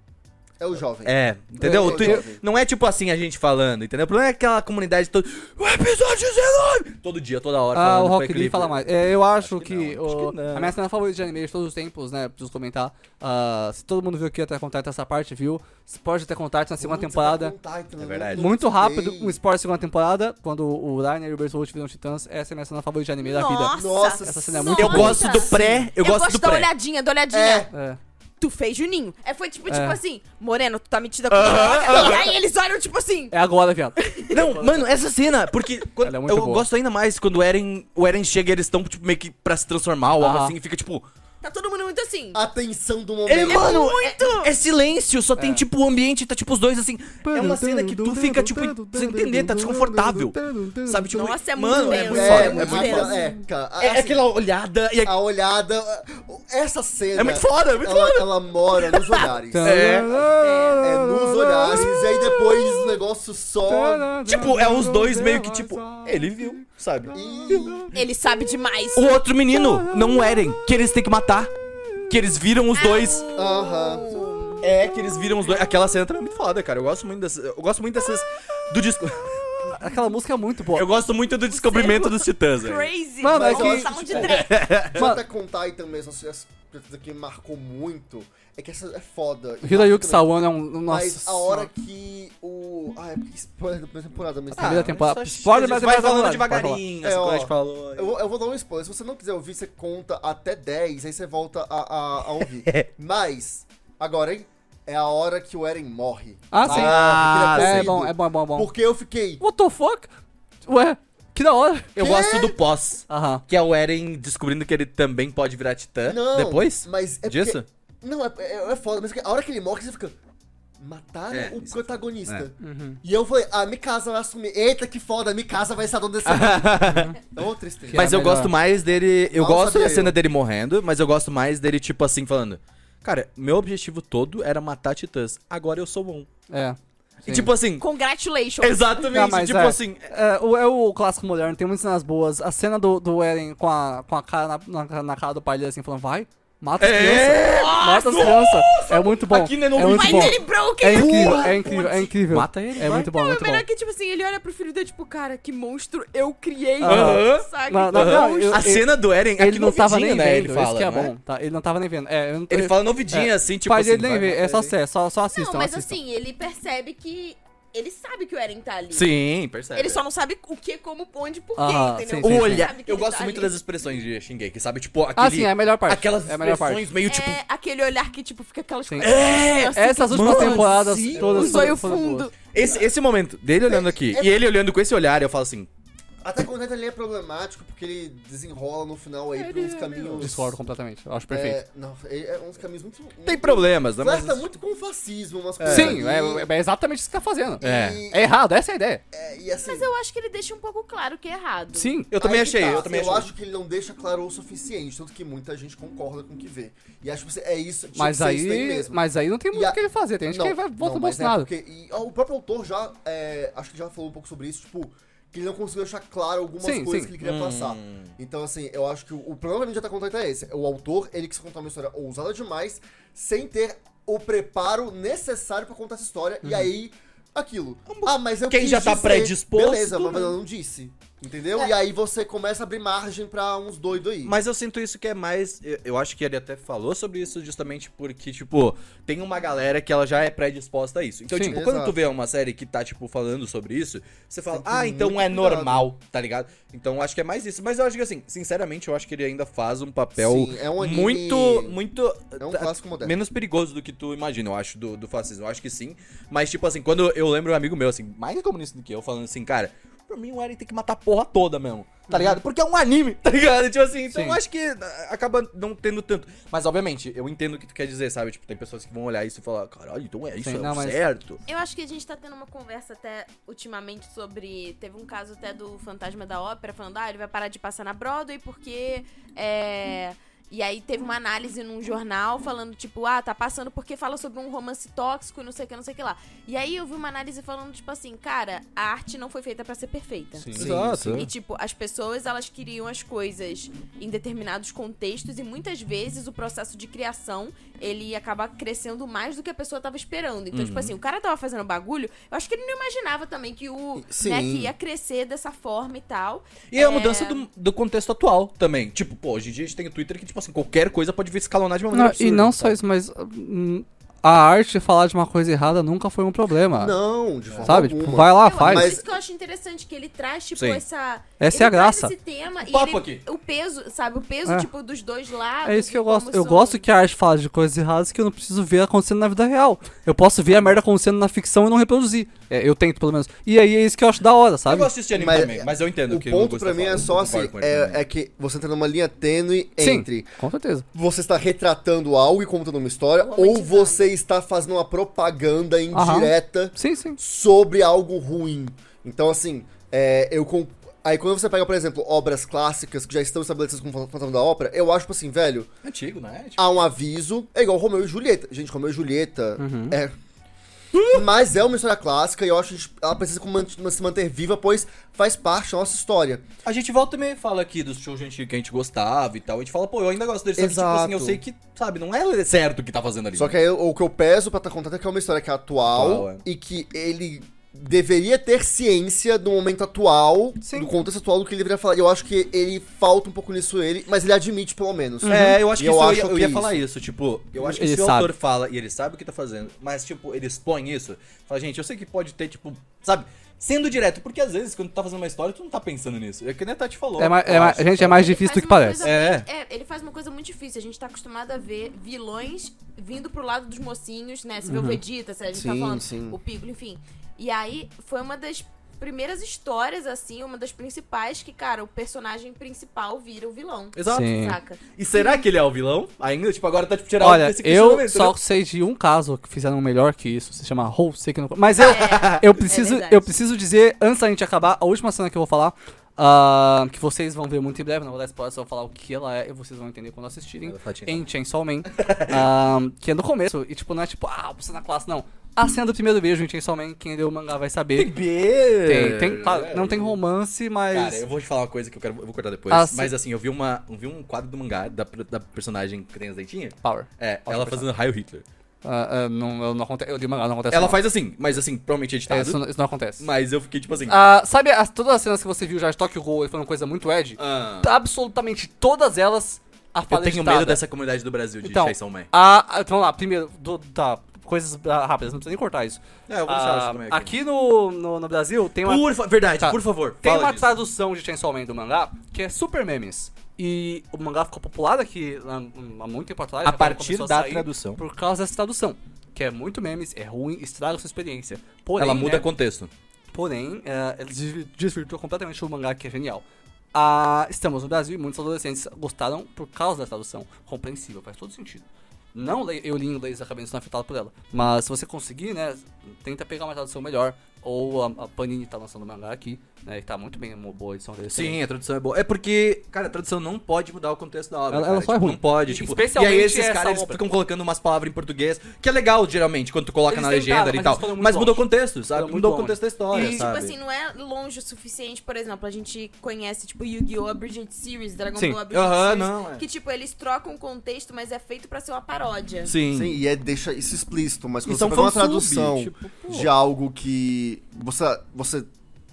S4: É o jovem.
S1: É, entendeu?
S4: Eu-
S1: Tu-
S4: eu-
S1: não é tipo assim a gente falando, entendeu? O problema é aquela comunidade toda. O episódio 19! Todo dia, toda hora.
S2: Ah,
S1: Tá falando
S2: o
S1: com
S2: Rock
S1: aquele-
S2: Lee fala mais. É, eu acho,
S1: Acho que
S2: que,
S1: não, acho
S2: o-
S1: que não.
S2: a minha cena favorita de anime de todos os tempos, né? Preciso comentar. ah, se todo mundo viu aqui até contato essa parte, viu? Sport até contato na segunda temporada.
S4: então,
S1: É verdade.
S2: Muito rápido, um
S4: Nossa,
S2: Sport na segunda temporada, quando o Rainer e o Bert Holt viram Titãs. Essa é a minha cena favorita de anime da vida.
S4: Nossa,
S2: Essa cena é muito
S1: Eu
S2: boa.
S1: gosto do pré, eu, gosto do
S3: da
S1: pré.
S3: olhadinha, da olhadinha.
S4: É.
S2: É.
S3: Tu fez Juninho. É, foi tipo, tipo
S2: É.
S3: assim, Moreno, tu tá metida com droga. E aí eles olham, tipo assim.
S2: É agora, viado.
S1: Não, mano, essa cena, porque quando-
S2: Ela é
S1: eu
S2: muito boa.
S1: gosto ainda mais quando o Eren, o Eren chega e eles estão tipo, meio que pra se transformar ou algo
S2: Aham.
S1: assim, e fica tipo.
S3: Tá todo mundo muito assim.
S4: a tensão do momento.
S1: É, mano,
S3: muito!
S1: é, é silêncio, só tem tipo o ambiente, tá tipo os dois assim. É uma cena que tu fica tipo sem entender, tá desconfortável. Sabe, tipo,
S3: Nossa, é muito
S1: mano, é
S3: tenso,
S1: muito
S3: é
S1: foda, é
S3: muito
S1: muito
S3: tenso.
S1: foda.
S4: aquela- é, cara,
S1: É
S4: assim,
S1: aquela olhada e é,
S4: a olhada. Essa cena.
S1: é muito foda, é muito
S4: Ela,
S1: foda.
S4: ela mora nos olhares.
S2: Então,
S4: é
S1: É.
S4: nos olhares. é E aí depois o negócio só.
S1: Tipo, é os dois meio que tipo, ele viu, sabe?
S4: E-
S3: Ele sabe demais.
S1: O outro menino, não o Eren, que eles têm que matar. Que eles viram os dois.
S4: Aham.
S1: É, que eles viram os dois. Aquela cena também é muito foda, cara. Eu gosto muito dessas. Eu gosto muito dessas. Do disco.
S2: Aquela música é muito boa.
S1: Eu gosto muito do descobrimento dos titãs, velho.
S3: Crazy.
S2: Mano, é
S3: Nossa,
S2: que-
S3: tá um de dread.
S4: Até contar então mesmo, assim, essa coisa que marcou muito é que essa é foda.
S2: Hirayuki Sawano é um. Nossa.
S4: Mas a hora que o. Ah, é porque spoiler da primeira temporada, mas. tá.
S2: primeira temporada.
S1: Pode,
S2: Spoiler,
S1: mas
S2: mas
S1: vai
S2: vai
S1: falando
S2: falar,
S1: devagarinho,
S4: pode
S1: essa
S4: falar.
S1: coisa que a gente falou.
S4: Eu, vou- eu vou dar um spoiler. Se você não quiser ouvir, você conta até 10, aí você volta a, a- a ouvir.
S2: É.
S4: Mas, agora, hein? É a hora que o Eren morre.
S2: Ah, sim.
S1: Ah,
S4: ele
S2: é
S4: possuído.
S2: bom, é bom, é bom, é bom.
S4: Porque eu fiquei.
S2: What the fuck? Ué, que da hora.
S1: Eu gosto do pós.
S2: Aham.
S1: Que é o Eren descobrindo que ele também pode virar titã.
S4: Não.
S1: Depois?
S4: Mas é
S1: Disso?
S4: Porque, não, é, é, é foda. Mas a hora que ele morre, você fica. Mataram
S1: É,
S4: o
S1: isso.
S4: protagonista.
S1: É.
S4: E eu falei, ah, Mikasa vai assumir. Eita, que foda, Mikasa vai estar dando esse. É uma tristeza.
S1: Mas
S2: é
S1: eu
S2: melhor.
S1: gosto mais dele. Eu
S4: Não
S1: gosto
S4: sabia
S1: da cena
S4: eu.
S1: dele morrendo, mas eu gosto mais dele, tipo assim, falando. Cara, meu objetivo todo era matar titãs. Agora eu sou bom.
S2: É.
S1: E
S2: Sim.
S1: tipo assim.
S3: Congratulations.
S1: Exatamente.
S2: Não, mas
S1: tipo
S2: é.
S1: assim.
S2: É o, é o clássico moderno, tem muitas cenas boas. A cena do, do Eren com a, com a cara na, na, na cara do pai dele, assim, falando, vai, mata as
S1: É!
S2: crianças. Mata as crianças. É muito bom.
S1: Aqui, né, no
S2: é muito
S3: Vai
S2: bom.
S3: nele, broken.
S2: É incrível, é incrível, é incrível.
S1: Mata ele,
S2: É
S1: vai.
S2: muito bom,
S3: Não,
S2: muito
S3: o
S2: bom.
S3: melhor é que, tipo assim, ele olha pro filho dele, tipo, cara, que monstro eu criei.
S1: Aham.
S3: Sabe?
S2: Não, não,
S1: Aham.
S2: não, eu-
S1: a
S2: eu-
S1: cena do Eren.
S2: Ele não tava nem
S1: né?
S2: vendo,
S1: Ele fala.
S2: isso que é
S1: não é?
S2: bom, tá? Ele não tava nem vendo. É, eu não-
S1: Ele
S2: eu-
S1: fala novidinha,
S2: é.
S1: assim,
S2: O
S1: tipo
S2: pai
S1: assim.
S2: dele nem
S1: vai
S2: vê,
S1: matar
S2: é só
S1: ele.
S2: ser, só, só
S3: Não,
S2: assistam,
S3: mas
S2: assistam.
S3: assim, ele percebe que. Ele sabe que o Eren tá ali.
S1: Sim, percebe.
S3: Ele só não sabe o que, como, onde, por quê,
S2: Aham,
S3: entendeu?
S2: sim,
S1: O
S2: sim,
S1: olhar.
S3: Sabe que
S1: Eu
S3: ele
S1: gosto
S3: tá
S1: muito
S3: ali.
S1: das expressões de Shingeki, sabe? Tipo, aquele.
S2: Ah, sim, é a melhor parte.
S1: Aquelas
S2: é a melhor parte.
S1: expressões meio tipo.
S3: É aquele olhar que, tipo, fica aquelas
S2: Sim.
S1: É!
S3: assim,
S2: Essas últimas
S1: Mano,
S2: temporadas
S1: sim.
S2: todas
S3: Os olhos
S2: foram- foram boas.
S3: fundo. É
S1: Esse, esse momento dele olhando aqui e ele olhando com esse olhar, eu falo assim.
S4: Até quando ele é problemático, porque ele desenrola no final aí pra uns caminhos.
S2: Discordo completamente, eu acho perfeito.
S4: É, não, ele é uns caminhos muito.
S1: Tem problemas, né?
S4: Flerta
S1: Mas...
S4: é muito com o fascismo, umas
S2: Sim,
S4: ali.
S2: é, é exatamente isso que tá fazendo.
S1: É.
S4: E,
S2: É errado, essa é a ideia.
S4: é, e assim.
S3: Mas eu acho que ele deixa um pouco claro que é errado.
S2: Sim.
S1: Eu também
S4: aí que
S1: achei,
S4: tá,
S1: eu também
S4: Eu
S1: achei.
S4: acho que ele não deixa claro o suficiente, tanto que muita gente concorda com o que vê. E acho que você- é isso, tinha que
S2: Mas
S4: ser isso daí
S2: aí,
S4: mesmo.
S2: mas aí não tem muito
S4: E
S2: o
S4: a-
S2: que ele fazer. Tem gente que vai votar no
S4: mas é
S2: Bolsonaro.
S4: porque- e, ó, o próprio autor já, é, acho que já falou um pouco sobre isso, tipo, que ele não conseguiu deixar claro algumas
S2: Sim,
S4: coisas
S2: sim.
S4: que ele queria passar.
S1: Hum.
S4: Então, assim, eu acho que o, o problema que a gente já tá contando é esse. O autor, ele quis contar uma história ousada demais, sem ter o preparo necessário pra contar essa história,
S2: Uhum.
S4: e aí, aquilo. Ah, mas eu
S1: Quem
S4: quis
S1: já tá
S4: dizer.
S1: predisposto,
S4: Beleza, mas
S1: né?
S4: eu não disse. Entendeu? E aí você começa a abrir margem pra uns doidos aí.
S1: Mas eu sinto isso que é mais. Eu, eu acho que ele até falou sobre isso justamente porque, tipo, tem uma galera que ela já é predisposta a isso. Então,
S2: Sim.
S1: tipo, quando tu
S4: Exato.
S1: vê uma série que tá, tipo, falando sobre isso, você fala,
S4: Tem que ter
S1: ah, então
S4: muito
S1: é
S4: cuidado."
S1: normal, tá ligado? Então eu acho que é mais isso. Mas eu acho que assim, sinceramente, eu acho que ele ainda faz um papel
S4: Sim, é um anime-
S1: muito. Muito.
S4: É um
S1: tá-
S4: clássico moderno.
S1: menos perigoso do que tu imagina, eu acho, do, do fascismo. Eu acho que sim. Mas, tipo assim, quando eu lembro um amigo meu, assim, mais comunista do que eu, falando assim, cara, pra mim o Eren tem que matar a porra toda mesmo. Tá
S4: Uhum.
S1: ligado? Porque é um anime, tá ligado? Tipo assim, então
S2: Sim.
S1: eu acho que ah, acaba não tendo tanto. Mas, obviamente, eu entendo o que tu quer dizer, sabe? Tipo, tem pessoas que vão olhar isso e falar, caralho, então é isso,
S2: Sim,
S1: é
S2: não,
S1: o
S2: mas-
S1: certo.
S3: Eu acho que a gente tá tendo uma conversa até ultimamente sobre. Teve um caso até do Fantasma da Ópera falando, ah, ele vai parar de passar na Broadway porque é, E aí teve uma análise num jornal falando, tipo, ah, tá passando porque fala sobre um romance tóxico e não sei o que, não sei o que lá. E aí eu vi uma análise falando, tipo assim, cara, a arte não foi feita pra ser perfeita.
S1: Sim.
S2: Exato.
S3: E, tipo, as pessoas, elas queriam as coisas em determinados contextos e muitas vezes o processo de criação, ele acaba crescendo mais do que a pessoa tava esperando. Então,
S2: Uhum.
S3: tipo assim, o cara tava fazendo bagulho, eu acho que ele não imaginava também que o
S4: Sim.
S3: né, que ia crescer dessa forma e tal.
S1: E é a mudança do, do contexto atual também. Tipo, pô, hoje em dia a gente tem o Twitter que, tipo assim, qualquer coisa pode vir escalonar de
S4: é um
S1: uma maneira
S2: Não, Ah, e
S1: absurda,
S2: não
S1: sabe?
S2: só isso, mas hum, a arte falar de uma coisa errada nunca foi um problema.
S4: Não, de forma
S2: sabe? Tipo,
S4: alguma.
S2: vai lá,
S3: Eu-
S2: faz.
S3: Por
S4: Mas-
S3: isso que eu acho interessante que ele traz, tipo,
S1: Sim.
S3: essa.
S2: Essa
S3: ele
S2: é a
S3: traz
S2: graça.
S3: Esse tema e
S1: papo
S3: ele-
S1: aqui.
S3: o peso, sabe? O peso,
S2: É.
S3: tipo, dos dois lados.
S2: É isso que eu
S3: de como
S2: gosto. Eu
S3: são-
S2: gosto que a arte fala de coisas erradas que eu não preciso ver acontecendo na vida real. Eu posso ver a merda acontecendo na ficção e não reproduzir. É, eu tento, pelo menos. E aí é isso que eu acho da hora,
S1: Eu
S2: sabe?
S1: gosto desse anime
S4: Mas-
S1: também, mas eu entendo
S4: O
S1: que tá
S4: ponto pra mim é só assim, é, é que você entra numa linha tênue
S2: Sim,
S4: entre
S2: com certeza.
S4: você está retratando algo e contando uma história, ou
S3: Romantizando.
S4: você está fazendo uma propaganda
S2: Aham.
S4: indireta
S2: Sim, sim.
S4: sobre algo ruim. Então, assim, é, eu. Com... Aí quando você pega, por exemplo, obras clássicas que já estão estabelecidas como fantasma da ópera, eu acho, tipo assim, velho,
S1: Antigo, né? Tipo,
S4: há um aviso. É igual Romeu e Julieta. Gente, Romeu e Julieta é. Mas é uma história clássica e eu acho que a gente- ela precisa com- man- se manter viva, pois faz parte da nossa história.
S1: a gente volta e meia e fala aqui dos shows antigos que a gente gostava e tal. A gente fala, pô, eu ainda gosto dele, só que, tipo
S4: Exato.
S1: assim, eu sei que, sabe, não é certo o que tá fazendo ali.
S4: Só que aí, o que eu peso pra estar contando é que é uma história que é atual
S1: Atual, é.
S4: e que ele deveria ter ciência do momento atual,
S2: Sim.
S4: do contexto atual do que ele deveria falar. E eu acho que ele falta um pouco nisso ele, mas ele admite pelo menos.
S1: É, eu acho
S4: E
S1: que isso, eu, ia, eu ia
S4: isso.
S1: falar isso, tipo, eu acho que
S2: Ele
S1: se o
S2: sabe.
S1: autor fala e ele sabe o que tá fazendo, mas, tipo, ele expõe isso, fala, gente, eu sei que pode ter, tipo, sabe, sendo direto, porque às vezes quando tu tá fazendo uma história, tu não tá pensando nisso. É que nem a Tati falou.
S2: É mais- é
S1: eu
S2: mais-
S1: acho,
S2: gente, é
S1: sabe?
S2: mais
S3: Ele
S2: difícil do
S3: faz
S2: que
S3: uma
S2: parece.
S3: coisa
S1: É.
S3: muito- ele faz uma coisa muito difícil. A gente tá acostumado a ver vilões vindo pro lado dos mocinhos, né? Você vê o
S1: Uhum.
S3: Vegeta, se a gente tá
S4: Sim,
S3: falando,
S4: sim.
S3: o Piccolo, enfim. E aí foi uma das primeiras histórias, assim, uma das principais que, cara, o personagem principal vira o vilão.
S1: Exato.
S2: Sim.
S3: Saca?
S1: E será que ele é o vilão? Ainda, tipo, agora tá, tipo, tirando
S2: Olha,
S1: esse
S2: eu
S1: questionamento,
S2: só
S1: né?
S2: sei de um caso que fizeram melhor que isso. Se chama Hole Sick no... Mas eu,
S3: É,
S2: eu, preciso,
S3: verdade.
S2: eu preciso dizer, antes da gente acabar, a última cena que eu vou falar, ah, que vocês vão ver muito em breve, não vou dar spoiler, só vou falar o que ela é e vocês vão entender quando assistirem.
S1: Ela tá te-
S2: Em Chainsaw Man, ah, que é no começo, e tipo, não é tipo, ah, você na classe, não. A cena do primeiro beijo em Chainsaw Man, quem leu o mangá vai saber. Tem,
S1: Tem,
S2: tem, claro, não
S1: É.
S2: tem romance, mas...
S1: Cara, eu vou te falar uma coisa que eu quero. Eu vou cortar depois.
S2: É Ah, sim.
S1: Mas assim, eu vi, uma, eu vi um quadro do mangá da, da personagem que tem as dentinhas.
S2: Power.
S1: É, ela fazendo raio Hitler.
S2: Ah, ah, não, eu não acontece, eu li mangá, não acontece
S1: Ela
S2: não.
S1: faz assim, mas assim, provavelmente editado.
S2: É, isso, não- isso não acontece.
S1: Mas eu fiquei tipo assim.
S2: Ah, sabe, as- todas as cenas que você viu já de Tokyo Ghoul foram coisa muito Ed?
S1: ah,
S2: Absolutamente todas elas a
S1: eu
S2: fala
S1: tenho
S2: editada.
S1: medo dessa comunidade do Brasil de
S2: Então,
S1: Chainsaw Man.
S2: a, a- então vamos lá, primeiro, do- tá, coisas ah, rápidas, não precisa nem cortar isso.
S1: É, eu vou deixar isso
S2: Ah,
S1: também aqui.
S2: aqui no, no, no Brasil tem uma,
S1: Por fa- Verdade,
S2: Tá.
S1: por favor.
S2: tem
S1: fala
S2: uma
S1: disso.
S2: tradução de Chainsaw Man do mangá que é Super Memes. E o mangá ficou popular aqui há, há muito tempo atrás.
S1: A
S2: já quando
S1: partir
S2: começou
S1: da
S2: sair,
S1: tradução.
S2: Por causa dessa tradução. Que é muito memes, é ruim, estraga sua experiência. Porém,
S1: Ela muda
S2: né,
S1: contexto.
S2: Porém, eh, ele desvi- desvirtuou completamente o mangá, que é genial. Ah, estamos no Brasil e muitos adolescentes gostaram por causa da tradução. Compreensível, faz todo sentido. Não leio, eu li em inglês e acabei sendo afetado por ela. Mas se você conseguir, né, tenta pegar uma tradução melhor. Ou a, a Panini tá lançando o mangá aqui, né, e tá muito bem, uma boa edição dele. também.
S1: Sim, a tradução é boa. É porque, cara, a tradução não pode mudar o contexto da obra.
S2: Ela-
S1: cara.
S2: ela só é
S1: Tipo,
S2: ruim.
S1: Não pode,
S2: E
S1: tipo.
S2: especialmente
S1: e aí esses
S2: essa
S1: caras eles
S2: obra.
S1: ficam colocando umas palavras em português, que é legal, geralmente, quando tu coloca
S2: Eles
S1: na
S2: tentaram,
S1: legenda ali e
S2: mas
S1: tal.
S2: eles foram muito
S1: Mas mudou o
S2: longe.
S1: contexto, sabe?
S2: Foram muito
S1: Mudou o
S2: longe.
S1: contexto da história,
S3: E, tipo
S1: sabe?
S3: assim, não é longe o suficiente, por exemplo, a gente conhece, tipo, Yu-Gi-Oh! A Bridget Series, Dragon
S2: Sim.
S3: Ball, a Bridget
S1: Aham,
S3: Series,
S1: não, é.
S3: que, tipo, eles trocam o contexto, mas é feito pra ser uma paródia.
S1: Sim.
S4: Sim, e é, deixa isso explícito, mas
S1: E
S4: quando
S1: são
S4: você pega uma
S1: fansub,
S4: tradução
S1: tipo, pô.
S4: de algo que você, você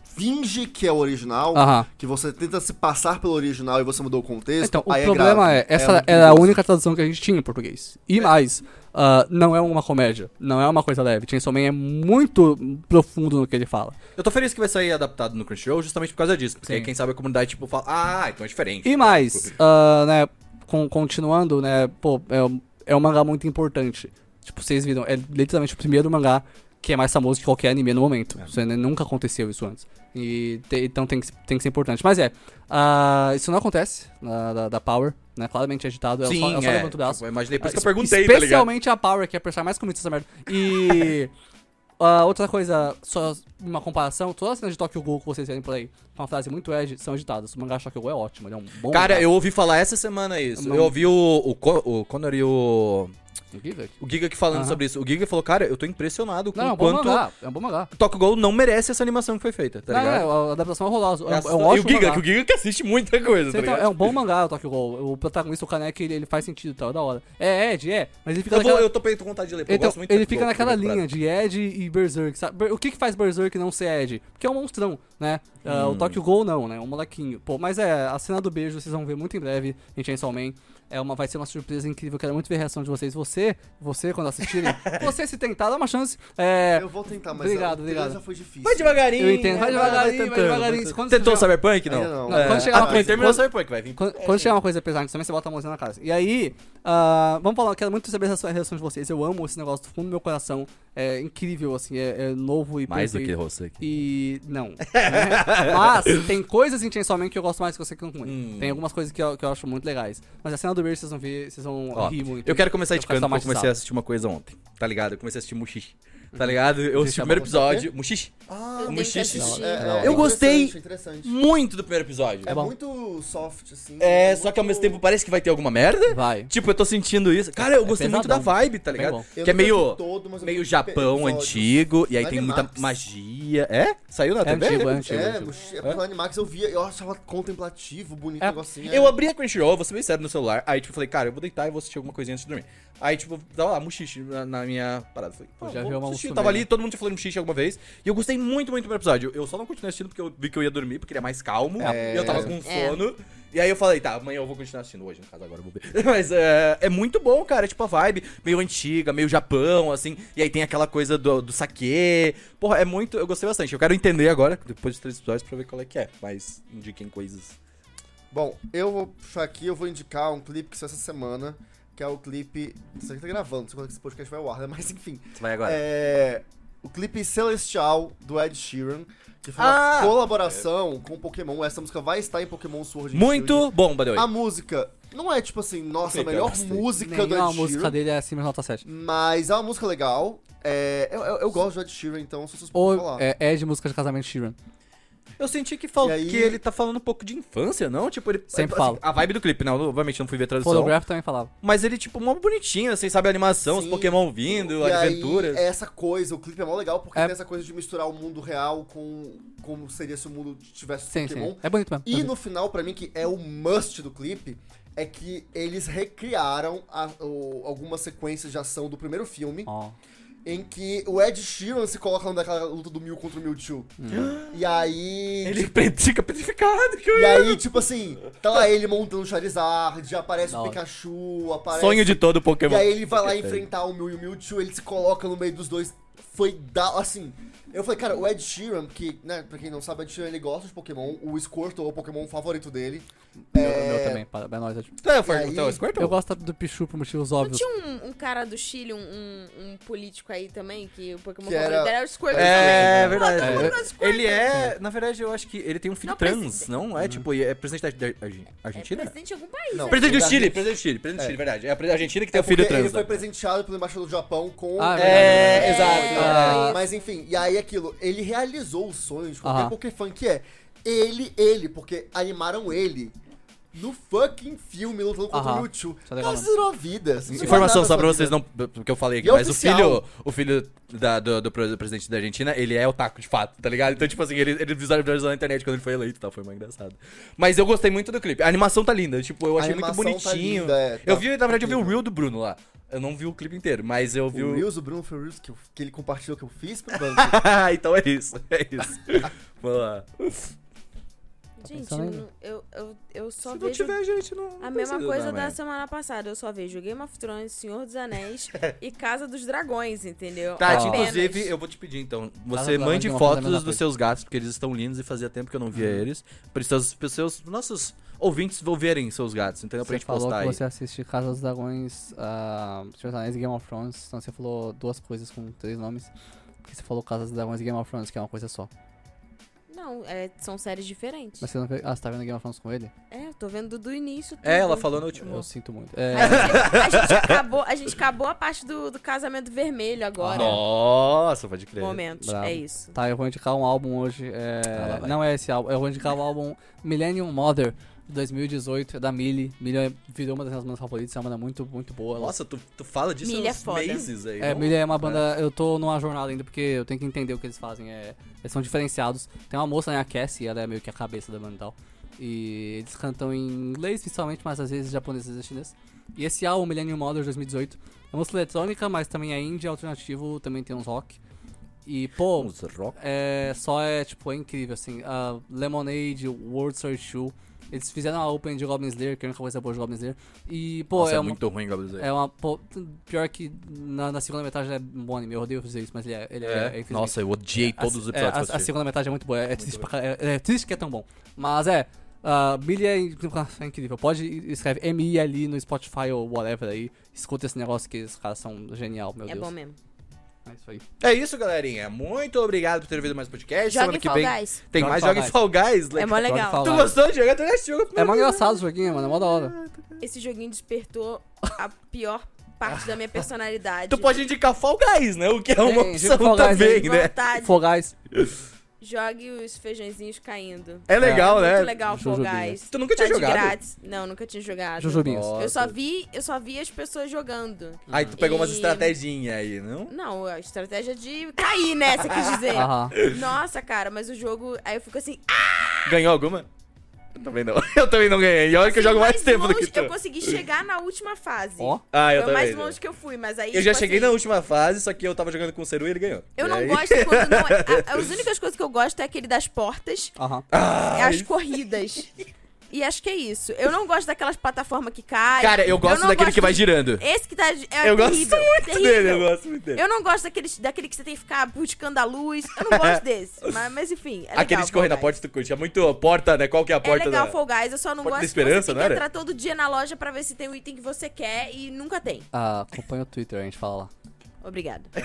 S4: finge que é o original,
S2: Aham.
S4: que você tenta se passar pelo original e você mudou o contexto,
S2: Então, o
S4: aí
S2: problema é,
S4: grave, um
S2: essa
S4: muito
S2: era a
S4: perigoso.
S2: única tradução que a gente tinha em português. E mais, ah, não é uma comédia, não é uma coisa leve. Chainsaw Man é muito profundo no que ele fala.
S1: Eu tô feliz que vai sair adaptado no Crunchyroll justamente por causa disso. Porque
S2: Sim.
S1: quem sabe a comunidade, tipo, fala, ah, então é diferente.
S2: E mais, ah, né, con- continuando, né, pô, é, um- é um mangá muito importante. Tipo, vocês viram, é literalmente o primeiro mangá que é mais famoso que qualquer anime no momento.
S1: É.
S2: Isso, né, nunca aconteceu isso antes. E te- então tem que, se- tem que ser importante. Mas é, ah, isso não acontece na- da, da Power, né, claramente é editado, ela
S1: Sim,
S2: só, ela só
S1: é.
S2: levanta o braço.
S1: Tipo, eu imaginei, por isso que eu
S2: Es-
S1: perguntei, tá ligado?
S2: Especialmente a Power, que é a personagem mais comunista dessa merda. E... ah, outra coisa, só uma comparação, todas as cenas de Tokyo Ghoul que vocês verem por aí, com uma frase muito edgy, são editadas. O mangá de Tokyo Ghoul é ótimo, ele é um bom
S1: Cara,
S2: mangá.
S1: eu ouvi falar essa semana isso.
S2: Não.
S1: Eu ouvi o, o, Co- o Connor e o,
S2: Incrível.
S1: o Giga aqui falando
S2: Aham.
S1: sobre isso. O Giga falou, cara, eu tô impressionado com
S2: Não, é um
S1: o
S2: bom
S1: quanto
S2: mangá, é um bom mangá.
S1: Tokyo Ghoul não merece essa animação que foi feita, tá
S2: Não,
S1: ligado?
S2: é, a adaptação é horrorosa. É, um-
S1: Graças
S2: é um
S1: a-
S2: ótimo
S1: e o Giga,
S2: mangá.
S1: que o Giga que assiste muita coisa, tá
S2: Então,
S1: ligado?
S2: é um bom mangá o Tokyo Ghoul. O protagonista, o Kaneki, ele, ele faz sentido e tal, é da hora. É Ed, é, mas ele fica
S1: Eu, vou,
S2: naquela...
S1: eu tô pe- com vontade de ler, porque eu
S2: Então,
S1: gosto muito
S2: ele
S1: do
S2: fica
S1: Gol, né,
S2: naquela
S1: primeiro
S2: linha de Ed e Berserk, sabe? Ber- O que que faz Berserk não ser Ed? Porque é um monstrão, né? Ah,
S1: Hum.
S2: O Tokyo Ghoul não, né? Um molequinho. Pô, mas é, a cena do beijo vocês vão ver muito em breve em Chainsaw Man. É uma, vai ser uma surpresa incrível, quero muito ver a reação de vocês. Você, você, quando assistirem, você se tentar, dá uma chance. É,
S4: Eu vou tentar, mas
S2: Obrigado,
S4: a- o trailer
S2: obrigado.
S4: já foi difícil.
S1: Vai devagarinho.
S2: eu entendo. Vai
S1: né?
S2: devagarinho, vai
S1: tentando,
S2: devagarinho.
S1: tentando.
S2: Quando
S1: Tentou o
S2: chegar-
S1: Cyberpunk? Não.
S4: Ainda não.
S2: Não, quando chegar
S1: ah,
S2: uma
S1: foi,
S2: coisa-
S1: terminou o
S2: quando-
S1: Cyberpunk, vai vir.
S2: Quando, quando chegar uma coisa pesada, também você bota a mãozinha na cara. assim. E aí, ah, vamos falar, eu quero muito saber a sua- a reação de vocês. Eu amo esse negócio do fundo do meu coração. É incrível, assim, é, é novo e
S1: Mais do que
S2: perfeito.
S1: você aqui.
S2: E. Não. né? Mas tem coisas em Chainsaw Man que eu gosto mais que você que não conhece.
S1: Hum.
S2: Tem algumas coisas que eu, que eu acho muito legais. Mas a cena do beijo vocês vão ver, vocês vão
S1: Ó,
S2: rir muito.
S1: Eu quero começar
S2: Eu
S1: indicando que eu
S2: traumatizado.
S1: comecei a assistir uma coisa ontem, tá ligado? Eu comecei a assistir Mushishi, tá ligado? Eu assisti
S2: é
S1: o primeiro
S2: bom.
S1: episódio. Mushishi?
S4: Ah,
S3: Eu
S1: Um
S3: tenho que
S1: xixi.
S3: assistir.
S1: Eu gostei.
S4: É interessante.
S1: Muito do primeiro episódio.
S4: É,
S2: bom.
S4: muito soft, assim.
S1: É,
S4: muito-
S1: só que ao mesmo tempo parece que vai ter alguma merda.
S2: Vai. É
S1: Tipo, eu tô sentindo isso. Cara, eu gostei muito da
S2: pesadão.
S1: vibe, tá
S2: É bem
S1: ligado?
S2: bom.
S4: Eu
S1: Que é
S4: não vi
S1: meio,
S4: todo, mas eu é
S1: meio
S4: vi
S1: Japão
S4: episódios.
S1: antigo, e aí
S4: Vai
S1: tem
S4: ver
S1: muita
S4: Max.
S1: magia. É? Saiu na
S2: É
S1: TV?
S2: antigo, é antigo.
S4: É,
S1: tipo,
S2: antigo.
S4: mochi- é, pelo Animax eu via, eu achava contemplativo, bonito
S2: É.
S4: o negocinho.
S1: Eu
S4: é.
S1: abri a Crunchyroll, vou ser bem sério no celular. Aí, tipo, falei, cara, eu vou deitar e vou assistir alguma coisinha antes de dormir. Aí, tipo, tava lá, Mushishi na, na minha parada. Falei, pô,
S2: Já
S1: vou
S2: viu uma
S1: assistir.
S2: Musume,
S1: Tava
S2: né?
S1: ali, todo mundo tinha falado Mushishi alguma vez. E eu gostei muito, muito do episódio. Eu só não continuei assistindo porque eu vi que eu ia dormir, porque ele é mais calmo. E eu tava com sono. E aí eu falei, tá, amanhã eu vou continuar assistindo hoje, no caso agora eu vou ver. Mas é, é muito bom, cara. É tipo a vibe meio antiga, meio Japão, assim. E aí tem aquela coisa do, do saque. Porra, é muito. Eu gostei bastante. Eu quero entender agora, depois de três episódios, pra ver qual é que é. Mas indiquem coisas.
S4: Bom, eu vou puxar aqui, eu vou indicar um clipe que saiu essa semana, que é o clipe. Você que tá gravando, não sei quando que esse podcast vai ao ar, né? Mas enfim.
S1: Você vai agora.
S4: É. O clipe Celestial do Ed Sheeran, que foi uma
S1: Ah!
S4: colaboração com Pokémon. Essa música vai estar em Pokémon Sword and Shield.
S1: Muito bom, by the way.
S4: A música não é tipo assim, nossa, a
S1: Clipe, eu
S4: melhor
S1: gostei.
S4: música do
S2: Nenhuma
S4: Ed
S2: música
S4: Sheeran.
S2: dele é assim, mas nota 7.
S4: Mas é uma música legal. É, eu, eu- eu gosto do Ed Sheeran, então sou suspeito pra
S2: Ou
S4: falar.
S2: é, é de música de casamento Sheeran.
S1: Eu senti que, fal...
S4: E aí-
S1: que ele tá falando um pouco de infância, não? Tipo, ele.
S2: Sempre
S1: assim,
S2: falo.
S1: A vibe do clipe, não. Obviamente não fui ver a tradução.
S2: Photograph também falava.
S1: Mas ele, tipo, mó bonitinho, assim, sabe? A animação, os
S4: Sim.
S1: Pokémon vindo,
S4: E aí,
S1: aventuras.
S4: é essa coisa, o clipe é mó legal porque
S2: É.
S4: tem essa coisa de misturar o mundo real com como seria se o mundo tivesse
S2: Sim,
S4: Pokémon.
S2: sim. É bonito mesmo.
S4: E no final, pra mim, que é o must do clipe, é que eles recriaram a- o- algumas sequências de ação do primeiro filme,
S2: Ó.
S4: em que o Ed Sheeran se coloca naquela luta do Mil contra o Mewtwo.
S2: Hum.
S4: E aí...
S1: Ele pre- fica petrificado. Que...
S4: E aí, tipo assim, tá lá ele montando o Charizard, aparece
S2: Da
S4: o
S2: hora.
S4: Pikachu, aparece...
S1: Sonho de todo
S4: E
S1: Pokémon.
S4: aí ele vai lá enfrentar o Mew e o Mewtwo, ele se coloca no meio dos dois. Foi da. Assim. Eu falei, cara, o Ed Sheeran, que, né, pra quem não sabe, o Ed Sheeran ele gosta de Pokémon. O Squirtle é o Pokémon favorito dele.
S2: Meu, meu também, para- é nóis.
S1: Então, eu falo,
S4: E aí-
S1: então, Squirtle?
S2: Eu gosto do Pichu por motivos
S3: Não
S2: óbvios.
S3: tinha um, um cara do Chile, um, um- um político aí também, que o Pokémon
S4: Que era-
S3: favorito era o Squirtle
S4: né?
S1: É,
S3: também.
S1: verdade.
S3: Pô, todo mundo gosta de Squirtle.
S1: Ele é, na verdade, eu acho que ele tem um filho
S3: Não,
S1: trans,
S3: presidente.
S1: não?
S4: Hum.
S1: É, tipo, e é presidente da da Argen-
S3: É
S1: Argentina?
S3: presidente de algum país.
S4: Não.
S3: né?
S1: Presidente do
S4: Da
S1: Chile,
S4: Argentina.
S1: presidente do Chile, presidente do
S4: É.
S1: Chile, verdade. É a Argentina que tem o
S4: Porque
S1: filho
S4: Ele
S1: trans.
S4: foi
S1: né?
S4: presenteado pelo embaixador do Japão com.
S2: Ah,
S1: É,
S2: É,
S1: exato.
S2: é.
S4: Ah, Mas enfim, e aí aquilo, ele realizou o sonho de qualquer
S2: Aham.
S4: Pokéfan que é ele, ele, porque animaram ele no fucking filme lutando contra
S2: Aham.
S4: o Mewtwo.
S2: Isso é legal
S4: Cara, isso zerou a vida. isso não zerou
S1: Informação
S4: nada
S1: só
S4: na
S1: pra
S4: sua
S1: vocês
S4: vida.
S1: não. Porque eu falei aqui,
S4: E é
S1: mas
S4: oficial.
S1: o filho. O filho da- do, do pre- presidente da Argentina, ele é otaku, de fato, tá ligado? Então, tipo assim, ele, ele visualizou na internet quando ele foi eleito e tal, foi mais engraçado. Mas eu gostei muito do clipe. A animação tá linda, tipo, eu
S4: A
S1: achei muito
S4: animação tá
S1: bonitinho.
S4: linda, é, tá
S1: eu vi, na verdade, eu vi o Reel do Bruno lá. Eu não vi o clipe inteiro, mas eu vi
S4: O
S1: o.
S4: Reels, o Bruno foi o Reels que, eu- que ele compartilhou que eu fiz pro banco.
S1: então é isso, é isso. Vamos lá.
S3: Gente,
S2: pensando
S3: eu
S2: ainda?
S3: não- eu, eu, eu só
S1: Se não
S3: vejo
S1: tiver, gente, não. não
S3: a mesma
S1: precisa,
S3: coisa
S1: né,
S3: da
S1: mas-
S3: semana passada. Eu só vejo Game of Thrones, Senhor dos Anéis e Casa dos Dragões, entendeu?
S1: Tati,
S3: Apenas.
S1: É. Tá, inclusive, eu vou te pedir então. Você
S2: Fala, fala,
S1: mande
S2: que eu vou fazer a
S1: fotos
S2: mesma
S1: dos
S2: coisa. Uhum.
S1: seus gatos, porque eles estão lindos e fazia tempo que eu não via eles. Para os seus, pros seus nossos ouvintes vão verem seus gatos, entendeu? Pra
S2: Você
S1: gente
S2: falou
S1: postar
S2: que
S1: aí.
S2: você é assiste Casa dos Dragões, ah, Senhor dos Anéis e Game of Thrones, então você falou duas coisas com três nomes. Porque você falou Casa dos Dragões e Game of Thrones, que é uma coisa só.
S3: Não, é, são séries diferentes.
S2: Mas você não vê. Ah, você tá vendo Game of Thrones com ele?
S3: É, eu tô vendo do início.
S1: É, ela
S3: tudo.
S1: falou no último.
S2: Eu sinto muito.
S3: A
S2: É,
S3: gente, a gente acabou, a gente acabou a parte do, do casamento vermelho agora.
S1: Nossa, pode crer.
S3: Momentos,
S2: Bravo.
S3: é isso.
S2: Tá, eu vou indicar um álbum hoje. é,
S1: Ah, lá vai.
S2: não é esse álbum, eu vou indicar o álbum Millennium Mother 2018, é da Millie. Millie é- virou uma das minhas bandas favoritas, é uma banda muito, muito boa. Ela-
S1: Nossa, tu, tu fala disso
S3: Milha
S1: uns
S3: é foda.
S1: meses aí.
S2: É,
S1: não?
S2: Millie é uma banda. Eu tô numa jornada ainda porque eu tenho que entender o que eles fazem. É, eles são diferenciados. Tem uma moça, né, a Cassie, ela é meio que a cabeça da banda e tal. E eles cantam em inglês principalmente, mas às vezes japonês e chinês. E esse álbum, Millennium Mother 2018, é música eletrônica, mas também é indie, alternativo, também tem uns rock. E, pô.
S1: Uns rock.
S2: É, só é, tipo, é incrível, assim. A Lemonade, World Search Shoe. Eles fizeram a Open de Goblin Slayer, que é a única coisa boa de Goblin Slayer. E, pô,
S1: Nossa, é,
S2: é, uma,
S1: muito ruim, Goblin Slayer.
S2: é uma. pô, pior que na, na segunda metade ele é um bom anime. Eu odeio fazer isso, mas ele é. Ele é, é infelizmente.
S1: Nossa, eu odiei
S2: A-
S1: todos os
S2: é,
S1: episódios. que eu
S2: a, a
S1: assisti.
S2: segunda metade é muito boa. É, é triste pra car- é, é triste que é tão bom. Mas é. ah, Billy é, in- é incrível. Pode escreve MI ali no Spotify ou whatever aí. Escuta esse negócio que os caras são genial, meu
S3: é
S2: Deus.
S3: bom mesmo.
S2: É isso aí.
S1: É isso, galerinha. Muito obrigado por ter ouvido mais um podcast.
S3: Joga
S1: Semana
S3: em
S1: que
S3: Fall
S1: vem
S3: Guys.
S1: tem
S2: Joga
S1: mais
S2: Fall
S1: Joga em Fall Guys. né?
S3: É mó
S2: Joga
S3: legal.
S2: Fall
S1: Tu
S2: Guys.
S1: gostou de jogar? Tu já joga?
S2: É mó engraçado o joguinho, mano. É mó da hora.
S3: Esse joguinho despertou a pior parte da minha personalidade.
S1: Tu pode indicar Fall Guys, né? O que é uma
S2: Tem, joga
S3: tipo
S1: opção
S2: Fall Guys
S1: também,
S2: aí.
S1: né?
S3: Vontade.
S2: Fall Guys.
S3: Jogue os feijõezinhos caindo.
S1: É legal,
S3: Muito
S1: né?
S3: legal, Fall
S2: Jujubinha.
S3: Guys.
S1: Tu nunca
S3: Tá
S1: tinha
S3: de
S1: jogado?
S3: grátis. Não, nunca tinha jogado.
S2: Jujubinhas.
S1: Nossa.
S3: Eu só vi, eu só vi as pessoas jogando.
S1: Aí tu pegou umas
S3: E-
S1: estratéginhas aí, não?
S3: Não, a estratégia de cair, né? Você quis dizer.
S2: Aham.
S3: Nossa, cara, mas o jogo. Aí eu fico assim.
S1: Ganhou alguma? Eu também não. Eu também não ganhei. E olha que eu
S3: assim,
S1: jogo mais tempo
S3: longe,
S1: do que tu.
S3: Eu consegui chegar na última fase.
S2: Ó.
S1: Ah, eu
S3: Foi o mais
S1: também. né?
S3: longe que eu fui, mas aí.
S1: Eu já
S3: tipo
S1: cheguei
S3: assim,
S1: na última fase, só que eu tava jogando com o Seru e ele ganhou.
S3: Eu
S1: E
S3: não
S1: aí-
S3: gosto quando não. é- a- as únicas coisas que eu gosto é aquele das portas,
S2: Aham.
S1: Ah,
S3: é as corridas. E acho que é isso. Eu não gosto daquelas plataformas que caem.
S1: Cara, eu gosto
S3: não
S1: daquele que vai
S3: de-
S1: girando.
S3: Esse que tá. É
S1: Eu gosto
S3: terrível,
S1: muito
S3: terrível.
S1: dele, eu gosto muito dele.
S3: Eu é não gosto daqueles, daquele que você tem que ficar buscando a luz. Eu não gosto desse. Mas, mas enfim, é legal.
S1: Aquele de correr na
S3: Fall Guys.
S1: porta, tu curte. É muito porta, né? Qual que é a
S3: É
S1: porta
S3: legal
S1: da...
S3: Fall Guys, eu só não
S1: Porta da
S3: gosto
S1: Esperança,
S3: que você tem
S1: não
S3: que
S1: era?
S3: entrar todo dia na loja pra ver se tem o item que você quer e nunca tem.
S2: Ah, acompanha o Twitter, a gente fala lá.
S3: Obrigada. Tá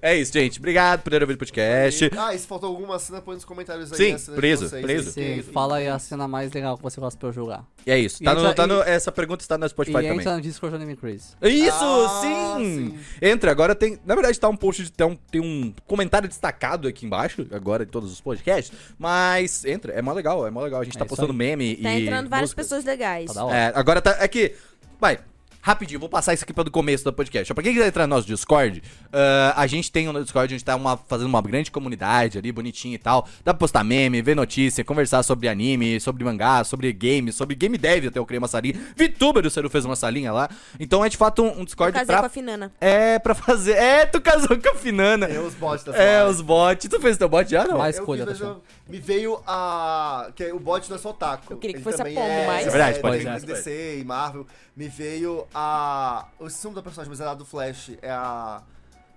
S1: É isso, gente. Obrigado por ter ouvido o podcast.
S4: Ah, e se faltou alguma cena, põe nos comentários aí.
S1: Sim,
S4: a cena de
S1: preso,
S4: vocês,
S1: preso.
S2: Você
S4: que-
S2: fala aí a cena mais legal que você gosta pra eu jogar.
S1: E é isso.
S2: E
S1: Tá no,
S2: entra-
S1: tá no-
S2: e-
S1: essa pergunta está no
S2: E
S1: Spotify também.
S2: entra no Discord do Anime Crazy. Tá
S1: Isso,
S4: Ah,
S1: sim.
S4: sim.
S1: Entra, agora tem. Na verdade, tá um post de. Tem um, tem um comentário destacado aqui embaixo, agora em todos os podcasts. Mas entra, é mó legal, é mó legal. A gente
S2: É
S1: tá
S2: isso
S1: postando
S2: aí.
S1: meme
S3: Tá
S1: e.
S3: entrando várias
S1: músicas.
S3: pessoas legais.
S2: Tá da hora.
S1: É, agora tá. É que. Vai. Rapidinho, vou passar isso aqui pelo começo do podcast. Ó, Pra quem quiser entrar no nosso Discord, ah, a gente tem um no Discord, a gente tá uma- fazendo uma grande comunidade ali, bonitinha e tal. Dá pra postar meme, ver notícia, conversar sobre anime, sobre mangá, sobre game, sobre game dev até eu criei uma salinha. VTuber o Seru fez uma salinha lá. Então é de fato um, um
S3: Eu
S1: Discord
S3: casei
S1: pra
S3: com a Finana.
S1: é, pra fazer. É, tu casou com a Finana.
S4: Tem os bots da
S1: É,
S4: sua
S1: os bots. Tu fez teu bot já, não? Mas...
S2: Mas-
S4: Eu
S2: escolha,
S4: fiz,
S2: tá
S4: mas eu- Me veio a. Que é o bot não é só taco.
S3: Eu queria que
S4: Ele
S3: fosse a
S4: também
S3: Pombo, mas-
S1: É verdade,
S4: é,
S1: pode
S4: tem
S1: ser.
S4: muito DC e Marvel. Me veio a. O sumo da personagem, mas é a do Flash. É a.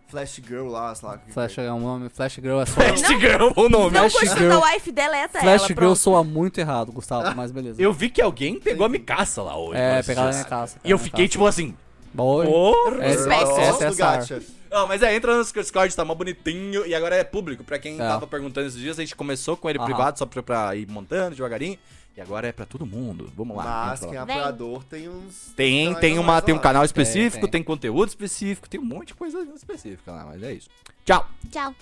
S4: Flash Girl lá, sei lá. que-
S2: Flash é um nome, Flash Girl é só.
S1: Fast Girl, o nome.
S3: Não
S2: Flash
S3: gostou
S2: Girl.
S3: da wife, deleta
S2: Flash
S3: ela.
S2: Girl
S3: pronto.
S2: soa muito errado, Gustavo, mas beleza.
S1: Eu vi que alguém pegou a Micaça lá hoje.
S2: É,
S1: Nossa,
S2: pegaram na minha
S1: Jesus.
S2: casa.
S1: E eu fiquei tipo assim.
S2: Boa.
S1: Oh.
S2: Essa,
S3: Respect.
S2: essa,
S4: Nossa,
S2: essa é
S4: do
S2: essa.
S4: gacha.
S1: Não, mas é, entra no Discord, tá mó bonitinho. E agora é público. Pra quem
S2: Tá.
S1: tava perguntando esses dias, a gente começou com ele
S2: Aham.
S1: privado, só pra, pra ir montando devagarinho. E agora é pra todo mundo. Vamos lá.
S4: Mas
S1: entra
S4: quem é
S1: lá.
S3: Vem.
S4: apoiador tem uns.
S1: Tem,
S4: ainda
S1: tem, uma,
S4: então mais
S1: tem um
S4: lá.
S1: canal específico,
S2: tem.
S1: tem conteúdo específico, tem um monte de coisa específica lá, mas é isso. Tchau!
S3: Tchau.